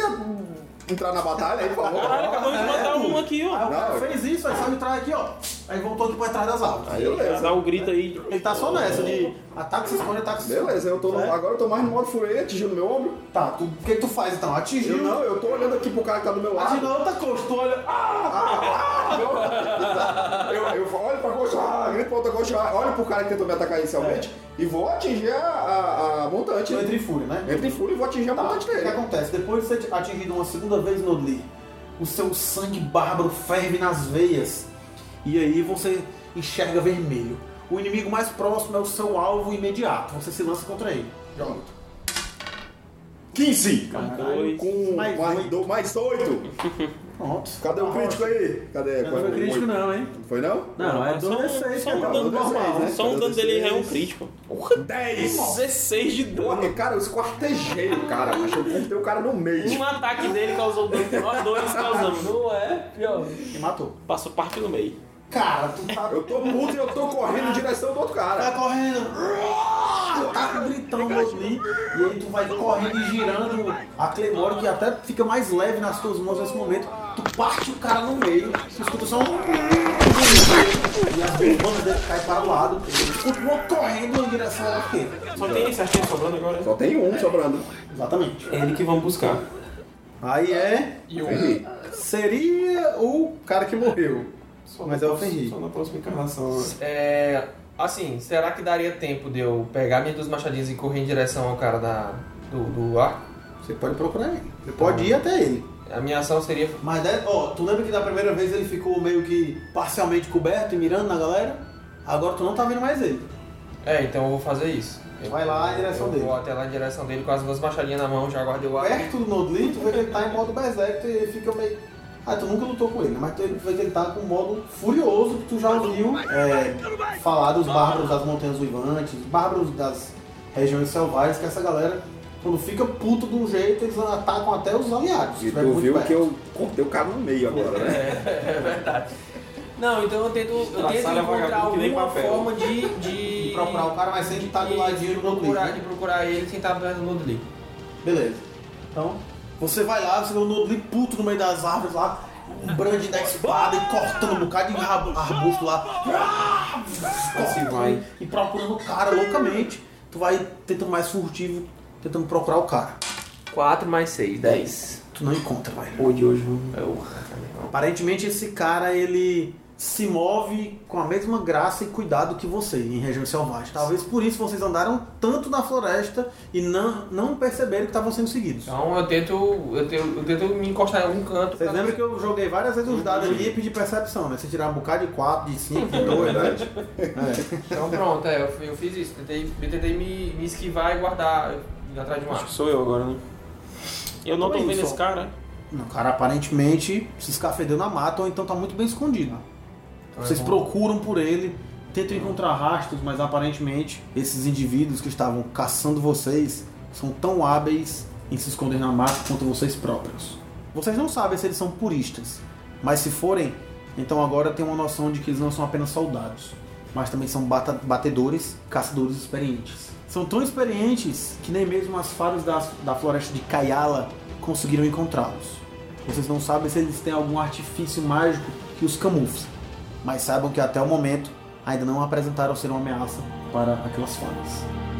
Speaker 3: entrar na batalha aí, por
Speaker 4: Caralho,
Speaker 3: favor.
Speaker 4: acabou de matar um aqui,
Speaker 2: Aí
Speaker 4: ó.
Speaker 2: o cara
Speaker 3: Não,
Speaker 2: fez isso, aí saiu de trás aqui, ó. Aí voltou aqui pra trás das árvores.
Speaker 3: Aí eu levo.
Speaker 4: Dá um grito aí.
Speaker 2: Ele tá só nessa de ataque, se esconde, tá ataque, se esconde.
Speaker 3: Beleza, eu tô no- agora eu tô mais no modo fúria, atingiu no meu ombro.
Speaker 2: Tá, tu- o que, que tu faz então? Atingiu.
Speaker 3: Eu não, eu tô olhando aqui pro cara que tá do meu
Speaker 2: Atingiu
Speaker 3: lado.
Speaker 2: na outra costa, tu olha. Ah,
Speaker 3: Eu, eu olho pra coxa, ah, grito pra outra coxa, ah, olho pro cara que tentou me atacar inicialmente
Speaker 2: É.
Speaker 3: e vou atingir a, a, a montante.
Speaker 2: tu entra em fúria, né?
Speaker 3: Entre em fúria e vou atingir a
Speaker 2: Tá, o
Speaker 3: montante
Speaker 2: que que
Speaker 3: dele.
Speaker 2: acontece? Depois de ser atingido uma segunda vez no Lee, o seu sangue bárbaro ferve nas veias. E aí você enxerga vermelho. O inimigo mais próximo é o seu alvo imediato. Você se lança contra ele. Joga.
Speaker 3: 15!
Speaker 4: Dois.
Speaker 3: Com
Speaker 2: Mais
Speaker 3: mais,
Speaker 2: oito.
Speaker 3: do- mais 8!
Speaker 2: Pronto.
Speaker 3: Cadê o crítico aí? Cadê?
Speaker 2: Não foi crítico não, hein?
Speaker 3: Não foi não?
Speaker 2: Não, é
Speaker 4: Só um-
Speaker 2: 2d6 que
Speaker 4: só
Speaker 2: é
Speaker 4: um
Speaker 2: o
Speaker 4: dano
Speaker 2: dano normal,
Speaker 3: normal,
Speaker 2: né?
Speaker 3: né?
Speaker 4: Só um dano dele é um crítico.
Speaker 3: 10!
Speaker 4: 16 de dano.
Speaker 3: Porra, cara, eu esquartejei o cara, mas eu cortei o cara no meio.
Speaker 4: Um ataque dele causou dano que nós dois causamos. Não é?
Speaker 2: E matou.
Speaker 4: Passou parte no meio.
Speaker 2: Cara, tu tá,
Speaker 3: Eu tô puto e eu tô correndo em direção do outro
Speaker 2: tá
Speaker 3: cara.
Speaker 2: correndo. Tu tá com um gritão no Lee. E aí tu vai correndo e girando a Claymore, que até fica mais leve nas tuas mãos nesse momento. Tu parte o cara no meio. Tu escuta só um. E as bombadas dele caem para o lado. Tu continua correndo em direção ao arqueiro.
Speaker 4: Só tem esse arqueiro sobrando agora.
Speaker 3: Só tem um sobrando.
Speaker 2: Exatamente.
Speaker 4: É ele que vamos buscar.
Speaker 2: Aí é.
Speaker 3: Ferri.
Speaker 2: Seria o cara que morreu. Mas é o Ferri.
Speaker 4: Só na próxima encarnação. né?
Speaker 6: É. Assim, será que daria tempo de eu pegar minhas duas machadinhas e correr em direção ao cara da, do, do arco?
Speaker 2: Você pode procurar ele. Você pode ir até ele.
Speaker 6: A minha ação seria.
Speaker 2: Mas, né, ó, tu lembra que da primeira vez ele ficou meio que parcialmente coberto e mirando na galera? Agora tu não tá vendo mais ele.
Speaker 6: É, então eu vou fazer isso. Eu-
Speaker 2: Vai lá na direção
Speaker 6: eu
Speaker 2: dele.
Speaker 6: Vou até lá na direção dele com as duas machadinhas na mão, já guardei o ar.
Speaker 2: Perto do Nodlin, tu vê que ele tá em modo berserk e ele fica meio... Ah, tu nunca lutou com ele, mas tu vê que ele tá com um modo furioso que tu já ouviu é, falar dos bárbaros das montanhas uivantes, dos bárbaros das regiões selvagens, que essa galera, quando fica puto de um jeito, eles atacam até os aliados.
Speaker 3: E
Speaker 2: que vai
Speaker 3: tu
Speaker 2: muito
Speaker 3: viu
Speaker 2: perto.
Speaker 3: que eu cortei o cara no meio agora, né?
Speaker 6: Não, então eu tento, eu tento
Speaker 4: Estraçalha
Speaker 6: encontrar
Speaker 4: vagabundo que nem
Speaker 6: alguma
Speaker 4: papel.
Speaker 6: forma de. de...
Speaker 2: De procurar o cara, mas sem estar tá do
Speaker 6: de-
Speaker 2: ladinho
Speaker 6: de
Speaker 2: do Nodlin.
Speaker 6: procurar,
Speaker 2: né?
Speaker 6: de procurar ele sem estar perto do Ludwig.
Speaker 2: Beleza. Então, você vai lá, você vê o Nodlin puto no meio das árvores lá, um brande da espada e cortando um bocado de rabo- arbusto lá. Ah! Cortando
Speaker 6: vai.
Speaker 2: E procurando o cara loucamente. Tu vai tentando mais furtivo, tentando procurar o cara.
Speaker 6: 4 mais 6, 10.
Speaker 2: Tu não encontra, velho.
Speaker 6: Pô, de hoje é
Speaker 2: Aparentemente esse cara, ele se move com a mesma graça e cuidado que você em região selvagem. Talvez por isso vocês andaram tanto na floresta e não, não perceberam que estavam sendo seguidos.
Speaker 6: Então eu tento, eu tento, eu tento me encostar em algum canto.
Speaker 2: Vocês
Speaker 6: pra-
Speaker 2: lembram que eu joguei várias vezes os dados ali e pedi percepção, né? Você tirar um bocado de 4, de 5, de 2, né?
Speaker 6: Então pronto, é, eu, fui- eu fiz isso. Tentei, eu tentei me, me esquivar e guardar ir atrás de um
Speaker 4: Acho que
Speaker 6: arco.
Speaker 4: sou eu agora, né? Eu não tô
Speaker 2: Também
Speaker 4: vendo
Speaker 2: sou.
Speaker 4: esse cara, né?
Speaker 2: Não, o cara aparentemente se escafedeu na mata ou então tá muito bem escondido. É Vocês procuram por ele, tentam encontrar rastros, mas aparentemente esses indivíduos que estavam caçando vocês são tão hábeis em se esconder na mata quanto vocês próprios. Vocês não sabem se eles são puristas, mas se forem, então agora tem uma noção de que eles não são apenas soldados, mas também são bata- batedores, caçadores experientes. São tão experientes que nem mesmo as fadas da, da floresta de Kayala conseguiram encontrá-los. Vocês não sabem se eles têm algum artifício mágico que os camufla, mas saibam que até o momento ainda não apresentaram ser uma ameaça para aquelas fadas.